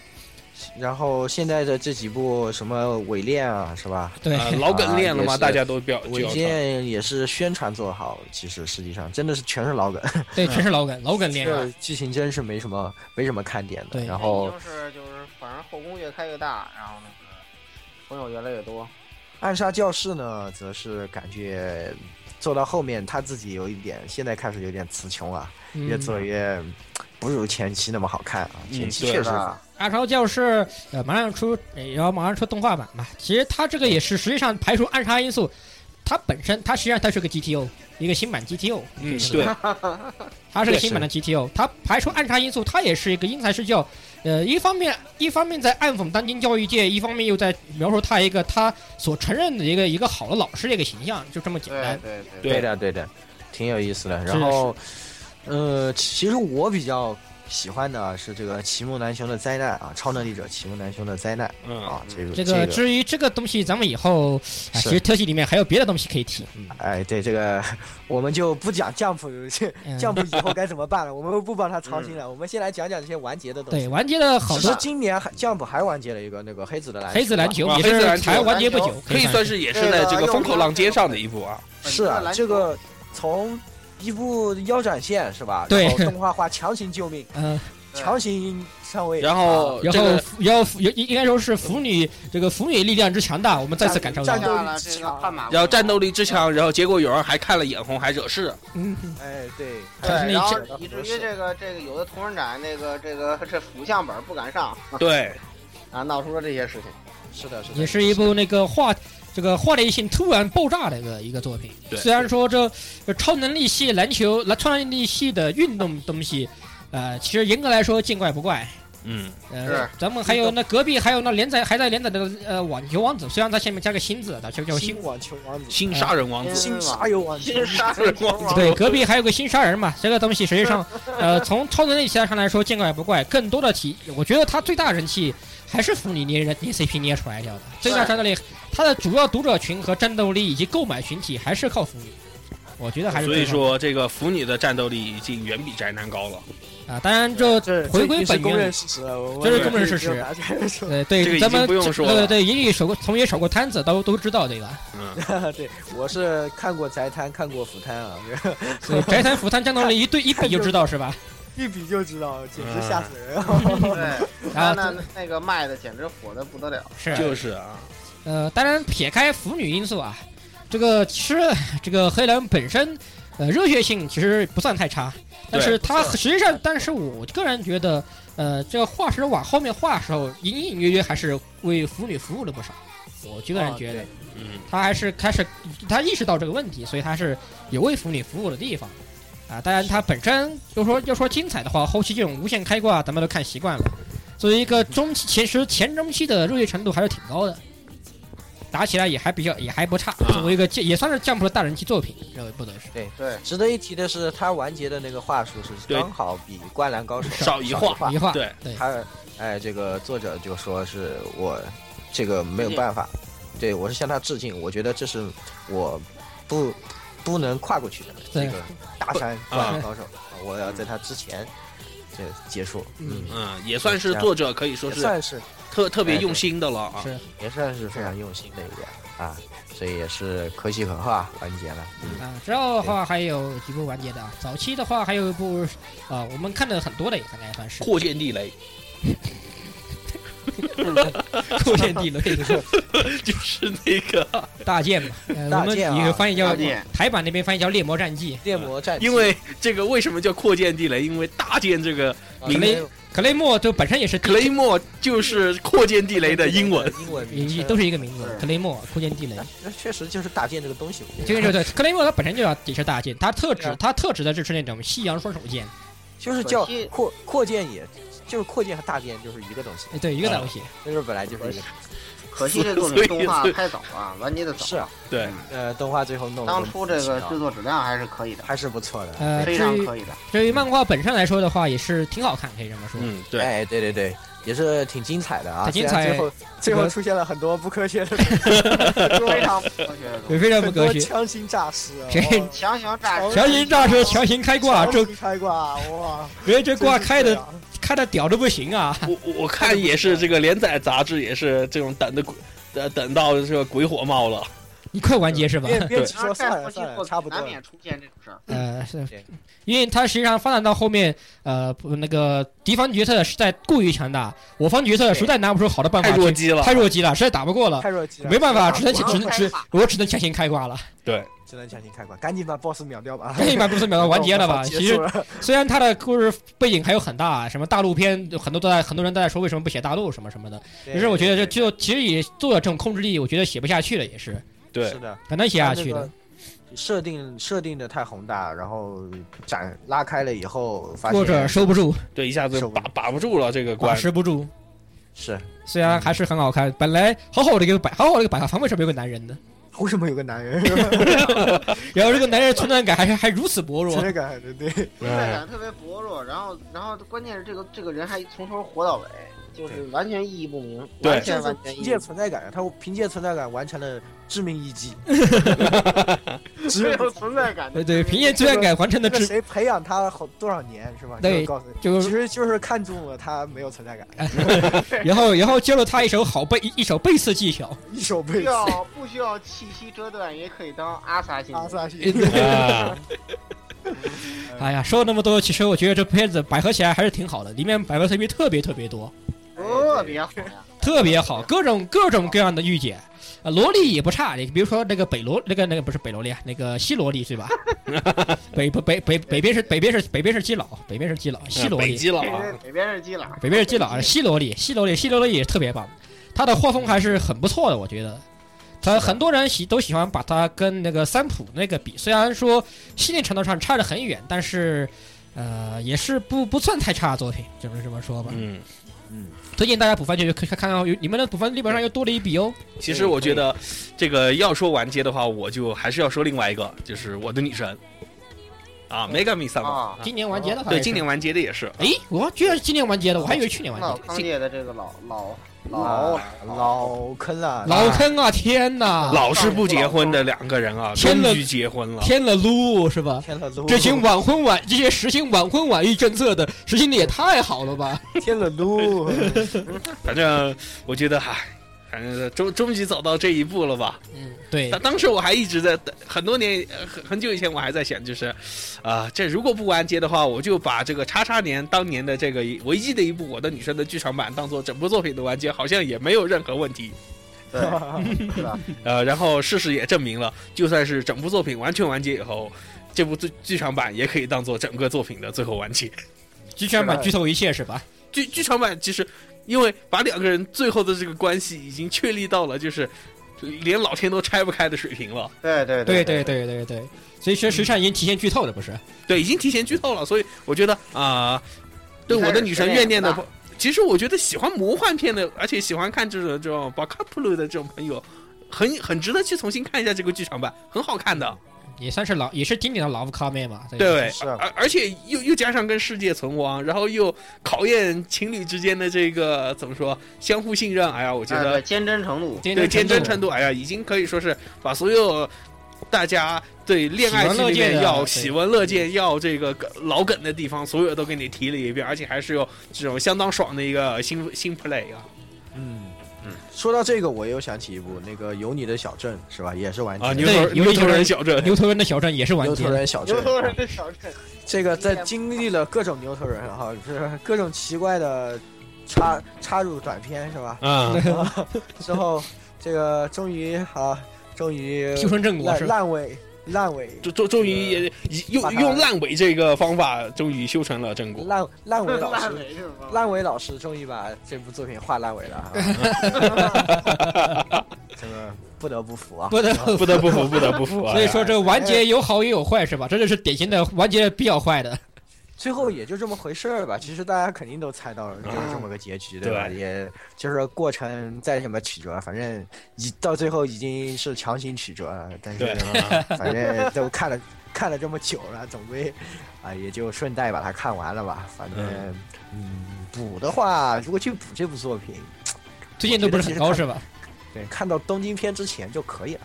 Speaker 4: 然后现在的这几部什么伪恋啊，是吧？
Speaker 1: 对。
Speaker 2: 啊，老梗练了
Speaker 4: 啊
Speaker 2: 嘛，
Speaker 4: 也是
Speaker 2: 大家都表就
Speaker 4: 伪
Speaker 2: 要看
Speaker 4: 恋也是宣传做好，其实实际上真的是全是老梗，
Speaker 1: 对，全是老梗，老梗恋爱。
Speaker 4: 这剧情真是没什么没什么看点的。
Speaker 1: 对
Speaker 4: 然后
Speaker 3: 就是就是，反正后宫越开越大，然后那个朋友越来越多。
Speaker 4: 暗杀教室呢，则是感觉做到后面他自己有一点，现在开始有点词穷啊，越
Speaker 1: 嗯，
Speaker 4: 做越不如前期那么好看啊，前期
Speaker 2: 对
Speaker 4: 确实
Speaker 3: 吧
Speaker 1: 阿超教室呃马上出，呃然后马上出动画版嘛。其实它这个也是实际上排除暗杀因素，它本身它实际上它是个 GTO，一个新版 GTO，
Speaker 2: 嗯，
Speaker 1: 是
Speaker 2: 对，
Speaker 1: 它是个新版的 GTO，它排除暗杀因素，它也是一个因材施教。呃，一方面一方面在暗讽当今教育界，一方面又在描述他一个他所承认的一个一个好的老师的一个形象，就这么简
Speaker 3: 对
Speaker 1: 单。
Speaker 3: 对对
Speaker 2: 对
Speaker 4: 的，对的，挺有意思的。
Speaker 1: 是
Speaker 4: 然后，呃，其实我比较喜欢的啊是这个《奇木南雄的灾难》啊，《超能力者奇木南雄的灾难》
Speaker 2: 嗯，
Speaker 4: 啊，这个
Speaker 1: 这个，
Speaker 4: 个
Speaker 1: 至于这个东西，咱们以后哎，
Speaker 4: 是
Speaker 1: 其实特辑里面还有别的东西可以提。
Speaker 4: 哎，对这个， 我们就不讲 Jump
Speaker 1: 嗯
Speaker 4: Jump 以后该怎么办了，我们不帮他操心了，我们先来讲讲这些完结的东西。
Speaker 1: 对，完结了好
Speaker 4: 其
Speaker 1: 多
Speaker 4: 实今年还 Jump 还完结了一个那个黑子的篮
Speaker 1: 黑子篮
Speaker 4: 球
Speaker 1: 球
Speaker 2: 哇
Speaker 1: 也
Speaker 2: 黑子
Speaker 1: 是
Speaker 2: 篮球
Speaker 1: 才完结不久
Speaker 3: 篮，
Speaker 2: 可以算
Speaker 1: 是
Speaker 2: 是也是在这个风口浪尖上的一步啊，
Speaker 4: 吧是啊，这个从一部腰斩线是吧？
Speaker 1: 对
Speaker 4: 然后动画化强行救命，
Speaker 1: 嗯，
Speaker 4: 强行上位，啊
Speaker 2: 然后
Speaker 1: 然
Speaker 2: 呃这
Speaker 1: 后
Speaker 2: 个
Speaker 1: 腐要腐应应该说是腐女这个腐女力量之强大，我们再次感受
Speaker 4: 战
Speaker 1: 到
Speaker 3: 下
Speaker 4: 战斗
Speaker 1: 了。
Speaker 3: 了这个悍马，
Speaker 2: 然后战斗力之强，然后结果有人还看了眼红还惹事，
Speaker 1: 嗯，
Speaker 4: 哎，对，
Speaker 1: 对还是那
Speaker 3: 对，然后
Speaker 4: 阵
Speaker 3: 以至于这个这个有的同人展那个这个这辅相本不敢上
Speaker 2: 对，
Speaker 3: 啊，闹出了这些事情。
Speaker 4: 是的，是的，
Speaker 1: 也是一部那个话这个话题性突然爆炸的一个一个作品。
Speaker 2: 对
Speaker 1: 虽然说这这超能力系篮球、篮超能力系的运动东西，呃，其实严格来说见怪不怪。
Speaker 2: 嗯，
Speaker 1: 呃
Speaker 3: 是，
Speaker 1: 咱们还有那隔壁还有那连载还在连载的呃网球王子，虽然它下面加个新字，啊它就叫新
Speaker 4: 新网球王子，
Speaker 2: 新杀人王子，
Speaker 4: 新沙油
Speaker 1: 啊
Speaker 4: 王子，
Speaker 3: 新杀人狂王，
Speaker 1: 对，隔壁还有个新杀人嘛，这个东西实际 上，呃，从超能力题材上来说，见怪不怪。更多的体，我觉得它最大人气还是腐女捏人捏 CP 捏出来掉的。最大战斗力，它的主要读者群和战斗力以及购买群体还是靠腐女。我觉得哎还是
Speaker 2: 所以
Speaker 1: 最好
Speaker 2: 说这个腐女的战斗力已经远比宅男高了。
Speaker 1: 啊，当然这
Speaker 5: 这
Speaker 1: 回归
Speaker 5: 这已经是
Speaker 1: 本
Speaker 5: 公
Speaker 1: 源
Speaker 5: 认，事实了，我
Speaker 1: 这是
Speaker 5: 我
Speaker 1: 公
Speaker 5: 可
Speaker 1: 认
Speaker 5: 以
Speaker 1: 事
Speaker 5: 不
Speaker 1: 实
Speaker 5: 用拿这个说
Speaker 1: 呃对
Speaker 2: 这
Speaker 1: 对，
Speaker 2: 个已
Speaker 1: 咱
Speaker 2: 经
Speaker 1: 们
Speaker 2: 不用说
Speaker 1: 对
Speaker 2: 了
Speaker 1: 对，英语手过，从也手过摊子，都都知道对吧？
Speaker 2: 嗯，
Speaker 4: 对，我是看过宅摊，看过腐摊啊，
Speaker 1: 所 以宅男腐摊战斗力一对一比就知道是吧？
Speaker 5: 一比就知道，简直吓死人
Speaker 1: 嗯
Speaker 5: 啊！
Speaker 3: 对，
Speaker 1: 啊
Speaker 3: 那那那个卖的简直火的不得了。
Speaker 1: 是
Speaker 2: 就是啊，
Speaker 1: 呃，当然撇开腐女因素啊，这个其实这个黑人本身，呃，热血性其实不算太差，但是他实际上，但是我个人觉得，呃，这个画师往后面画的时候，隐隐约约还是为腐女服务了不少。我个人觉得，
Speaker 2: 嗯，
Speaker 1: 他还是开始他意识到这个问题，所以他是有为腐女服务的地方。啊，当然，它本身就说要说精彩的话，后期这种无限开挂，咱们都看习惯了。作为一个中期，其实前中期的热血程度还是挺高的，打起来也还比较也还不差。作为一个也算是 Jump 的大人气作品，认为不得是。
Speaker 3: 对，
Speaker 4: 值得一提的是，他完结的那个话术是
Speaker 2: 对
Speaker 4: 刚好比《灌篮高手》
Speaker 2: 少一话
Speaker 1: 一画
Speaker 2: 对
Speaker 1: 对
Speaker 4: 他哎，这个作者就说是我这个没有办法，对我是向他致敬。我觉得这是我不不能跨过去的
Speaker 1: 对
Speaker 4: 这个大山《
Speaker 2: 不
Speaker 4: 灌篮高手》，我要在他之前这结束。
Speaker 1: 嗯，
Speaker 2: 嗯，也算是作者可以说
Speaker 4: 也
Speaker 2: 是
Speaker 4: 算是
Speaker 2: 特特别用心的了啊。
Speaker 1: 是
Speaker 4: 也算是非常用心的一点啊，所以也是可喜可贺啊，完结了。嗯，
Speaker 1: 啊，之后的话还有几部完结的啊，早期的话还有一部啊，我们看的很多的，也大概 算是 《
Speaker 2: 扩建地雷
Speaker 1: 破天地雷》
Speaker 2: 就是那个，
Speaker 1: 大剑嘛，呃，我
Speaker 4: 大
Speaker 1: 们
Speaker 4: 剑啊
Speaker 1: 有个翻译叫
Speaker 3: 大剑
Speaker 1: 台版那边翻译叫《猎魔战记》，
Speaker 4: 猎魔战士
Speaker 2: 因为这个为什么叫扩建地雷？因为大剑这个
Speaker 4: 啊
Speaker 1: 明
Speaker 4: 雷
Speaker 1: 克雷莫就本身也是地
Speaker 2: claymore 就是扩建地雷的英文。，
Speaker 4: 英文名
Speaker 1: 也
Speaker 4: 称
Speaker 1: 都是一个名字，
Speaker 3: 是
Speaker 1: 克雷莫扩建地雷。
Speaker 4: 那确实就是大剑这个东西。
Speaker 1: 就
Speaker 4: 对
Speaker 1: 是说
Speaker 4: 吧
Speaker 1: 对，克雷莫它本身就要也是大剑，它特指
Speaker 4: 对啊
Speaker 1: 它特指的就是那种西洋双手剑，
Speaker 4: 就是叫
Speaker 3: 可惜
Speaker 4: 扩扩建也，就是扩建和大剑就是一个东西，
Speaker 1: 哎对，一个
Speaker 2: 啊
Speaker 1: 东西。
Speaker 4: 就是本来就是一个。
Speaker 3: 可惜这作品动画拍早啊，完结的早。
Speaker 4: 是啊，
Speaker 2: 对，
Speaker 4: 呃，动画最后弄得
Speaker 3: 当初这个
Speaker 4: 很奇
Speaker 3: 制
Speaker 4: 妙
Speaker 3: 作质量还是可以的，
Speaker 4: 还是不错的。
Speaker 1: 呃
Speaker 4: 对
Speaker 3: 非常可以的。
Speaker 1: 对于漫画本身来说的话，也是挺好看，可以这么说。
Speaker 2: 嗯，对，
Speaker 4: 哎，对对对，也是挺精彩的啊。
Speaker 1: 挺精
Speaker 4: 虽然
Speaker 1: 彩
Speaker 4: 最后最后出现了很多不科学的东西，
Speaker 3: 非常科学的东
Speaker 1: 对，
Speaker 3: 西。
Speaker 1: 非常不
Speaker 5: 很多
Speaker 1: 科学。
Speaker 5: 强行诈尸啊，
Speaker 1: 谁
Speaker 5: 哇
Speaker 3: 强行炸
Speaker 5: 强
Speaker 1: 强行炸车，强行开挂，
Speaker 5: 强
Speaker 1: 这
Speaker 5: 行开挂， 哇！
Speaker 1: 人这挂
Speaker 5: 真是
Speaker 1: 开
Speaker 5: 这
Speaker 1: 的
Speaker 5: 样
Speaker 1: 开的屌的不行啊！
Speaker 2: 我我我看也是这个连载杂志也是这种等的鬼，等等到这个鬼火冒了。
Speaker 1: 你快完结是吧？
Speaker 5: 别别急
Speaker 3: 然 后
Speaker 5: 说算
Speaker 3: 战
Speaker 5: 了
Speaker 3: 后期
Speaker 5: 算了，
Speaker 3: 作
Speaker 4: 差不
Speaker 3: 品
Speaker 4: 多
Speaker 3: 难
Speaker 4: 了
Speaker 3: 免出现这种事儿。
Speaker 1: 呃，是
Speaker 4: 对，
Speaker 1: 因为它实际上发展到后面，呃，不那个敌方角色实在过于强大，我方角色实在拿不出好的办法
Speaker 2: 太
Speaker 1: 去，
Speaker 2: 弱鸡了
Speaker 1: 太弱鸡了，实在打不过了，
Speaker 5: 太弱鸡了，
Speaker 1: 没办法，
Speaker 3: 太弱
Speaker 1: 只能
Speaker 3: 鸡
Speaker 1: 只
Speaker 3: 了
Speaker 1: 能只我只能强行开挂了，
Speaker 4: 只能强行开挂，赶紧把 boss 秒掉吧。
Speaker 1: 哎 赶紧把故事秒完结了吧。
Speaker 4: 结
Speaker 1: 其
Speaker 4: 束
Speaker 1: 实
Speaker 4: 了
Speaker 1: 虽然它的故事背景还有很大，啊什么大陆片，很多都在很多人都在说为什么不写大陆什么什么的，可是我觉得这
Speaker 4: 对
Speaker 1: 最后其实也做了这种控制力，我觉得写不下去了，也是
Speaker 2: 对
Speaker 4: 是，的，
Speaker 1: 很难写
Speaker 4: 他
Speaker 1: 下
Speaker 4: 那
Speaker 1: 去的
Speaker 4: 个。设定设定的太宏大，然后展拉开了以后，发现
Speaker 1: 或者收不啊住，
Speaker 2: 对，一下子
Speaker 4: 受不
Speaker 2: 把
Speaker 4: 了
Speaker 2: 把不住了这个
Speaker 1: 把
Speaker 2: 关。
Speaker 1: 持不住。
Speaker 4: 是
Speaker 1: 虽然还是很好看，本来好好的一个百，好好的一个百合坊，为什么有个男人呢？
Speaker 4: 为什么有个 男人
Speaker 1: 然后这个男人存在感还是还如此薄弱
Speaker 5: 存，在感对对，
Speaker 2: 哎
Speaker 3: 存在感特别薄弱，然后然后关键是这个这个人还从头活到尾，就是完全意义不明，
Speaker 2: 对
Speaker 3: 完
Speaker 4: 就
Speaker 3: 全
Speaker 4: 是
Speaker 3: 完全意
Speaker 4: 凭
Speaker 3: 义
Speaker 4: 借
Speaker 3: 不
Speaker 4: 存在感，他凭借存在感完成了致命一 击。只
Speaker 3: 明，没有
Speaker 4: 有
Speaker 3: 存在感的
Speaker 1: 对呃对，凭借罪恶感完成的
Speaker 4: 那个
Speaker 1: 致，
Speaker 4: 谁培养他了好多少年是吧？
Speaker 1: 对
Speaker 4: 就告诉你，
Speaker 1: 就
Speaker 5: 其实就是看中了他没有存在感，
Speaker 1: 然后然后教了他一手好背一一手背刺技巧，
Speaker 5: 一手
Speaker 3: 不
Speaker 5: 被
Speaker 3: 需要不需要气息遮断，也可以当阿萨辛。
Speaker 5: 阿萨辛，
Speaker 2: 啊，
Speaker 1: 哎呀，说了那么多，其实我觉得这片子百合起来还是挺好的，里面百合 CP 特别特别多，
Speaker 3: 特别好呀，
Speaker 1: 特别好，各种各种各样的御姐，啊，萝莉也不差，你比如说那个北萝，那个那个不是北萝莉，啊，那个西萝莉对吧？北不北北北边是北边是北边是基佬，北边是基佬， 西萝
Speaker 2: 北
Speaker 1: 莉，
Speaker 2: 极了
Speaker 3: 北
Speaker 2: 啊，
Speaker 3: 边北边是基佬，
Speaker 1: 北边是基佬，啊，西萝莉，西萝莉，西萝莉也特别棒，他的画风还是很不错的，我觉得。他很多人喜都喜欢把他跟那个三浦那个比，虽然说心理程度上差得很远，但是，呃，也是不不算太差的作品，只能这么说吧。
Speaker 2: 嗯。
Speaker 4: 嗯，
Speaker 1: 推荐大家补番去就可以看看哦，有你们的补番列表上又多了一笔哦。
Speaker 2: 其实我觉得，这个要说完结的话，我就还是要说另外一个，就是我的女神，啊，Megami 三
Speaker 3: 啊
Speaker 1: 今年完结的话，
Speaker 2: 对，今年完结的也是，
Speaker 1: 哎，我居然今年完结的，我还以为去年
Speaker 3: 老
Speaker 1: 完结。
Speaker 3: 康介的这个老老老
Speaker 6: 啊老坑了，
Speaker 1: 老坑啊！天哪，
Speaker 2: 老是不结婚的两个人啊，
Speaker 1: 天
Speaker 2: 终
Speaker 1: 了
Speaker 2: 于结婚了。
Speaker 1: 天了噜是吧？
Speaker 6: 天了撸，
Speaker 1: 这群晚婚晚这些实行晚婚晚育政策的，实行的也太好了吧？
Speaker 4: 天了撸，
Speaker 2: 反正我觉得，唉，反正终终于走到这一步了吧。
Speaker 1: 嗯，对
Speaker 2: 当，当时我还一直在，很多年呃很很久以前我还在想，就是，啊、这如果不完结的话，我就把这个叉叉年当年的这个唯一的一部我的女生的剧场版当做整部作品的完结，好像也没有任何问题。
Speaker 3: 对，是吧？
Speaker 2: 呃，然后事实也证明了，就算是整部作品完全完结以后，这部剧剧场版也可以当做整个作品的最后完结。
Speaker 1: 剧场版
Speaker 4: 是吧
Speaker 1: 剧透一切是吧？
Speaker 2: 剧剧场版其实，因为把两个人最后的这个关系已经确立到了就是连老天都拆不开的水平了，
Speaker 3: 对对
Speaker 1: 对
Speaker 3: 对
Speaker 1: 对对对对，所以说实际上已经提前剧透了，不是？
Speaker 2: 对，已经提前剧透了，所以我觉得啊、对我的女神怨念的
Speaker 3: 一开始悬念也不，
Speaker 2: 其实我觉得喜欢魔幻片的，而且喜欢看这种这种巴卡普鲁的这种朋友，很很值得去重新看一下这个剧场版，很好看的。
Speaker 1: 也算是老也是经典的 love comment 嘛。这个
Speaker 2: 对
Speaker 4: 是，啊
Speaker 3: 嗯
Speaker 2: 而而且又又加上跟世界存亡，然后又考验情侣之间的这个怎么说相互信任。哎呀，我觉
Speaker 3: 哎
Speaker 2: 得
Speaker 3: 对坚贞程度，
Speaker 1: 今天
Speaker 2: 对
Speaker 1: 的
Speaker 2: 天真
Speaker 1: 程
Speaker 2: 程
Speaker 1: 度，
Speaker 2: 度，哎呀，已经可以说是把所有大家对恋
Speaker 1: 喜
Speaker 2: 爱
Speaker 1: 闻
Speaker 2: 剧
Speaker 1: 乐
Speaker 2: 里
Speaker 1: 见
Speaker 2: 面
Speaker 1: 的
Speaker 2: 要
Speaker 1: 对
Speaker 2: 喜闻乐见、要这个梗老梗的地方，所有都给你提了一遍，而且还是有这种相当爽的一个新新 play 啊！
Speaker 4: 嗯嗯。说到这个，我又想起一部那个《有你的小镇》，是吧？也是完结
Speaker 2: 啊，
Speaker 4: 的
Speaker 2: 牛
Speaker 1: 对
Speaker 2: 头
Speaker 1: 有
Speaker 2: 牛
Speaker 1: 一
Speaker 2: 头
Speaker 1: 种
Speaker 2: 人
Speaker 1: 人
Speaker 2: 小镇，
Speaker 1: 牛头人的小镇也是完
Speaker 4: 牛
Speaker 1: 结
Speaker 4: 头
Speaker 1: 的。
Speaker 4: 人小镇
Speaker 3: 牛，头人的小镇，
Speaker 4: 这个在经历了各种牛头人哈， 就是各种奇怪的插插入短片是吧？
Speaker 2: 啊，
Speaker 4: 之后这个终于啊，终于
Speaker 1: 修成正果
Speaker 4: 烂
Speaker 1: 是吧？
Speaker 4: 烂尾烂尾
Speaker 2: 终终终于也用
Speaker 4: 把它
Speaker 2: 用烂尾这个方法，终于修成了正果。
Speaker 4: 烂烂尾老
Speaker 3: 烂
Speaker 4: 师
Speaker 3: 尾是吧？
Speaker 4: 烂尾老师终于把这部作品画烂尾了 啊，真的
Speaker 6: 不得不服啊，
Speaker 1: 不得，
Speaker 2: 不得不服，不得不服啊！
Speaker 1: 所以说这完结有好也有坏是吧？真的是典型的完结比较坏的。
Speaker 4: 最后也就这么回事儿吧。其实大家肯定都猜到了，就是这么个结局，对吧？
Speaker 2: 啊对
Speaker 4: 也就是过程再什么曲折，反正已到最后已经是强行曲折了，但是
Speaker 2: 对
Speaker 4: 反正都看了看了这么久了，总归啊也就顺带把它看完了吧。反正嗯，补的话，如果去补这部作品，
Speaker 1: 推荐度不是很高是吧？
Speaker 4: 对，看到东京篇之前就可以了。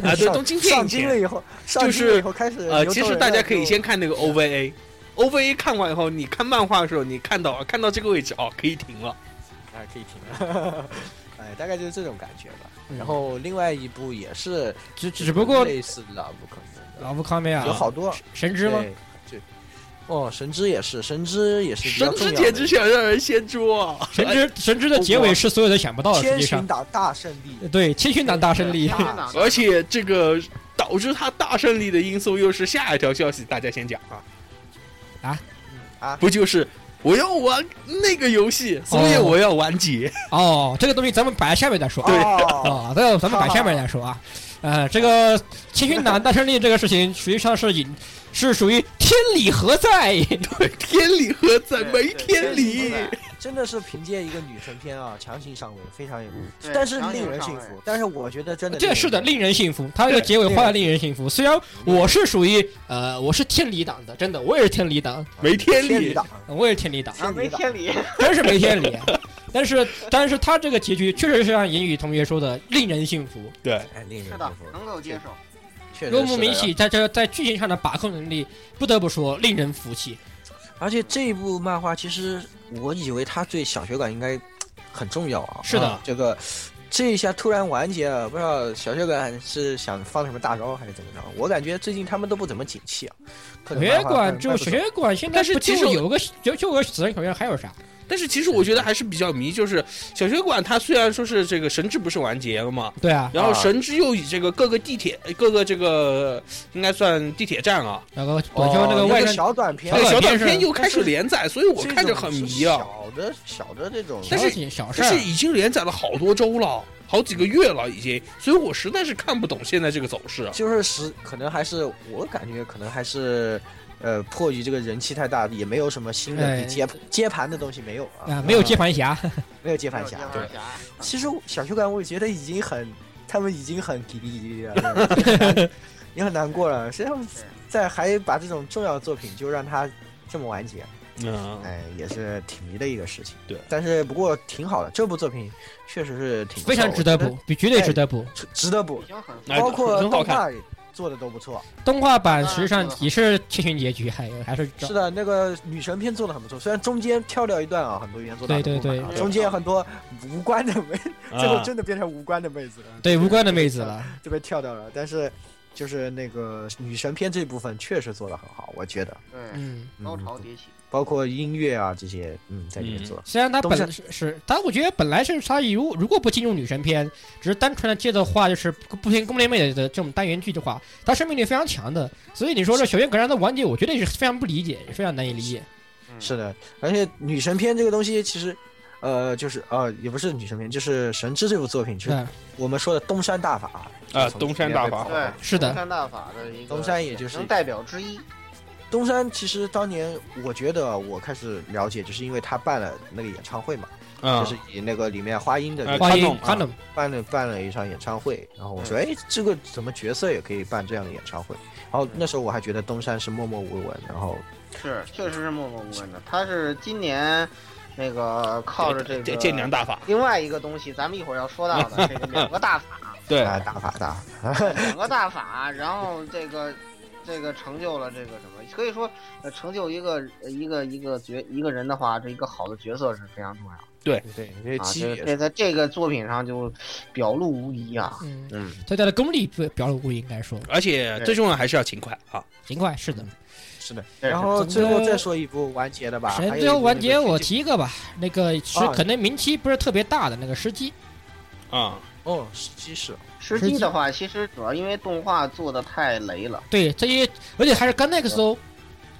Speaker 2: 啊，对，
Speaker 4: 上
Speaker 2: 东京片
Speaker 4: 上
Speaker 2: 以前
Speaker 4: 京了以后，上京了以后开始
Speaker 2: 呃，
Speaker 4: 牛
Speaker 2: 其
Speaker 4: 头
Speaker 2: 实
Speaker 4: 人
Speaker 2: 大家
Speaker 4: 了
Speaker 2: 可以
Speaker 4: 就
Speaker 2: 先看那个 OVA。OVA 看完以后，你看漫画的时候，你看到看到这个位置哦，可以停了。
Speaker 4: 啊，可以停了。 哎，大概就是这种感觉吧。然后另外一部也是，
Speaker 1: 嗯只只不过
Speaker 4: 类似的，不可能的，
Speaker 1: 老夫康梅啊
Speaker 4: 有，好多
Speaker 1: 神之吗？
Speaker 4: 对对，哦，神之也是，神之也是比较
Speaker 2: 神
Speaker 4: 重
Speaker 2: 之
Speaker 4: 要的。
Speaker 2: 简直想让人先捉啊，
Speaker 1: 神
Speaker 4: 哎
Speaker 1: 之神之的结尾是所有人想不到的，实
Speaker 4: 天
Speaker 1: 际
Speaker 4: 巡
Speaker 1: 哦上
Speaker 4: 党大胜 利，
Speaker 1: 对千寻党大胜利
Speaker 3: 天，真党
Speaker 2: 而且这个导致他大胜利的因素又是下一条消息，大家先讲啊。
Speaker 1: 啊
Speaker 4: 啊
Speaker 2: 不就是我要玩那个游戏，所以
Speaker 1: 哦
Speaker 2: 我要完结。
Speaker 1: 哦，这个东西咱们摆在下面再说啊。
Speaker 4: 哦，
Speaker 1: 啊，这个咱们摆下面再说啊。呃，这个千寻党大胜利这个事情，实际上是引是属于天理何在？
Speaker 2: 天理何在？
Speaker 3: 对
Speaker 2: 没
Speaker 3: 对
Speaker 2: 天理。
Speaker 4: 真的是凭借一个女神片啊，强行上位，非常有，
Speaker 3: 对
Speaker 4: 但是
Speaker 3: 强行
Speaker 4: 令人
Speaker 3: 上
Speaker 4: 信
Speaker 3: 位
Speaker 4: 服。但是我觉得真的令
Speaker 1: 这
Speaker 4: 人
Speaker 1: 是的，
Speaker 4: 信服
Speaker 1: 令人信服。他这个结尾画的令人信服。虽然我是属于呃，我是天理党的，真的，我也是天理党，
Speaker 2: 没天
Speaker 4: 天理
Speaker 2: 理，
Speaker 4: 党，
Speaker 1: 我也是天理党，
Speaker 3: 啊，没天理，
Speaker 1: 真是没天理。 但是，但是他这个结局确实是像言语同学说的，令人信服。
Speaker 2: 对，
Speaker 4: 哎，令人
Speaker 3: 是
Speaker 4: 信
Speaker 3: 的
Speaker 4: 服，，
Speaker 3: 能够接受。
Speaker 4: 确实
Speaker 1: 若木
Speaker 4: 是的
Speaker 1: 明喜在这在剧情上的把控能力，不得不说令人服气。
Speaker 4: 而且这一部漫画，其实我以为它对小学馆应该很重要啊。
Speaker 1: 是的
Speaker 4: 啊这个这一下突然完结了，不知道小学馆是想放什么大招还是怎么着？我感觉最近他们都不怎么景气啊。
Speaker 1: 小
Speaker 4: 各种
Speaker 1: 学
Speaker 4: 漫画
Speaker 1: 馆
Speaker 4: 卖
Speaker 1: 就
Speaker 4: 卖
Speaker 1: 小
Speaker 4: 不走
Speaker 1: 学馆现在
Speaker 2: 但是
Speaker 1: 不
Speaker 2: 其
Speaker 1: 就
Speaker 2: 实我
Speaker 1: 有个就就有个死人小学，还有啥？
Speaker 2: 但是其实我觉得还是比较迷，就是小学馆它虽然说是这个神之不是完结了嘛，
Speaker 1: 对啊，
Speaker 2: 然后
Speaker 4: 啊
Speaker 2: 神之又以这个各个地铁各个这个应该算地铁站啊，
Speaker 1: 那个短袖那个
Speaker 4: 哦
Speaker 1: 外
Speaker 4: 那
Speaker 1: 甥
Speaker 4: 小短片
Speaker 1: 小
Speaker 2: 对，，小短
Speaker 1: 短片
Speaker 2: 片
Speaker 1: 是
Speaker 2: 又开始连载，所以我
Speaker 4: 这
Speaker 2: 看着
Speaker 4: 种
Speaker 2: 很
Speaker 4: 是
Speaker 2: 迷啊。
Speaker 4: 小的小的这种，
Speaker 2: 但是
Speaker 1: 小品小事
Speaker 2: 但
Speaker 1: 儿
Speaker 2: 是，已经连载了好多周了，好几个月了已经，所以我实在是看不懂现在这个走势啊。
Speaker 4: 就是实可能还是我感觉可能还是。呃，迫于这个人气太大，也没有什么新
Speaker 1: 哎
Speaker 4: 的接接盘的东西没有啊
Speaker 1: 啊，，没有接盘侠，
Speaker 4: 没有接盘侠，啊
Speaker 3: 没有接
Speaker 2: 对
Speaker 3: 盘侠，
Speaker 4: 其实小学馆我觉得已经很，他们已经很滴滴滴了，也很难过了。谁让
Speaker 3: 是
Speaker 4: 在还把这种重要作品就让它这么完结？
Speaker 2: 嗯，
Speaker 4: 哎，也是挺迷的一个事情。
Speaker 2: 对，
Speaker 4: 但是不过挺好的，这部作品确实是挺不
Speaker 1: 非常
Speaker 4: 错
Speaker 1: 值得，
Speaker 4: 我
Speaker 1: 补
Speaker 4: 觉，
Speaker 1: 比绝对值得补。
Speaker 4: 值值得补
Speaker 3: 已，经很丰富
Speaker 2: 哎
Speaker 4: 包括
Speaker 2: 很好
Speaker 4: 动
Speaker 2: 看
Speaker 4: 画做的都不错。
Speaker 1: 动画版实际
Speaker 3: 嗯
Speaker 1: 上
Speaker 3: 嗯
Speaker 1: 也啊是切寻结局，还还是
Speaker 4: 是的，那个女神篇做的很不错，虽然中间跳掉一段啊，很多元素
Speaker 1: 对
Speaker 4: 大的
Speaker 1: 对
Speaker 4: 部分啊
Speaker 3: 对
Speaker 4: 中间很多无关的妹，最后
Speaker 2: 啊
Speaker 4: 真的变成无关的妹子了，
Speaker 1: 对无关的妹子了。
Speaker 4: 就被跳掉了。但是就是那个女神篇这部分确实做的很好，我觉得，
Speaker 3: 对，
Speaker 1: 嗯，
Speaker 4: 嗯
Speaker 3: 高潮迭起。
Speaker 4: 包括音乐啊这些，嗯，在里面做的。
Speaker 1: 虽然他
Speaker 4: 东
Speaker 1: 本
Speaker 4: 山
Speaker 1: 是是他，我觉得本来是他如如果不进入女神篇，只是单纯的接着画就是不偏宫内妹的这种单元剧的话，他生命力非常强的。所以你说这小渊格兰的完结，我觉得也是非常不理解，非常难以理解。
Speaker 3: 嗯
Speaker 4: 是的，而且女神篇这个东西其实，呃，就是呃，也不是女神篇，就是神之这部作品，就是
Speaker 1: 对，
Speaker 4: 我们说的东山大法啊
Speaker 2: 啊东山大法
Speaker 3: 对，
Speaker 1: 是的
Speaker 3: 东山大法的一个
Speaker 4: 东嗯山也就是
Speaker 3: 能代表之一。
Speaker 4: 东山其实当年我觉得啊我开始了解，就是因为他办了那个演唱会嘛，
Speaker 2: 嗯
Speaker 4: 就是以那个里面花音的
Speaker 2: 哎
Speaker 4: 办
Speaker 1: 嗯欢
Speaker 2: 看
Speaker 1: 迎
Speaker 2: 懂
Speaker 1: 看懂，
Speaker 4: 办了办了一场演唱会，然后我说，
Speaker 1: 嗯
Speaker 4: 哎，这个怎么角色也可以办这样的演唱会？然后那时候我还觉得东山是默默无闻，然后
Speaker 3: 是，确实是默默无闻的。他是今年那个靠着这
Speaker 2: 这
Speaker 3: 个
Speaker 2: 这两大法，
Speaker 3: 另外一个东西，咱们一会儿要说到 的这个两个大法，
Speaker 2: 对
Speaker 4: 啊、大法大法，
Speaker 3: 两个大法，然后这个这个成就了这个什么，可以说呃成就一个呃一个一个角一个人的话，这一个好的角色是非常重要的
Speaker 4: 对，因为
Speaker 3: 啊。
Speaker 4: 七
Speaker 3: 这
Speaker 4: 也
Speaker 3: 这在这个作品上就表露无遗啊。
Speaker 1: 嗯
Speaker 3: 嗯，
Speaker 1: 对他的功力表表露无遗，应该说
Speaker 2: 而且最重要还是要勤快啊，
Speaker 1: 尽快是的。
Speaker 4: 是的。
Speaker 3: 这是
Speaker 4: 然后最后再说一部完结的吧，还有
Speaker 1: 神
Speaker 4: 一
Speaker 1: 最后
Speaker 4: 部
Speaker 1: 完
Speaker 4: 那
Speaker 1: 结
Speaker 4: 个
Speaker 1: 我
Speaker 4: 剧
Speaker 1: 提一个吧，那个是
Speaker 4: 啊
Speaker 1: 可能名气不是特别大的那个时机，
Speaker 2: 啊，
Speaker 4: 哦，是鸡是
Speaker 3: 吃鸡的话，其实主要因为动画做的太雷了，
Speaker 1: 对这些，而且还是甘奈克斯哦，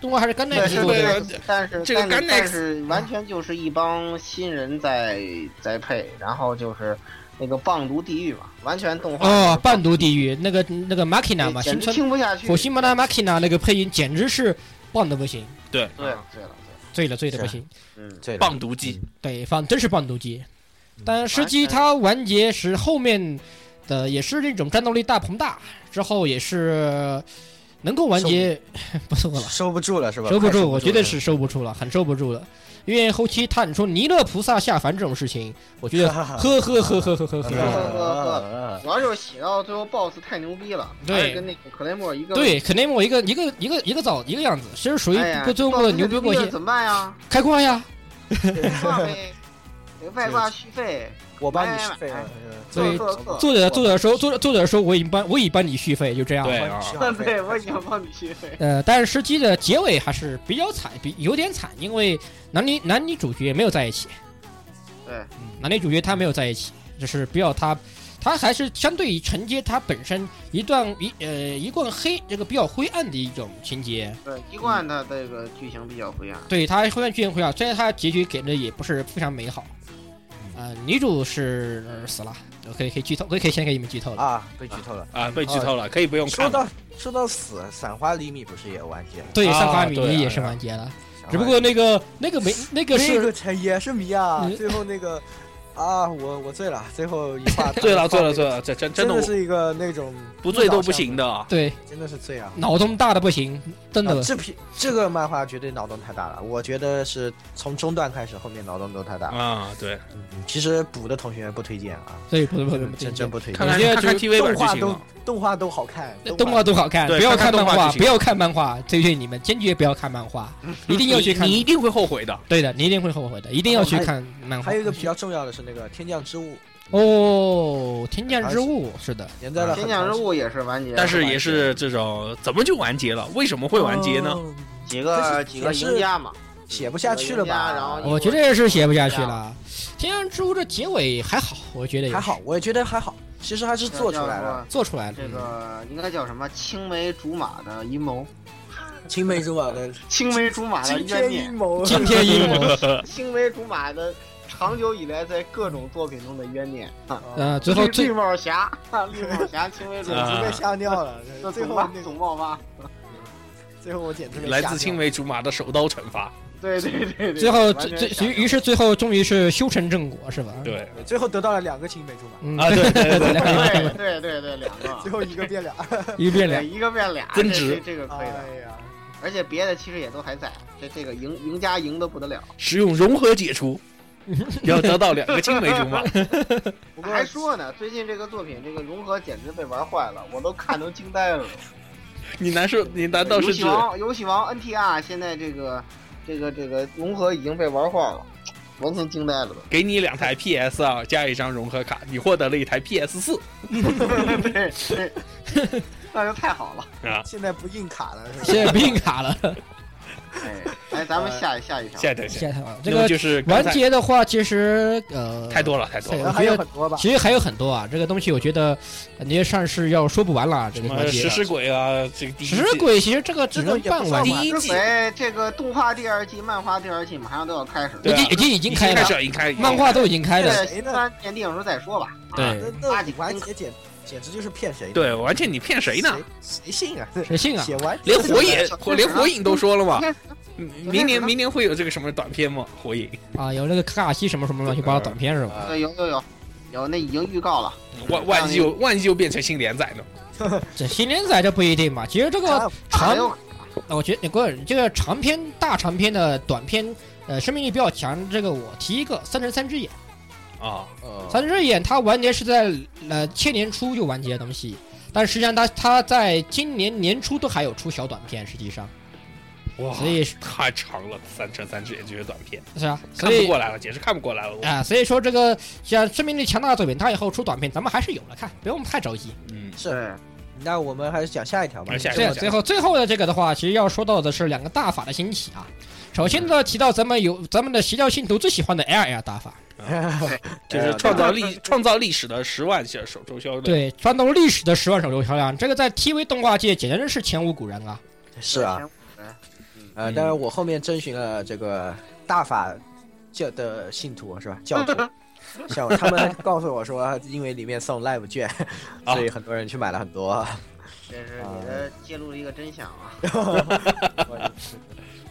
Speaker 1: 动画还是甘奈克
Speaker 3: 但
Speaker 1: 斯
Speaker 3: 是
Speaker 1: 做
Speaker 2: 对
Speaker 1: 的。
Speaker 2: 个
Speaker 3: 但是
Speaker 2: 这个
Speaker 3: 但是
Speaker 2: Ganex-
Speaker 3: 但是完全就是一帮新人在在配，然后就是那个棒读地狱嘛，完全动画
Speaker 1: 哦，半毒地狱那个那个 Machina 嘛，
Speaker 3: 简
Speaker 1: 新
Speaker 3: 直
Speaker 1: 村
Speaker 3: 听不下去。
Speaker 1: 火星巴达 Machina 那个配音简直是棒的不行，
Speaker 2: 对
Speaker 3: 对了对了对了，
Speaker 1: 醉了醉的不
Speaker 4: 是
Speaker 1: 行。
Speaker 3: 嗯，
Speaker 4: 对的
Speaker 2: 棒毒鸡，
Speaker 1: 对，反正真是棒毒鸡。
Speaker 4: 嗯
Speaker 1: 但实
Speaker 3: 完
Speaker 1: 际
Speaker 3: 全
Speaker 1: 它完结时后面的也是那种战斗力大膨大，之后也是能够完结， 不错了。
Speaker 4: 嗯收不住了是吧？
Speaker 1: 收不
Speaker 4: 快
Speaker 1: 住，我觉得
Speaker 4: 了
Speaker 1: 是收不住了，很收不住了。因为后期探出弥勒菩萨下凡这种事情，我 觉得呵呵呵呵呵呵呵，
Speaker 4: 呃
Speaker 3: 主要就是写到最后 BOSS 太牛逼了，
Speaker 1: 对
Speaker 3: 还是跟那个克雷默一个
Speaker 1: 对，肯定我一个一个一个一个枣一个样子，其实属于
Speaker 3: 哎呀，
Speaker 1: 不最后的
Speaker 3: BOSS
Speaker 1: 牛逼过
Speaker 3: 了
Speaker 1: 线，
Speaker 3: 怎么办呀？
Speaker 1: 开挂呀！
Speaker 3: 得挂 呗，得外挂续费，
Speaker 4: 啊我帮你续费
Speaker 3: 哎哎
Speaker 4: 了
Speaker 3: 哎，
Speaker 1: 所以
Speaker 3: 做做
Speaker 1: 作 者作者说，作者作者说我已帮我已帮你续费，就这样。
Speaker 2: 对
Speaker 4: 帮你
Speaker 2: 啊
Speaker 4: 续好
Speaker 3: 做，
Speaker 4: 费
Speaker 3: 哦对，我已经帮你续费。
Speaker 1: 呃，但是实际的结尾还是比较惨，比有点惨，因为男女男女主角没有在一起。
Speaker 3: 对
Speaker 1: 嗯，男女主角他没有在一起，就是比较他，他还是相对于承接他本身一段一呃一贯黑这个比较灰暗的一种情节。
Speaker 3: 对，一贯它这个剧情比较不一样。
Speaker 1: 对他灰暗剧情灰暗，虽然他结局给的也不是非常美好。呃，女主是、呃死了，我可以可以剧透，我可以先给你们剧透了。
Speaker 4: 啊，被剧透了。
Speaker 2: 啊，被剧透了，可以不用
Speaker 4: 说
Speaker 2: 看了，
Speaker 4: 到说到死，散花厘米不是也完结了？
Speaker 1: 对，
Speaker 2: 啊
Speaker 1: 三花米
Speaker 2: 对啊
Speaker 1: 也是
Speaker 2: 对啊
Speaker 1: 完结了，
Speaker 4: 散花
Speaker 1: 只不过那个那个没那个
Speaker 4: 那
Speaker 1: 是
Speaker 4: 哎个才也是迷啊
Speaker 1: 嗯，
Speaker 4: 最后那个啊，我我醉了，最后一 话
Speaker 2: 醉了醉了醉
Speaker 4: 醉，
Speaker 2: 了，这真
Speaker 4: 真
Speaker 2: 真
Speaker 4: 的
Speaker 2: 的
Speaker 4: 是一个那种
Speaker 2: 不醉都不行的，啊，
Speaker 1: 对
Speaker 4: 真的是醉啊。
Speaker 1: 脑洞大的不行，真的。
Speaker 4: 啊这批这个漫画绝对脑洞太大了，我觉得是从中段开始，后面脑洞都太大了。
Speaker 2: 啊对，
Speaker 4: 嗯其实补的同学不推荐啊，
Speaker 1: 对，不是不是不
Speaker 4: 真真不推
Speaker 2: 看看
Speaker 4: 荐。
Speaker 1: 我觉得
Speaker 2: 看看
Speaker 1: 就
Speaker 2: TV 版
Speaker 4: 动
Speaker 2: 就
Speaker 4: 画
Speaker 2: 行
Speaker 4: 都
Speaker 2: 了，
Speaker 4: 动画都好看，
Speaker 1: 动画多好看，
Speaker 2: 对
Speaker 1: 不要
Speaker 2: 看看
Speaker 1: 漫
Speaker 2: 动画
Speaker 1: 画，
Speaker 2: 就行
Speaker 1: 不要看漫画，推荐你们坚决不要看漫画，一定要去看
Speaker 2: 嗯你。你一定会后悔的，
Speaker 1: 对的，你一定会后悔的，一定要去看漫画。
Speaker 4: 哦还有一个比较重要的是那个《天降之物》，
Speaker 1: 哦，《天降之物》是的，
Speaker 4: 连载了很
Speaker 3: 啊天
Speaker 4: 长
Speaker 3: 降之物也是完结，
Speaker 1: 啊
Speaker 2: 但是也是这种怎么就完结了？为什么会完结 呢？
Speaker 4: 哦
Speaker 3: 几
Speaker 4: 但
Speaker 3: 个
Speaker 4: 是
Speaker 3: 几个
Speaker 4: 也是
Speaker 3: 赢家嘛，
Speaker 4: 写不下去了吧？
Speaker 3: 然
Speaker 2: 哦
Speaker 3: 后
Speaker 1: 我觉得是写不下去了。《天降之物》的结尾还好，我觉得也
Speaker 4: 还好，我也觉得还好，其实还是做出来了。
Speaker 3: 啊叫什么。
Speaker 1: 做出来了。
Speaker 3: 这个应该叫什么？青梅竹马的阴谋，
Speaker 4: 青梅竹马的
Speaker 3: 青梅竹马的
Speaker 4: 惊
Speaker 3: 冤
Speaker 4: 天
Speaker 3: 孽
Speaker 4: 阴，谋，
Speaker 1: 惊天阴 谋，
Speaker 3: 青梅竹马的长久以来在各种作品中的冤孽。啊
Speaker 1: 呃，最后
Speaker 3: 绿
Speaker 1: 最
Speaker 3: 绿帽侠， 绿帽侠，青梅竹
Speaker 4: 简直
Speaker 2: 啊
Speaker 3: 马，
Speaker 4: 被吓尿了。
Speaker 3: 这
Speaker 4: 最
Speaker 3: 总
Speaker 4: 后
Speaker 3: 爆
Speaker 4: 那个
Speaker 3: 总爆发，
Speaker 4: 最后我简直被吓
Speaker 2: 来
Speaker 4: 尿
Speaker 2: 自
Speaker 4: 了
Speaker 2: 青。梅竹马的首刀惩罚，
Speaker 3: 对对对对，
Speaker 1: 最后
Speaker 3: 完全
Speaker 1: 最
Speaker 3: 想
Speaker 1: 最于是最后终于是修成正果是吧？，
Speaker 2: 对
Speaker 4: 最后得到了两个青梅竹马，
Speaker 1: 嗯，
Speaker 2: 啊对 对对对，
Speaker 3: 对对对对两个
Speaker 4: 最，后一个变俩。
Speaker 1: 一变
Speaker 3: 对
Speaker 1: 两
Speaker 3: 一个变俩，
Speaker 2: 增值
Speaker 3: 这这这个可以的。
Speaker 4: 哎呀，
Speaker 3: 而且别的其实也都还在，这这个赢赢家赢得不得了。
Speaker 2: 使用融合解 除，要得到两个青梅竹马。
Speaker 4: 不过
Speaker 3: 还说呢，最近这个作品这个融合简直被玩坏了，我都看都惊呆了。
Speaker 2: 你难受，你难道
Speaker 3: 游
Speaker 2: 是
Speaker 3: 戏
Speaker 2: 指
Speaker 1: 啊
Speaker 3: 王游戏王 NTR 现在这个这个这个融合已经被玩坏了，完全惊呆了都。
Speaker 2: 给你两台 PS 二加一张融合卡，你获得了一台 PS 四
Speaker 1: 啊
Speaker 3: 对对， 那就太好了。
Speaker 2: 啊？
Speaker 4: 现在不硬卡了，是吧
Speaker 1: 现在不硬卡了，
Speaker 3: 哎，来咱们下一下一场。
Speaker 2: 下一台，下
Speaker 1: 现
Speaker 2: 一
Speaker 1: 在太好了这
Speaker 2: 那么
Speaker 1: 个
Speaker 2: 就是刚
Speaker 1: 完
Speaker 2: 才
Speaker 1: 结的话，其实呃
Speaker 2: 太多了，太多
Speaker 1: 我觉得
Speaker 2: 了。
Speaker 4: 可能还有很多吧。
Speaker 1: 其实还有很多啊，这个东西我觉得呃感觉上是要说不完了。这
Speaker 2: 什
Speaker 1: 个
Speaker 2: 么
Speaker 1: 环节
Speaker 2: 食，尸鬼啊，这个第一
Speaker 1: 食
Speaker 2: 季
Speaker 1: 尸鬼其实这个只能
Speaker 4: 也不
Speaker 1: 半
Speaker 4: 算
Speaker 1: 完
Speaker 4: 吧
Speaker 2: 第
Speaker 1: 结，
Speaker 2: 一季
Speaker 3: 之鬼这个动画第二季、漫画第二季马上都要开始了，
Speaker 2: 对
Speaker 1: 已
Speaker 2: 啊
Speaker 1: 经已经已
Speaker 2: 已
Speaker 1: 经
Speaker 2: 开
Speaker 1: 开了，
Speaker 2: 了，已经开了
Speaker 1: 漫画都已经开
Speaker 3: 现
Speaker 1: 了。
Speaker 3: 在三年电影时候再说吧。
Speaker 1: 对
Speaker 4: 那
Speaker 3: 八
Speaker 4: 那
Speaker 3: 几
Speaker 4: 完结简简直就是骗谁呢？
Speaker 2: 对，完全你骗谁呢？
Speaker 4: 谁？谁信啊？
Speaker 1: 谁信啊？
Speaker 4: 写完
Speaker 2: 连火影
Speaker 3: 小，嗯
Speaker 2: 火连火影都说了嘛，嗯
Speaker 3: 天
Speaker 2: 明年明年会有这个什么短片吗？火影，
Speaker 1: 啊，有那个卡卡西什么什么乱七八糟短片是
Speaker 4: 啊
Speaker 1: 吧？
Speaker 3: 对，有有有有，那已经预告了。
Speaker 2: 万万一又万一又变成新连载呢？
Speaker 1: 这新连载这不一定吧？其实这个长
Speaker 4: 看
Speaker 3: 还，有
Speaker 1: 我觉得你个人这个长篇大长篇的短篇，呃，生命力比较强。这个我提一个《三乘三只眼》，
Speaker 2: 啊，
Speaker 4: 哦
Speaker 1: 《三乘三只眼》它完结是在呃千年初就完结的东西，但实际上它它在今年年初都还有出小短片，实际上，
Speaker 2: 哇
Speaker 1: 所以
Speaker 2: 太长了，三乘三只眼这些短片，
Speaker 1: 是啊，所
Speaker 2: 看不
Speaker 1: 以
Speaker 2: 过来了，简直看不过来了。我
Speaker 1: 啊、所以说这个像生命力强大的作品，它以后出短片，咱们还是有了看，不用太着急。
Speaker 2: 嗯，
Speaker 4: 是，
Speaker 3: 对
Speaker 4: 那我们还是讲下一条吧
Speaker 2: 而。且
Speaker 1: 对，最后最后的这个的话，其实要说到的是两个大法的兴起啊。首先
Speaker 4: 嗯
Speaker 1: 呢，提到咱们有咱们的邪教信徒最喜欢的 L L 大法，
Speaker 4: 哎
Speaker 2: 就是创造历创造历史的十万小首周销量，
Speaker 1: 对，穿透历史的十万手游销量，这个在 TV 动画界简直是前无古人啊！
Speaker 4: 是啊，，呃，
Speaker 2: 嗯
Speaker 4: 当然我后面征询了这个大法教的信徒是吧？教徒，
Speaker 1: 嗯
Speaker 4: 像他们告诉我说，因为里面送 live 券，
Speaker 2: 啊
Speaker 1: 哦
Speaker 4: 所以很多人去买了很多。
Speaker 3: 这是你的揭露了一个真相啊！
Speaker 4: 我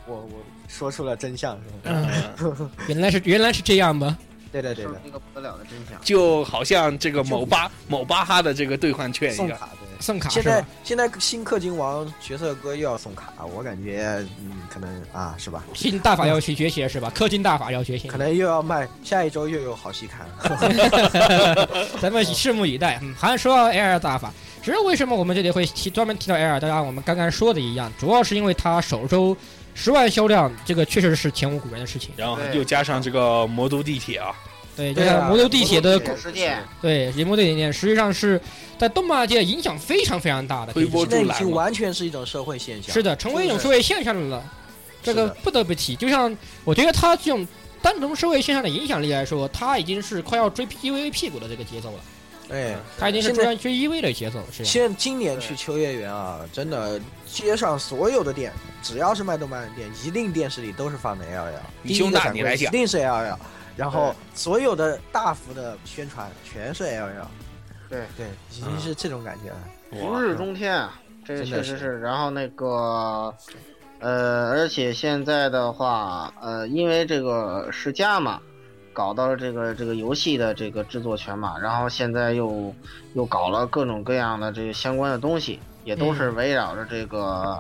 Speaker 4: 我我说出了真相是吧？
Speaker 2: 嗯
Speaker 1: 原来是原来是这样吗？
Speaker 4: 对的对
Speaker 3: 说了
Speaker 4: 的，
Speaker 3: 一个不得了的真相。
Speaker 2: 就好像这个某巴某巴哈的这个兑换券一
Speaker 4: 送
Speaker 2: 样，
Speaker 4: 卡对。
Speaker 1: 送卡是
Speaker 4: 现在
Speaker 1: 吧？
Speaker 4: 现在新氪金王角色哥又要送卡，我感觉嗯，可能啊是吧？
Speaker 1: 新大法要去学习了是吧？氪金大法要学习
Speaker 4: 嗯可，能又要卖，下一周又有好戏看。
Speaker 1: 咱们拭目以待。嗯，还说到 L L 大法，其实为什么我们这里会提专门提到 E L L，就像我们刚刚说的一样，主要是因为它首周十万销量，这个确实是前无古人的事情。
Speaker 2: 然后又加上这个魔都地铁啊，
Speaker 1: 对，就
Speaker 4: 对啊
Speaker 1: 像魔都地铁的
Speaker 3: 狗世界，
Speaker 1: 对，银幕对点点实际上是在动漫界影响非常非常大的，
Speaker 2: 推波
Speaker 1: 可以
Speaker 4: 现
Speaker 1: 说
Speaker 2: 助澜
Speaker 4: 在已经
Speaker 2: 嘛，
Speaker 4: 完全是一种社会现象。
Speaker 1: 是的，成为一种社会现象了。这
Speaker 4: 是
Speaker 1: 个
Speaker 4: 的
Speaker 1: 不得不提，就像我觉得它这种单从社会现象的影响力来说，它已经是快要追 EVA 屁股的这个节奏了，
Speaker 4: 哎，
Speaker 1: 它已经是
Speaker 4: 现在
Speaker 1: 追追 EVA 的节奏，是这样。
Speaker 4: 现在今年去秋叶原啊，真的街上所有的店，只要是卖动漫的店，一定电视里都是放的 L L。
Speaker 2: 你胸大
Speaker 4: 第一个展
Speaker 2: 你
Speaker 4: 柜
Speaker 2: 来讲
Speaker 4: 一定是 L L。然后
Speaker 3: 对
Speaker 4: 所有的大幅的宣传全是 L L。
Speaker 3: 对
Speaker 4: 对，已经是这种感觉了。
Speaker 3: 如日中天啊，这个
Speaker 4: 真的
Speaker 3: 确实
Speaker 4: 是
Speaker 3: 是。然后那个，呃，而且现在的话，呃，因为这个世嘉嘛，搞到了这个这个游戏的这个制作权嘛，然后现在又又搞了各种各样的这个相关的东西，也都
Speaker 4: 嗯
Speaker 3: 是围绕着这个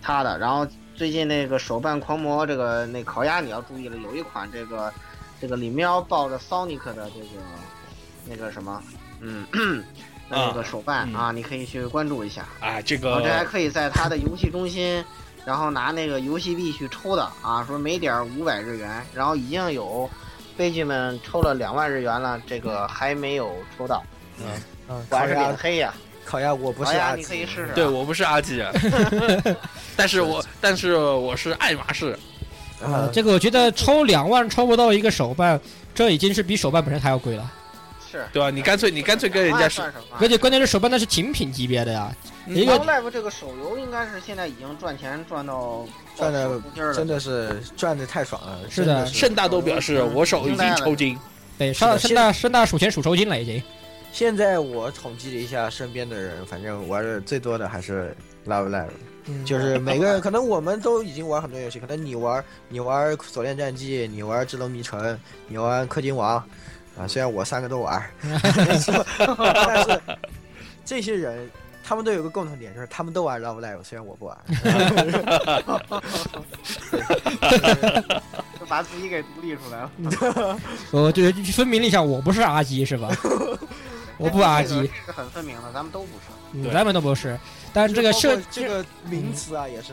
Speaker 3: 它的。然后最近那个手办狂魔这个那烤鸭你要注意了，有一款这个这个里面要抱着 Sonic 的这个那个什么，嗯。 那个手办
Speaker 2: 嗯
Speaker 3: 啊，你可以去关注一下。
Speaker 2: 啊，这
Speaker 3: 然后这
Speaker 2: 个
Speaker 3: 还可以在它的游戏中心，然后拿那个游戏币去抽的啊，说每点五百日元，然后已经有悲剧们抽了两万日元了，这个还没有抽到，
Speaker 4: 嗯，
Speaker 3: 我
Speaker 4: 烤
Speaker 3: 还是脸
Speaker 4: 鸭，
Speaker 3: 黑呀、
Speaker 4: 烤鸭，我不是啊
Speaker 3: 烤鸭
Speaker 4: 阿
Speaker 3: 你
Speaker 4: 紫
Speaker 3: 可以试试
Speaker 2: 啊
Speaker 3: 啊
Speaker 2: 对我不是阿基 人，但是我但是我是爱马仕，
Speaker 1: 呃
Speaker 4: 啊，
Speaker 1: 这个我觉得抽两万抽不到一个手办，这已经是比手办本身还要贵了。
Speaker 4: 啊
Speaker 3: 是。
Speaker 2: 对吧？啊你干脆你干脆跟人家说
Speaker 3: 算什么啊
Speaker 1: 而？且关键是手办那是精品级别的呀，
Speaker 2: 嗯
Speaker 1: 一
Speaker 3: 然
Speaker 1: 个
Speaker 3: 后 Live 这个手游应该是现在已经赚钱赚到
Speaker 4: 赚得
Speaker 3: 手抽筋儿
Speaker 4: 真
Speaker 3: 了，
Speaker 4: 的是赚的太爽了。
Speaker 1: 是的
Speaker 4: 真的
Speaker 2: 盛大嗯都表示我手已经抽筋，
Speaker 1: 对，上
Speaker 4: 是
Speaker 1: 盛
Speaker 4: 的
Speaker 1: 大盛大数钱数抽筋了已经。
Speaker 4: 现在我统计了一下身边的人，反正玩的最多的还是 Love Live，、就是嗯每个人，可能我们都已经玩很多游戏，可能你玩你玩《锁链战记》，你玩《智龙迷城》，你玩《氪金王》， 啊，虽然我三个都玩，但是这些人他们都有个共同点，就是他们都玩 Love Live，虽然我不玩。
Speaker 3: 就把自己给独立出来了。
Speaker 1: 我就分明了一下，我不是阿基 是吧？我不阿
Speaker 3: 垃
Speaker 1: 基
Speaker 3: 圾，这个很分明的，咱们都不是。
Speaker 1: 嗯
Speaker 2: 对
Speaker 1: 咱们都不是。但这个
Speaker 4: 就包
Speaker 1: 设
Speaker 4: 括这个名词啊，也是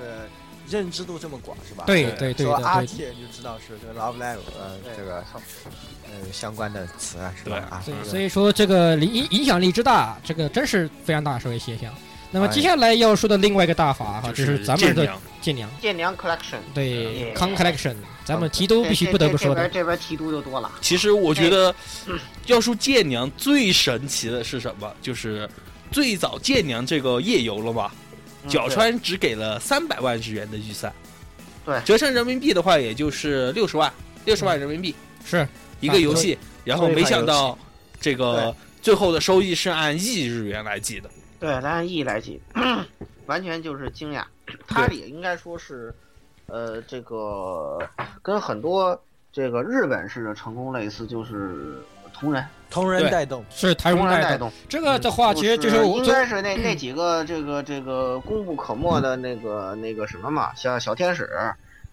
Speaker 4: 认知度这么广，是吧？
Speaker 1: 对
Speaker 2: 对
Speaker 1: 对对
Speaker 4: 说阿
Speaker 1: 对
Speaker 4: T 你就知道是这个 Love Live 呃
Speaker 3: 对
Speaker 4: 这个呃相关的词啊，是吧？
Speaker 2: 对
Speaker 4: 啊，
Speaker 1: 对，
Speaker 4: 这个
Speaker 1: 所以说这个影影响力之大，这个真是非常大社会现象。那么接下来要说的另外一个大法哈，啊就是咱们
Speaker 2: 这
Speaker 1: 的
Speaker 2: 样，
Speaker 1: 建良
Speaker 3: 哎建良 collection，
Speaker 1: 对
Speaker 3: 嗯
Speaker 1: Con Collection，咱们提都必须不得不说
Speaker 3: 这
Speaker 1: 的
Speaker 3: 边这边提督就多了，
Speaker 2: 其实我觉得，要说舰娘最神奇的是什么？就是最早舰娘这个夜游了嘛，
Speaker 3: 嗯
Speaker 2: 角川只给了三百万日元的预算，
Speaker 3: 对
Speaker 2: 折成人民币的话，也就是六十万，六十万人民币
Speaker 1: 是
Speaker 2: 一个游戏。然后没想到这
Speaker 4: 对
Speaker 2: 个最后的收益是按亿日元来计的，
Speaker 3: 对，咱按 E 来记，完全就是惊讶。它也应该说是，呃，这个跟很多这个日本式的成功类似，就是同人
Speaker 4: 同人
Speaker 2: 对
Speaker 4: 带动，
Speaker 1: 是台
Speaker 3: 同
Speaker 1: 湾
Speaker 3: 人嗯带
Speaker 1: 带的。
Speaker 3: 动，
Speaker 1: 这个的话，其实就是我
Speaker 3: 应
Speaker 1: 最
Speaker 3: 该是那那几个这个这个功不可没的那个那个什么嘛，像小天使。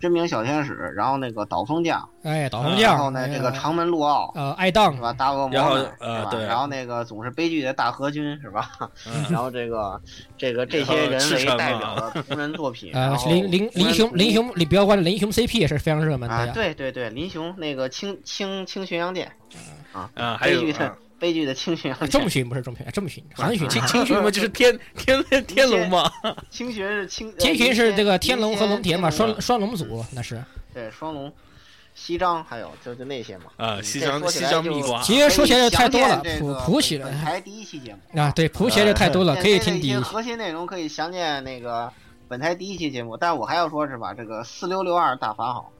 Speaker 3: 真名小天使，然后那个岛风将，
Speaker 1: 哎导航
Speaker 3: 然后
Speaker 1: 酱，
Speaker 3: 呢，
Speaker 1: 哎呀
Speaker 3: 这个长门陆奥，
Speaker 1: 呃爱当
Speaker 3: 是吧？大恶魔
Speaker 2: 然后
Speaker 3: 们
Speaker 2: 呃
Speaker 3: 是吧
Speaker 2: 对
Speaker 3: 然后那个总是悲剧的大和君 是吧？
Speaker 2: 嗯，
Speaker 3: 然后这个这个这
Speaker 2: 然后
Speaker 3: 些人
Speaker 2: 赤
Speaker 3: 为
Speaker 2: 诚
Speaker 3: 代
Speaker 2: 啊
Speaker 3: 表的同人作 品，
Speaker 1: 呃
Speaker 3: 然后
Speaker 1: 林林林
Speaker 3: 同
Speaker 1: 雄
Speaker 3: 人
Speaker 1: 林雄，你不要忘了林雄 CP 也是非常热门
Speaker 3: 啊
Speaker 1: 的，呀。
Speaker 3: 对对对，林雄那个青青青巡洋舰啊，
Speaker 2: 啊，还
Speaker 3: 悲
Speaker 2: 有
Speaker 3: 剧的悲剧的青巡洋
Speaker 1: 重
Speaker 3: 舰，
Speaker 1: 巡不是重巡，重巡韩巡
Speaker 3: 啊
Speaker 2: 青青巡嘛，就是天天天龙嘛，
Speaker 3: 青巡是青呃
Speaker 1: 天巡是这个天龙和龙
Speaker 3: 林
Speaker 1: 田嘛，
Speaker 3: 天
Speaker 1: 双双龙组那是。
Speaker 3: 对双龙，西张还有就就那些嘛
Speaker 2: 啊，
Speaker 3: 嗯
Speaker 2: 西
Speaker 3: 这
Speaker 2: 张
Speaker 3: 说起
Speaker 2: 西
Speaker 3: 来
Speaker 2: 张
Speaker 3: 就
Speaker 2: 蜜瓜，
Speaker 1: 其实说起来太多了
Speaker 3: 可以，详
Speaker 1: 谱
Speaker 3: 见这个
Speaker 1: 谱起
Speaker 3: 本
Speaker 1: 来
Speaker 3: 台第一期节目
Speaker 1: 啊，对，谱写的太多了，可以
Speaker 3: 这
Speaker 1: 听
Speaker 3: 一
Speaker 1: 第
Speaker 3: 些
Speaker 1: 一期。
Speaker 3: 核心内容可以详见那个本台第一期节目，但我还要说是吧，这个四六六二大法好，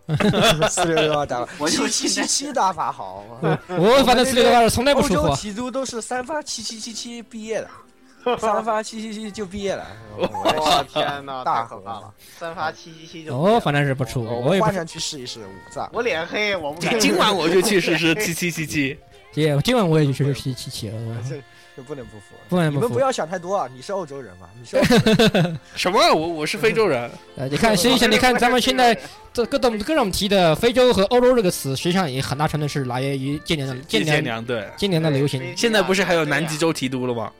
Speaker 4: 四六六二打法，
Speaker 3: 我就
Speaker 4: 七七七七打 法好。
Speaker 1: 我反正四六六二从来不 啊
Speaker 4: 欧
Speaker 1: 出
Speaker 4: 洲
Speaker 1: 货，
Speaker 4: 提督都是三发七七七七毕业的， 三发七七七就毕业了。
Speaker 3: 我天哪，
Speaker 4: 大
Speaker 3: 太可
Speaker 4: 河
Speaker 3: 怕了！三发七七七就
Speaker 1: 我哦反正是不出，
Speaker 4: 我
Speaker 1: 我也不
Speaker 4: 花想去试一试五啊藏，
Speaker 3: 我脸黑，我不
Speaker 2: 今今晚我就去试试七七七七，
Speaker 1: 也今晚我也去七七七了，我
Speaker 4: 这这不能不服。
Speaker 1: 不能
Speaker 4: 你
Speaker 1: 不
Speaker 4: 们不
Speaker 1: 服。
Speaker 4: 要想太多啊！你是欧洲人嘛？你是欧
Speaker 2: 什么？我我是非洲 人，
Speaker 1: 呃，你看，实际上你看咱们现在这各种各种提的非洲和欧洲这个词，实际上也很大程度是来源于近年的近
Speaker 2: 舰
Speaker 1: 年
Speaker 2: 娘对。
Speaker 1: 近年的流行。
Speaker 2: 现在不是还有南极洲提督了吗？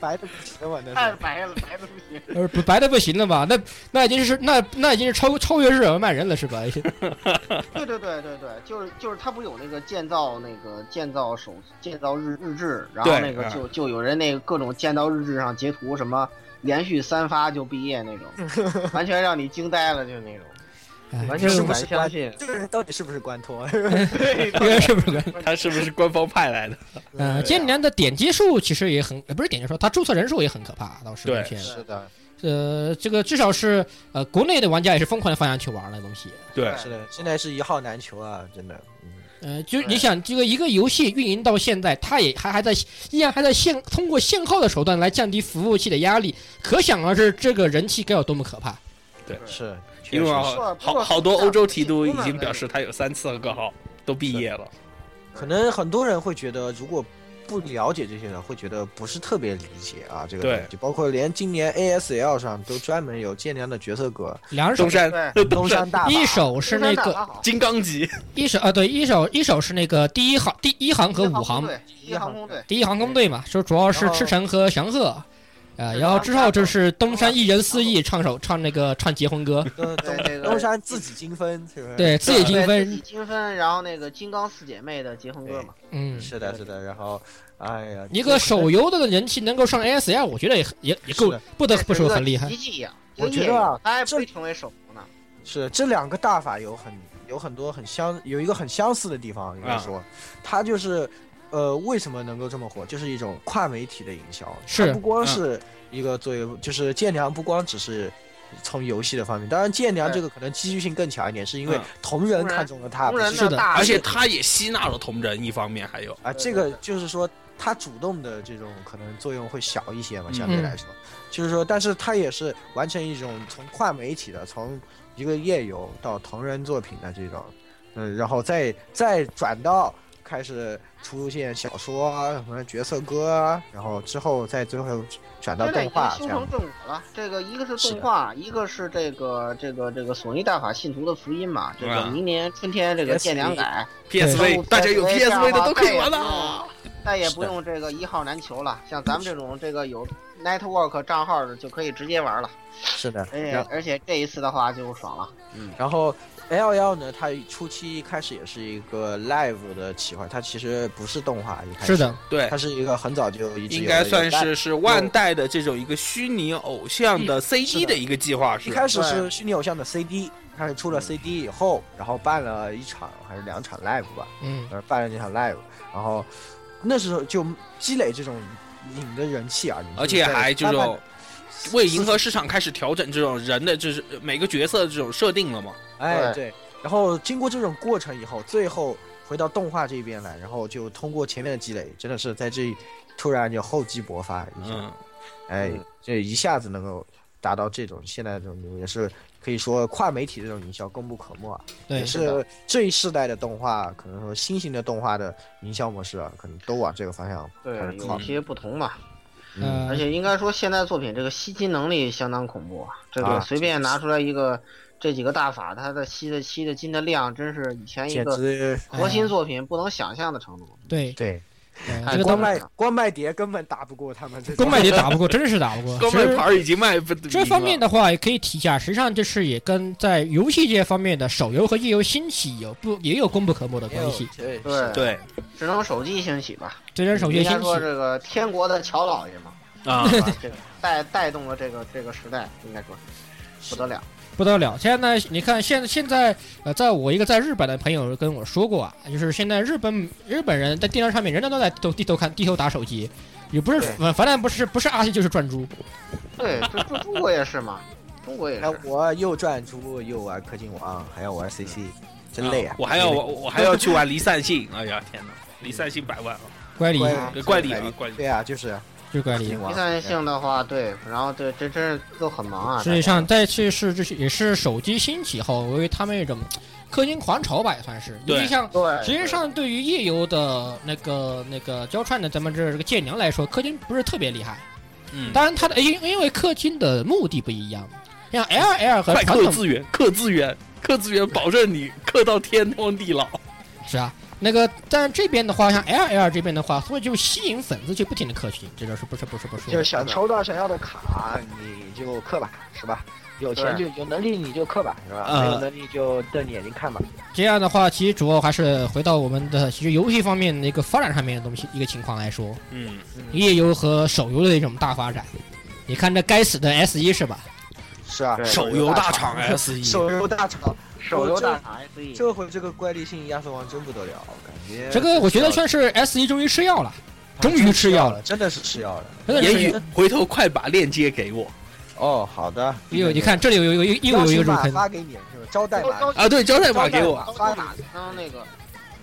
Speaker 4: 白的不行，我那
Speaker 3: 太
Speaker 4: 是。
Speaker 3: 白了，白的不行。
Speaker 1: 呃，不白的不行了吧？那那已经是那那已经是超超越日耳曼人了是吧？哎
Speaker 3: 对对对对对，就是就是他不是有那个建造那个建造手建造日日志，然后
Speaker 2: 对
Speaker 3: 那个
Speaker 2: 嗯
Speaker 3: 就就有人那个各种建造日志上截图什么。连续三发就毕业 那种，完全让你惊呆了，就那种，
Speaker 1: 哎
Speaker 3: 完
Speaker 1: 这
Speaker 3: 全
Speaker 1: 个
Speaker 3: 不敢相信。
Speaker 4: 这个人到底是不是官 托？
Speaker 3: 对，
Speaker 1: 这个是不是？
Speaker 2: 他是不是官方派来的？
Speaker 1: 呃，今年的点击数其实也很，呃不是点击数，它注册人数也很可怕，倒是
Speaker 2: 对
Speaker 1: 目前。
Speaker 4: 是的，
Speaker 1: 呃，这个至少是呃，国内的玩家也是疯狂的方向去玩了东西。
Speaker 2: 对，
Speaker 4: 是的，现在是一号难求啊，真的。嗯
Speaker 1: 呃，就是
Speaker 3: 对
Speaker 1: 你想，这个一个游戏运营到现在，它也还还在依然还在限通过限号的手段来降低服务器的压力，可想而知这个人气该有多么可怕。
Speaker 4: 是，
Speaker 2: 因为
Speaker 4: 确实是
Speaker 2: 好好好多欧洲提督已经表示他有三次噩耗，都毕业了。
Speaker 4: 可能很多人会觉得，如果不了解这些人，会觉得不是特别理解啊。这个
Speaker 2: 对
Speaker 4: 东西，包括连今年 ASL 上都专门有建良的角色 歌，
Speaker 1: 两手
Speaker 2: 东，山
Speaker 3: 对，
Speaker 4: 东山大法
Speaker 1: 一手是那
Speaker 3: 中山大
Speaker 1: 个
Speaker 3: 法好
Speaker 2: 金刚级，
Speaker 1: 一手啊，对，一手一手是那个第一行第一行和五行
Speaker 3: 对，一航空队，
Speaker 1: 第一航空队嘛，就主要是
Speaker 4: 然后
Speaker 1: 赤城和祥鹤。呃，
Speaker 3: 是
Speaker 1: 然后之后就是东山一人
Speaker 3: 然后
Speaker 1: 四翼唱首唱那个唱结婚歌，
Speaker 4: 东
Speaker 3: 对这个
Speaker 4: 东山自己精分，是不是？，
Speaker 1: 对自己
Speaker 3: 对
Speaker 1: 精
Speaker 3: 自
Speaker 1: 分
Speaker 3: 己，精分，然后那个金刚四姐妹的结婚歌嘛，
Speaker 1: 嗯，
Speaker 4: 是的，是的。然后，哎呀，
Speaker 1: 一个手游的人气能够上 ASL，我觉得也很也也
Speaker 4: 是
Speaker 1: 够
Speaker 4: 的
Speaker 1: 不得不说很厉
Speaker 3: 这
Speaker 1: 害
Speaker 3: 是一。个奇迹呀！
Speaker 4: 我觉
Speaker 3: 一个
Speaker 4: 得啊
Speaker 3: 夜他还不
Speaker 4: 这
Speaker 3: 会成为首富呢。
Speaker 4: 是这两个大法有很有很多很相有一个很相似的地方，应
Speaker 1: 啊
Speaker 4: 该说，它就是，呃，为什么能够这么火，就是一种跨媒体的营销，
Speaker 1: 是嗯
Speaker 4: 它不光是一个作为，就是建良不光只是。从游戏的方面，当然建良这个可能积极性更强一点，是因为
Speaker 2: 嗯
Speaker 4: 同人看中了他，
Speaker 3: 同人
Speaker 1: 是的
Speaker 3: 的大，
Speaker 2: 而且他也吸纳了同人，一方面还有
Speaker 4: 啊，这个就是说它主动的这种可能作用会小一些嘛，
Speaker 2: 嗯
Speaker 4: 相对来说，就是说，但是它也是完成一种从跨媒体的，从呃一个页游到同人作品的这种，嗯，然后再再转到开始出现小说啊，什么角色歌啊，然后之后再最后转到
Speaker 3: 现
Speaker 4: 动
Speaker 3: 在已经
Speaker 4: 画这
Speaker 3: 形
Speaker 4: 样
Speaker 3: 成。正果了。这个一个是
Speaker 4: 是
Speaker 3: 动画，一个是这个这个这个索尼大法信徒的福音嘛。这个
Speaker 2: 啊
Speaker 3: 明年春天这个
Speaker 4: PSV
Speaker 3: 建两改，
Speaker 2: PSV，大家有 PSV 的都可以玩
Speaker 3: 这样的
Speaker 2: 了。
Speaker 3: 再也
Speaker 4: 是
Speaker 3: 不
Speaker 4: 的
Speaker 3: 用这个一号难求了。像咱们这种这个有 Network 账号的就可以直接玩了。
Speaker 4: 是的，
Speaker 3: 而且
Speaker 4: 然后
Speaker 3: 而且这一次的话就爽了。
Speaker 4: 然后 L 幺呢，它初期一开始也是一个 live 的企划，它其实不是动画，一开始
Speaker 1: 是的，，
Speaker 2: 对
Speaker 4: 它，是一个很早就一直有
Speaker 2: 应
Speaker 4: 的
Speaker 2: 该
Speaker 4: 有
Speaker 2: 算
Speaker 4: 但
Speaker 2: 是是万代的这种一个虚拟偶像的 CD
Speaker 4: 是
Speaker 2: 嗯
Speaker 4: 的
Speaker 2: 的一个计划，是
Speaker 4: 一
Speaker 2: 吧
Speaker 4: 开始是虚拟偶像的 CD，开始出
Speaker 2: 嗯
Speaker 4: 了 CD 以后，然后办了一场还是两场 live 吧，
Speaker 1: 嗯，
Speaker 4: 呃，办了这场 live，然后那时候就积累这种影的人气啊，你
Speaker 2: 而且
Speaker 4: 在
Speaker 2: 还这
Speaker 4: 慢慢
Speaker 2: 种为迎合市场开始调整这种人的，就是呃每个角色的这种设定了嘛。
Speaker 4: 哎
Speaker 3: 对
Speaker 4: 对，然后经过这种过程以后，最后回到动画这边来，然后就通过前面的积累，真的是在这突然就厚积薄发一下，
Speaker 2: 嗯，
Speaker 4: 哎，这一下子能够达到这种现在这种地步，也是可以说跨媒体这种营销功不可没啊。
Speaker 1: 对
Speaker 4: 也，是这一世代的动画，可能说新型的动画的营销模式啊，可能都往这个方向。嗯
Speaker 3: 对
Speaker 4: 还是
Speaker 3: 有
Speaker 4: 靠
Speaker 3: 一些不同嘛。
Speaker 1: 呃
Speaker 3: 而且应该说，现在作品这个吸金能力相当恐怖啊！这
Speaker 4: 啊
Speaker 3: 个随便拿出来一个，这几个大法，它的吸的吸的金的量，真是以前一
Speaker 4: 简
Speaker 3: 个
Speaker 4: 直哎
Speaker 3: 核心作品不能想象的程度。
Speaker 1: 对，
Speaker 4: 对，
Speaker 1: 呃
Speaker 3: 哎
Speaker 1: 这个东
Speaker 4: 光
Speaker 3: 光
Speaker 4: 卖
Speaker 3: 卖
Speaker 4: 光卖碟根本打不过他们这
Speaker 1: 公卖也打不过，真是打不过。
Speaker 2: 光
Speaker 1: 其实
Speaker 2: 卖牌儿已经卖不
Speaker 1: 这方面
Speaker 2: 的
Speaker 1: 的话，也可以提一下，实际上这是也跟在游戏这方面的手游和页游兴起有不也有功不可没的关系。
Speaker 4: 对
Speaker 3: 对，
Speaker 2: 对
Speaker 3: 只能手机兴起吧。
Speaker 1: 虽然手游
Speaker 3: 应
Speaker 1: 兴
Speaker 3: 该
Speaker 1: 起
Speaker 3: 说，这个天国的乔老爷嘛，
Speaker 2: 啊，
Speaker 3: 是吧这个带带动了这个这个时代，应该说不得了。
Speaker 1: 不得了。现在呢，你看现现在呃，在我一个在日本的朋友跟我说过啊，就是现在日本日本人在电脑上面仍然都在都低头看低头打手机，也不是
Speaker 4: 对
Speaker 1: 反反正不是不是阿西就是转珠，
Speaker 3: 对，就就中国也是嘛，中国也
Speaker 4: 那
Speaker 1: 哎
Speaker 3: 是。
Speaker 4: 我又转出又玩氪金王，还要玩 CC，真
Speaker 3: 嗯
Speaker 4: 累啊！
Speaker 2: 我还要我我还要去玩离散性， 哎呀天哪，离散性百万啊，
Speaker 1: 乖离
Speaker 4: 怪
Speaker 3: 啊
Speaker 2: 怪力啊怪力，
Speaker 4: 对啊，就是
Speaker 1: 就是乖
Speaker 4: 氪
Speaker 1: 离
Speaker 4: 金。王
Speaker 3: 第。三性的话，对，然后对，这真是都很忙啊。
Speaker 1: 实际上，在这是这是也是手机兴起后，为他们一种 氪金狂潮吧，也算是。尤
Speaker 2: 对
Speaker 1: 其像
Speaker 3: 大家对，
Speaker 1: 实际上，对于夜游的那个那个交串的咱们这这个剑娘来说，氪金不是特别厉害。
Speaker 2: 嗯，
Speaker 1: 当然，它的因因为氪金的目的不一样，像 L L 和
Speaker 2: 快
Speaker 1: 传
Speaker 2: 氪
Speaker 1: 统
Speaker 2: 资源，氪资源，氪资源，保证你氪到天荒地老。
Speaker 1: 是啊，那个但这边的话，像 L L 这边的话，所以就吸引粉丝就不停的氪金，这就是不是不是不
Speaker 7: 就是
Speaker 1: 是，
Speaker 7: 想抽到想要的卡，你就氪吧，是吧？有钱就有能力你就氪吧，是吧？
Speaker 2: 呃
Speaker 7: 没有能力就瞪你眼睛看吧。
Speaker 1: 这样的话，其实主要还是回到我们的其实游戏方面的一个发展上面的东西一个情况来说，
Speaker 2: 嗯，
Speaker 1: 夜游和手游的一种大发展。你看这该死的 S 一是吧？
Speaker 4: 是啊，
Speaker 3: 对
Speaker 2: 手游大厂 S 一，
Speaker 4: 手游大厂，
Speaker 3: 手游大厂 SE，
Speaker 4: 这回这个怪力性压缩王真不得了，感觉
Speaker 1: 这个我觉得算是 S 一终于吃药了，终于吃药了，
Speaker 4: 真的是吃药了。
Speaker 1: 真的是
Speaker 2: 言语回头快把链接给我
Speaker 4: 哦，好的，
Speaker 1: 也哎有你看这里有有有又有一个入
Speaker 4: 码
Speaker 1: 坑，
Speaker 4: 发给你是吧？招待码
Speaker 3: 招
Speaker 2: 啊，对，招待码给我。
Speaker 3: 都都哪才能那个，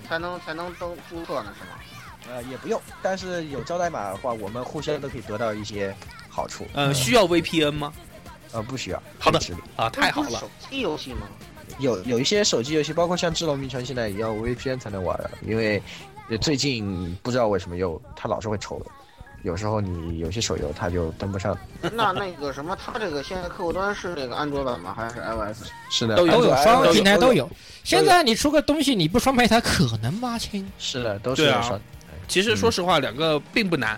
Speaker 3: 才能才能登注册呢？是吗？
Speaker 4: 呃，也不用，但是有招待码的话，我们互相都可以得到一些好处。
Speaker 2: 嗯，需要 VPN 吗？
Speaker 4: 呃，不需要。
Speaker 2: 好的
Speaker 4: 可以直接
Speaker 2: 啊，太好
Speaker 3: 这
Speaker 1: 嗯
Speaker 3: 不是
Speaker 2: 了，
Speaker 3: 手机游戏吗？
Speaker 4: 有有一些手机游戏，包括像《智龙迷城》，现在也要 VPN 才能玩了，因为呃最近不知道为什么又它老是会抽的，有时候你有些手游它就登不上。
Speaker 3: 那那个什么，它这个现在客户端是这个安卓版吗？还是 iOS？
Speaker 4: 是的，
Speaker 2: 都有
Speaker 1: 都有
Speaker 4: 安卓
Speaker 1: 双个平台都
Speaker 4: 有。
Speaker 1: 有。现在你出个东西你不双排它可能吗，亲？
Speaker 4: 是的，都是
Speaker 2: 对啊
Speaker 4: 双，
Speaker 2: 其实说实话，两个并不难，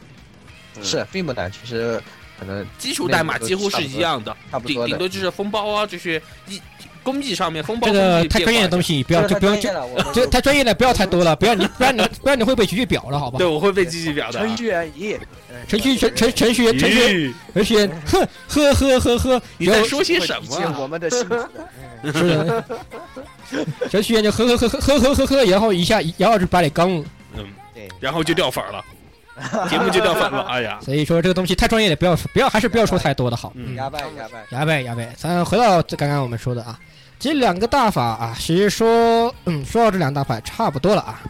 Speaker 4: 是并不难，其实可能
Speaker 2: 基础代码几乎是一样的，
Speaker 4: 差不
Speaker 2: 顶
Speaker 4: 多
Speaker 2: 顶
Speaker 4: 的。
Speaker 2: 多就是封包啊，这些一工艺上面封包
Speaker 1: 这个
Speaker 2: 工艺
Speaker 1: 太
Speaker 2: 变化
Speaker 1: 专业的东
Speaker 2: 一下。
Speaker 1: 西，不
Speaker 4: 不
Speaker 1: 要就不要
Speaker 4: 这
Speaker 1: 就
Speaker 4: 了，我们
Speaker 1: 这太专业的不要太多了，不要你不然你不然你会被局局表了，好吧
Speaker 2: 对，？我会被机器表的啊。
Speaker 4: 程序员一
Speaker 1: 程序程程程序员程序员
Speaker 2: 咦，
Speaker 1: 程序员，呵呵呵呵呵，
Speaker 2: 你
Speaker 1: 然
Speaker 2: 在
Speaker 1: 后
Speaker 2: 说些什么
Speaker 4: 见
Speaker 2: 啊？
Speaker 4: 我们的性质。
Speaker 1: 是的，程序员就呵呵呵呵呵呵呵，然后一下然后就把你刚了。
Speaker 2: 嗯，
Speaker 4: 对，
Speaker 2: 然后就掉粉儿了，节目就掉粉 了。哎呀，
Speaker 1: 所以说这个东西太专业的不要不要还是不要说太多的好。
Speaker 2: 嗯，
Speaker 4: 压败压败。
Speaker 1: 牙呗牙呗，咱回到这刚刚我们说的啊，其实两个大法啊，其实说嗯，说到这两个大法也差不多了啊。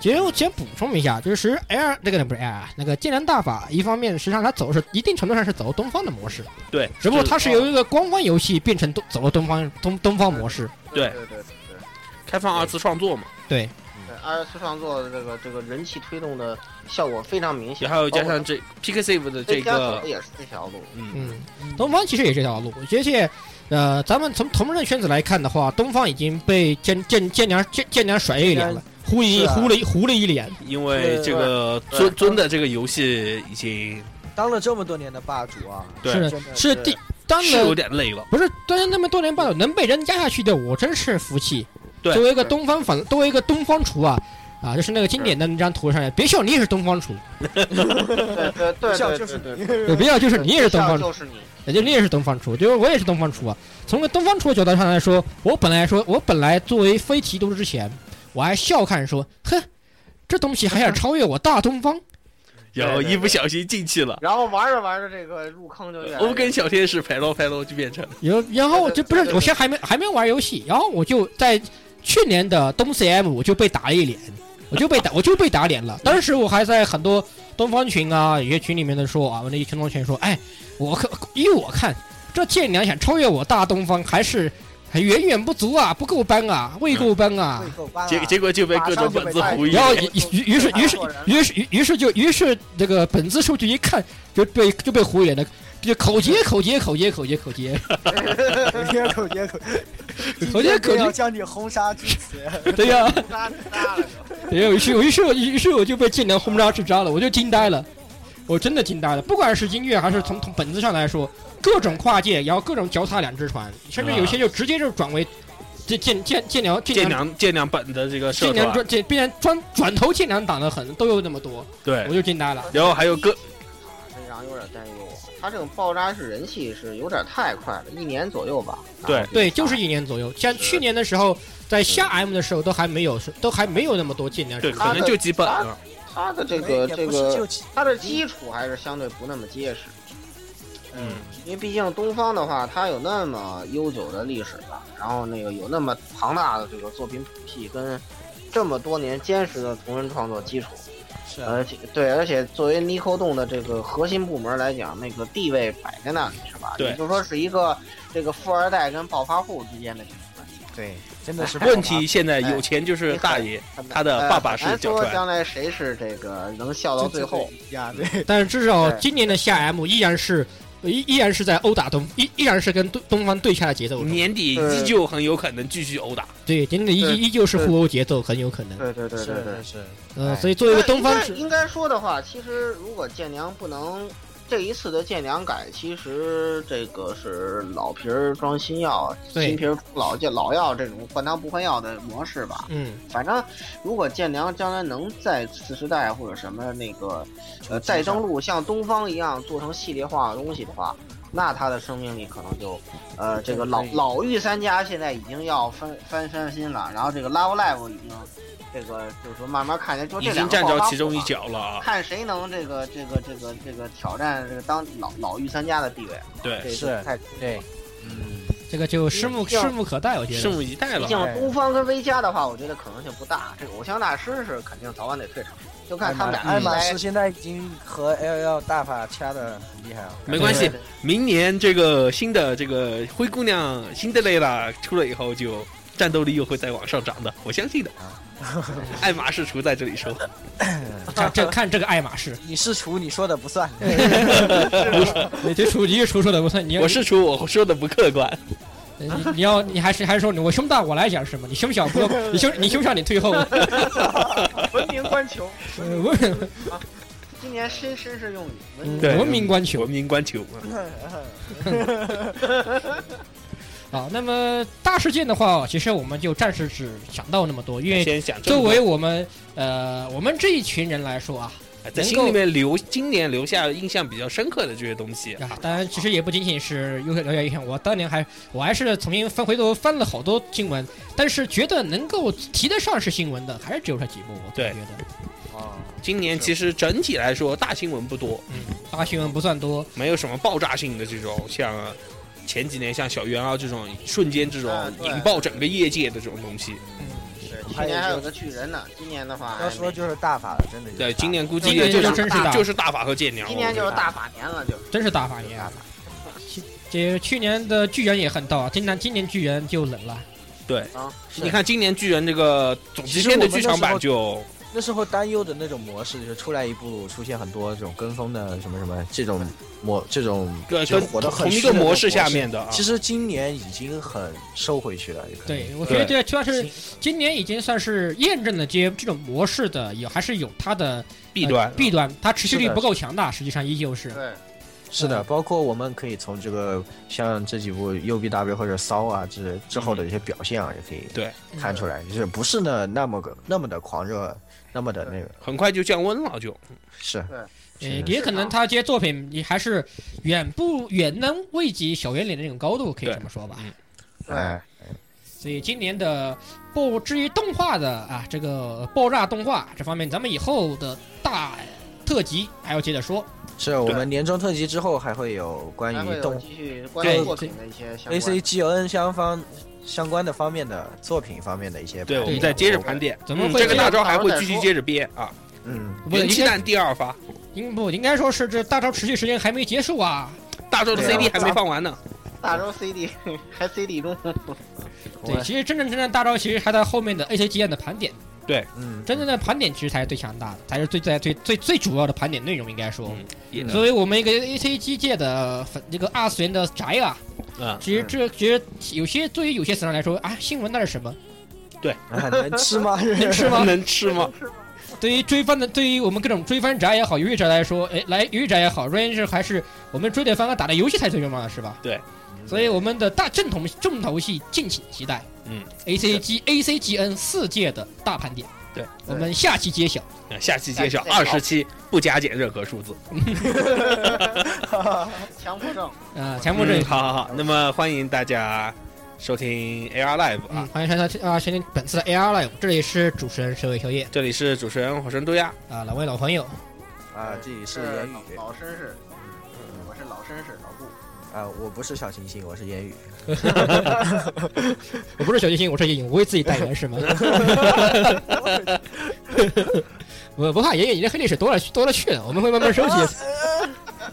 Speaker 1: 其实我先补充一下，就是 L 那个不是 L 啊，那个剑南大法，一方面实际上它走是一定程度上是走东方的模式，
Speaker 2: 对，
Speaker 1: 只不过它是由一个官方游戏变成东走了东方东东方模式，
Speaker 2: 对
Speaker 3: 对对对，
Speaker 2: 开放二次创作嘛。
Speaker 1: 对。
Speaker 3: 对二十四创作的这个这个人气推动的效果非常明显，
Speaker 2: 然后加
Speaker 3: 包括
Speaker 2: 上
Speaker 4: 哦
Speaker 2: 这 p k s a v e 的
Speaker 3: 对
Speaker 2: 这
Speaker 3: 家走
Speaker 2: 个
Speaker 3: 的，也是这条路，
Speaker 2: 嗯，
Speaker 1: 嗯，东方其实也这条路，而且，呃，咱们从同人圈子来看的话，东方已经被剑剑剑娘剑剑娘甩了一脸了，糊一
Speaker 4: 是啊
Speaker 1: 糊了一糊了一脸。
Speaker 2: 因为这个
Speaker 3: 对
Speaker 2: 尊尊的这个游戏已经
Speaker 5: 当了这么多年的霸主啊，
Speaker 2: 对
Speaker 1: 是
Speaker 5: 真的
Speaker 1: 是第当
Speaker 2: 是有
Speaker 1: 了
Speaker 2: 点累了，
Speaker 1: 不是当然那么多年报道能被人压下去的，我真是服气。
Speaker 2: 对
Speaker 1: 作为一个东方反，作为一个东方厨啊，啊，就是那个经典的那张图上面，别笑你也是东方厨，
Speaker 3: 对对 对
Speaker 5: 笑
Speaker 3: 对
Speaker 5: 就是
Speaker 3: 对对，
Speaker 1: 有必要就是你也是东
Speaker 3: 笑
Speaker 1: 方厨，
Speaker 3: 就是你，
Speaker 1: 也就你也是东方厨，就是我也是东方厨啊。从个东方厨的角度上来说，我本来说，我本来作为非提督之前，我还笑看说，哼，这东西还 想超越我大东方，
Speaker 2: 然后
Speaker 3: 对对
Speaker 2: 一不小心进去 了，
Speaker 3: 然后玩着玩着这个入坑就越来
Speaker 2: 我
Speaker 3: 越
Speaker 2: 跟小天使排喽排喽就变成
Speaker 1: 有然后就不是
Speaker 3: 对对对
Speaker 1: 我现在还没还没玩游戏，然后我就在去年的东 CM 我就被打了一脸，我就被打我就被打脸了。当时我还在很多东方群啊，有些群里面的说啊，我那一群同学说，哎，我可依我看，这剑娘想超越我大东方还是还远远不足啊，不够班啊，未够班 啊。
Speaker 4: 最后关
Speaker 2: 结
Speaker 4: 了
Speaker 2: 结果就被各种
Speaker 4: 马上就被
Speaker 2: 粉丝
Speaker 4: 带
Speaker 2: 胡
Speaker 1: 然后
Speaker 2: 言，
Speaker 1: 于于于是于是于是于于是就于是这个本子数据一看就被就被胡言了，就口诀口诀口诀口诀口诀，
Speaker 4: 接口接口，
Speaker 1: 口诀口
Speaker 4: 要
Speaker 1: 诀，
Speaker 4: 将你轰杀至此。
Speaker 1: 对呀、
Speaker 3: 自杀自杀了就。
Speaker 1: 也有一次，有一次我于是我就被剑娘轰炸制渣了，我就惊呆了，我真的惊呆了。不管是音乐还是从从本质上来说，各种跨界，然后各种脚踏两只船，甚至有些就直接就转为这剑剑剑娘
Speaker 2: 见
Speaker 1: 剑娘
Speaker 2: 两见两本的这个社
Speaker 1: 剑娘
Speaker 2: 团，
Speaker 1: 转这变成转转头剑娘党的很都有那么多，
Speaker 2: 对
Speaker 1: 我，就惊呆了。
Speaker 2: 然后还有各
Speaker 3: 这让有点担忧。他这种爆炸式人气是有点太快了，一年左右吧。啊
Speaker 2: 对
Speaker 1: 对，就是一年左右。像去年的时候，在下 M 的时候都还没有，都还没有那么多剑娘。
Speaker 2: 对，可
Speaker 3: 他的
Speaker 2: 能就几本
Speaker 3: 他他 的这个
Speaker 5: 也
Speaker 3: 这
Speaker 5: 不是
Speaker 3: 个，
Speaker 5: 就其
Speaker 3: 他的基础还是相对不那么结实。
Speaker 2: 嗯，
Speaker 3: 因为毕竟东方的话，它有那么悠久的历史了，然后那个有那么庞大的这个作品谱系跟这么多年坚实的同人创作基础，
Speaker 5: 是啊
Speaker 3: 而且对，而且作为尼科动的这个核心部门来讲，那个地位摆在那里是吧？
Speaker 2: 对
Speaker 3: 也就是说是一个这个富二代跟暴发户之间的这种关系。
Speaker 4: 对，
Speaker 5: 真的是
Speaker 2: 问题现在
Speaker 3: 哎
Speaker 2: 有钱就是大爷，
Speaker 3: 很难
Speaker 2: 他的爸爸是
Speaker 3: 呃很难
Speaker 2: 角
Speaker 3: 说
Speaker 2: 川
Speaker 3: 将来谁是这个能笑到最后。
Speaker 4: 呀，对，
Speaker 1: 但是至少
Speaker 3: 对
Speaker 1: 今年的下 M 依然是依依然是在殴打东依依然是跟东东方对掐的节奏中。
Speaker 2: 年底依旧很有可能继续殴打。
Speaker 1: 对，顶顶依
Speaker 3: 对
Speaker 1: 依旧是
Speaker 3: 对
Speaker 1: 互殴节奏，很有可能。
Speaker 3: 对对对
Speaker 5: 是
Speaker 3: 对对
Speaker 5: 是。是，
Speaker 1: 呃，
Speaker 5: 哎
Speaker 1: 所以作为一个东方
Speaker 3: 那
Speaker 1: 之
Speaker 3: 应该应该说的话，其实如果建良不能这一次的建良改，其实这个是老皮儿装新药，
Speaker 1: 对
Speaker 3: 新皮儿出老药老药这种换汤不换药的模式吧。
Speaker 1: 嗯，
Speaker 3: 反正如果建良将来能在次时代或者什么那个呃再登陆，像东方一样做成系列化的东西的话，那他的生命力可能就呃这个老老御三家现在已经要翻翻翻新了，然后这个 Love Live 已经这个就是说慢慢看见，就
Speaker 2: 已
Speaker 3: 这
Speaker 2: 经
Speaker 3: 两个
Speaker 2: 站
Speaker 3: 爆
Speaker 2: 着
Speaker 3: 发
Speaker 2: 其中
Speaker 3: 户
Speaker 2: 一
Speaker 3: 吧
Speaker 2: 角了啊！
Speaker 3: 看谁能这个这个这个这个挑战这个当老老御三家的地位，
Speaker 2: 对，
Speaker 3: 这
Speaker 4: 是
Speaker 3: 太
Speaker 4: 对，
Speaker 1: 这个就拭目
Speaker 3: 要
Speaker 1: 拭目可待，我觉
Speaker 2: 拭
Speaker 1: 得。
Speaker 2: 目以待
Speaker 3: 毕
Speaker 2: 了
Speaker 3: 竟。东方跟威加的话，我觉得可能性不大。这个偶像大师是肯定早晚得退场，就看他们俩
Speaker 2: 哎
Speaker 4: 爱
Speaker 3: 谁
Speaker 4: 马
Speaker 3: 来
Speaker 4: 仕
Speaker 5: 是现在已经和 L L 大法掐的很厉害了。
Speaker 2: 没关系
Speaker 3: 对，
Speaker 2: 明年这个新的这个灰姑娘辛德蕾拉出了以后，就战斗力又会再往上涨的，我相信的。爱马仕厨在这里说，
Speaker 1: 看这看这个爱马仕，
Speaker 4: 你是厨，你说的不 算。
Speaker 1: 你这厨你是厨说的不算，你要
Speaker 2: 我是厨，我说的不客观。
Speaker 1: 你你要你还是还是说你我胸大我来讲是吗？你胸小不要，你胸你胸小你退 后。呃
Speaker 3: 文明观球，
Speaker 1: 文
Speaker 3: 今年新绅士用语，文明
Speaker 2: 对
Speaker 1: 文明观球
Speaker 2: 文明观球，
Speaker 1: 啊。那么大事件的话，其实我们就暂时只想到那么多，因为
Speaker 2: 先想这么
Speaker 1: 作
Speaker 2: 多
Speaker 1: 为我们呃我们这一群人来说啊，
Speaker 2: 在心里面留今年留下印象比较深刻的这些东西
Speaker 1: 啊，当然，其实也不仅仅是优秀了解影响，我当年还我还是重新翻回头翻了好多新闻，但是觉得能够提得上是新闻的，还是只有这几部。我
Speaker 2: 对
Speaker 1: 觉得，
Speaker 4: 哦
Speaker 2: 今年其实整体来说大新闻不多，
Speaker 1: 嗯，大新闻不算多，
Speaker 2: 没有什么爆炸性的这种像。前几年像小猿啊这种瞬间这种
Speaker 3: 啊对
Speaker 2: 引爆整个业界的这种东西，
Speaker 3: 是去年还有个巨人呢，今年的话
Speaker 4: 要说就是大法了，真的就是大法。
Speaker 2: 对，今年估计
Speaker 1: 今年
Speaker 2: 也就
Speaker 1: 就真是大
Speaker 2: 就是大法和剑娘了。
Speaker 3: 今年就是大法年了，就是
Speaker 1: 真是大啊发年。这去年的巨人也很到啊，今年今年巨人就冷了，
Speaker 2: 对
Speaker 3: 啊，
Speaker 5: 是
Speaker 2: 你看今年巨人这个总集篇的剧场版就
Speaker 4: 那时候担忧的那种模式，就是出来一部出现很多这种跟风的什么什么这种模这种
Speaker 2: 对
Speaker 4: 就
Speaker 2: 跟
Speaker 4: 是火得很
Speaker 2: 同一
Speaker 4: 虚的
Speaker 2: 个
Speaker 4: 那种
Speaker 2: 模
Speaker 4: 模
Speaker 2: 式下面的啊，
Speaker 4: 其实今年已经很收回去了，也可能
Speaker 1: 对，我觉得这算是
Speaker 4: 行
Speaker 1: 今年已经算是验证了这些这种模式的，有还是有它的
Speaker 2: 弊端啊
Speaker 1: 呃弊端，它持续
Speaker 4: 是
Speaker 1: 力
Speaker 4: 的
Speaker 1: 不够强大，实际上依旧是。
Speaker 3: 对，
Speaker 4: 是的，包括我们可以从这个像这几部 UBW 或者骚啊之之后的一些表现啊，也可以
Speaker 2: 对
Speaker 1: 嗯
Speaker 4: 看出来，就是不是呢那么个那么的狂热，那么的那个
Speaker 2: 很快就降温了就。
Speaker 4: 是
Speaker 1: 呃
Speaker 4: 是
Speaker 1: 也可能他这些作品也还是远不远能未及小圆脸的那种高度，可以
Speaker 2: 对
Speaker 1: 这么说吧。
Speaker 3: 对
Speaker 4: 哎
Speaker 1: 所以今年的爆，至于动画的啊，这个爆炸动画这方面，咱们以后的大特辑还要接着说。
Speaker 4: 是我们年终特辑之后还会有关
Speaker 3: 还会
Speaker 4: 于
Speaker 3: 有
Speaker 4: 动
Speaker 3: 继续关于
Speaker 1: 对
Speaker 3: 作品的一些相
Speaker 4: A
Speaker 3: 关
Speaker 4: C G N 相方相关的方面的作品方面的一些
Speaker 2: 对，我们
Speaker 1: 对
Speaker 2: 再接着盘点，
Speaker 1: 咱们
Speaker 2: 嗯
Speaker 1: 会
Speaker 2: 这个
Speaker 1: 接着
Speaker 2: 大招还会
Speaker 3: 再
Speaker 2: 继续
Speaker 3: 说
Speaker 2: 接着憋啊。
Speaker 4: 嗯
Speaker 1: 不
Speaker 2: 元
Speaker 1: 应
Speaker 2: 气
Speaker 1: 该
Speaker 2: 弹第二发，
Speaker 1: 应不应该说是这大招持续时间还没结束啊？
Speaker 2: 大周的
Speaker 4: 对啊
Speaker 2: CD 还没放完呢。
Speaker 3: 大洲 CD 还 CD 中，
Speaker 1: 对，其实真正真正大招其实还在后面的 A C G N 的盘点，
Speaker 4: 嗯
Speaker 1: 真正的盘点其实才是最强大的，才是最最最最最主要的盘点内容应该说
Speaker 2: 嗯。也
Speaker 1: 作为我们一个 A C G 界的粉，这个二次元的宅啊，
Speaker 2: 嗯
Speaker 1: 其实这其实有些对于有些死党来说啊，新闻那是什么？
Speaker 4: 啊能吃吗？
Speaker 1: 能吃吗？
Speaker 2: 能吃吗？
Speaker 1: 对于追番的，对于我们各种追番宅也好，游戏宅来说，哎，来游戏宅也好，Ranger 还是我们追的番和打的游戏才最重要的是吧？
Speaker 2: 对，
Speaker 1: 所以我们的大正统重头戏敬请期待。
Speaker 2: 嗯
Speaker 1: ，A C G A C G N 四届的大盘点，
Speaker 2: 对
Speaker 1: 我们下期揭晓。
Speaker 2: 嗯下期揭晓
Speaker 3: 下
Speaker 2: 二
Speaker 3: 期再
Speaker 2: 十期，不加减任何数字。
Speaker 3: 强迫症。
Speaker 1: 啊，强迫症
Speaker 2: 嗯，，好好好，那么欢迎大家收听 AR Live
Speaker 1: 嗯
Speaker 2: 啊，，
Speaker 1: 欢迎收听啊，收听本次的 AR Live，这里是主持人社会宵夜
Speaker 2: 这里是主持人火神杜亚，
Speaker 1: 啊，两位老朋友，
Speaker 4: 啊，这里是言语
Speaker 3: 老老绅士，嗯我是老绅士老顾。
Speaker 4: 啊，我不是小清新，我是言 语。
Speaker 1: 我不是小清新，我是野影，我为自己代言是 吗？我不怕爷爷，你这黑历史多了去多了去了，我们会慢慢收集。
Speaker 3: 阿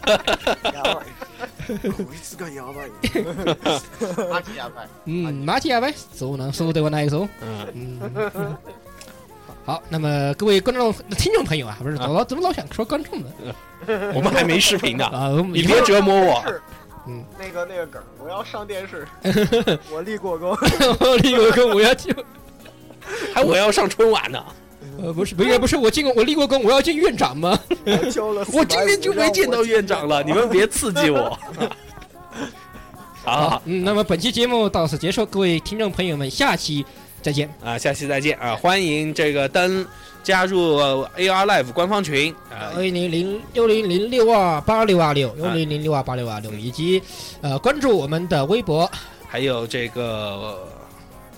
Speaker 3: 吉亚派，
Speaker 1: 嗯，马起来呗，走呢，走对我那一走。
Speaker 2: 嗯，
Speaker 1: 嗯，好，那么各位观众、听众朋友啊，不是
Speaker 2: 啊
Speaker 1: 老老怎么老想说观众呢？
Speaker 2: 我们还没视频 呢，
Speaker 1: 啊，我们
Speaker 2: 你别折磨我，
Speaker 3: 是，
Speaker 1: 嗯，
Speaker 3: 那个那个梗，我要上电视。
Speaker 4: 我立过功，
Speaker 1: 我立过功，我要进，
Speaker 2: 还我要上春晚呢，
Speaker 1: 呃，不是，不是，不是，我进过，我立过功，我要进院长吗？
Speaker 4: 我交了
Speaker 2: 我今天就没见到院长了，你们别刺激我。好好好
Speaker 1: 嗯，那么本期节目到此结束，各位听众朋友们，下期再见。
Speaker 2: 啊，下期再见啊，欢迎这个登加入呃 AR Live 官方群啊，
Speaker 1: 幺零零幺零零六二八六二六幺零零六二啊八六二
Speaker 2: 嗯
Speaker 1: 六，以及呃关注我们的微博
Speaker 2: 还有这个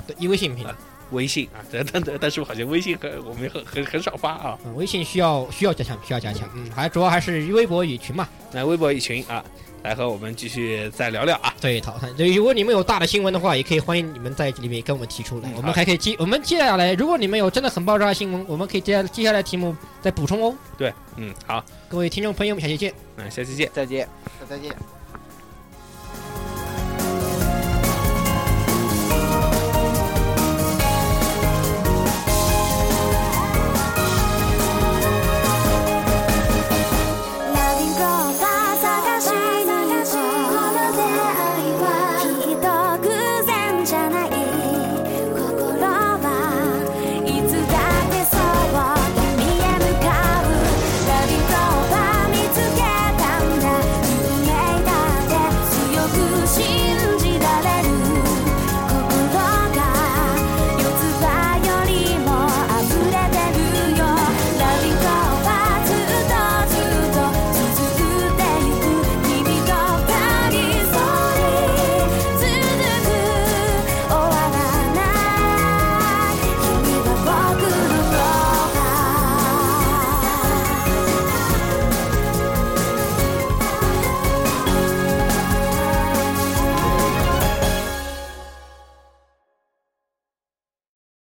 Speaker 1: 的一微信平台
Speaker 2: 啊，微信啊，但 但但但是我好像微信很我们很很很少发啊，
Speaker 1: 嗯微信需要需要加强，需要加强，嗯，还主要还是微博与群嘛。
Speaker 2: 来微博一群啊，来和我们继续再聊聊啊，
Speaker 1: 对，淘汰。对，如果你们有大的新闻的话，也可以欢迎你们在这里面跟我们提出来
Speaker 2: 嗯，
Speaker 1: 我们
Speaker 2: 好
Speaker 1: 还可以接。我们接下来，如果你们有真的很爆炸的新闻，我们可以接下接下来题目再补充哦。
Speaker 2: 对，嗯，好，
Speaker 1: 各位听众朋友们，下期见。
Speaker 2: 那下期见。
Speaker 4: 再见。
Speaker 3: 再见。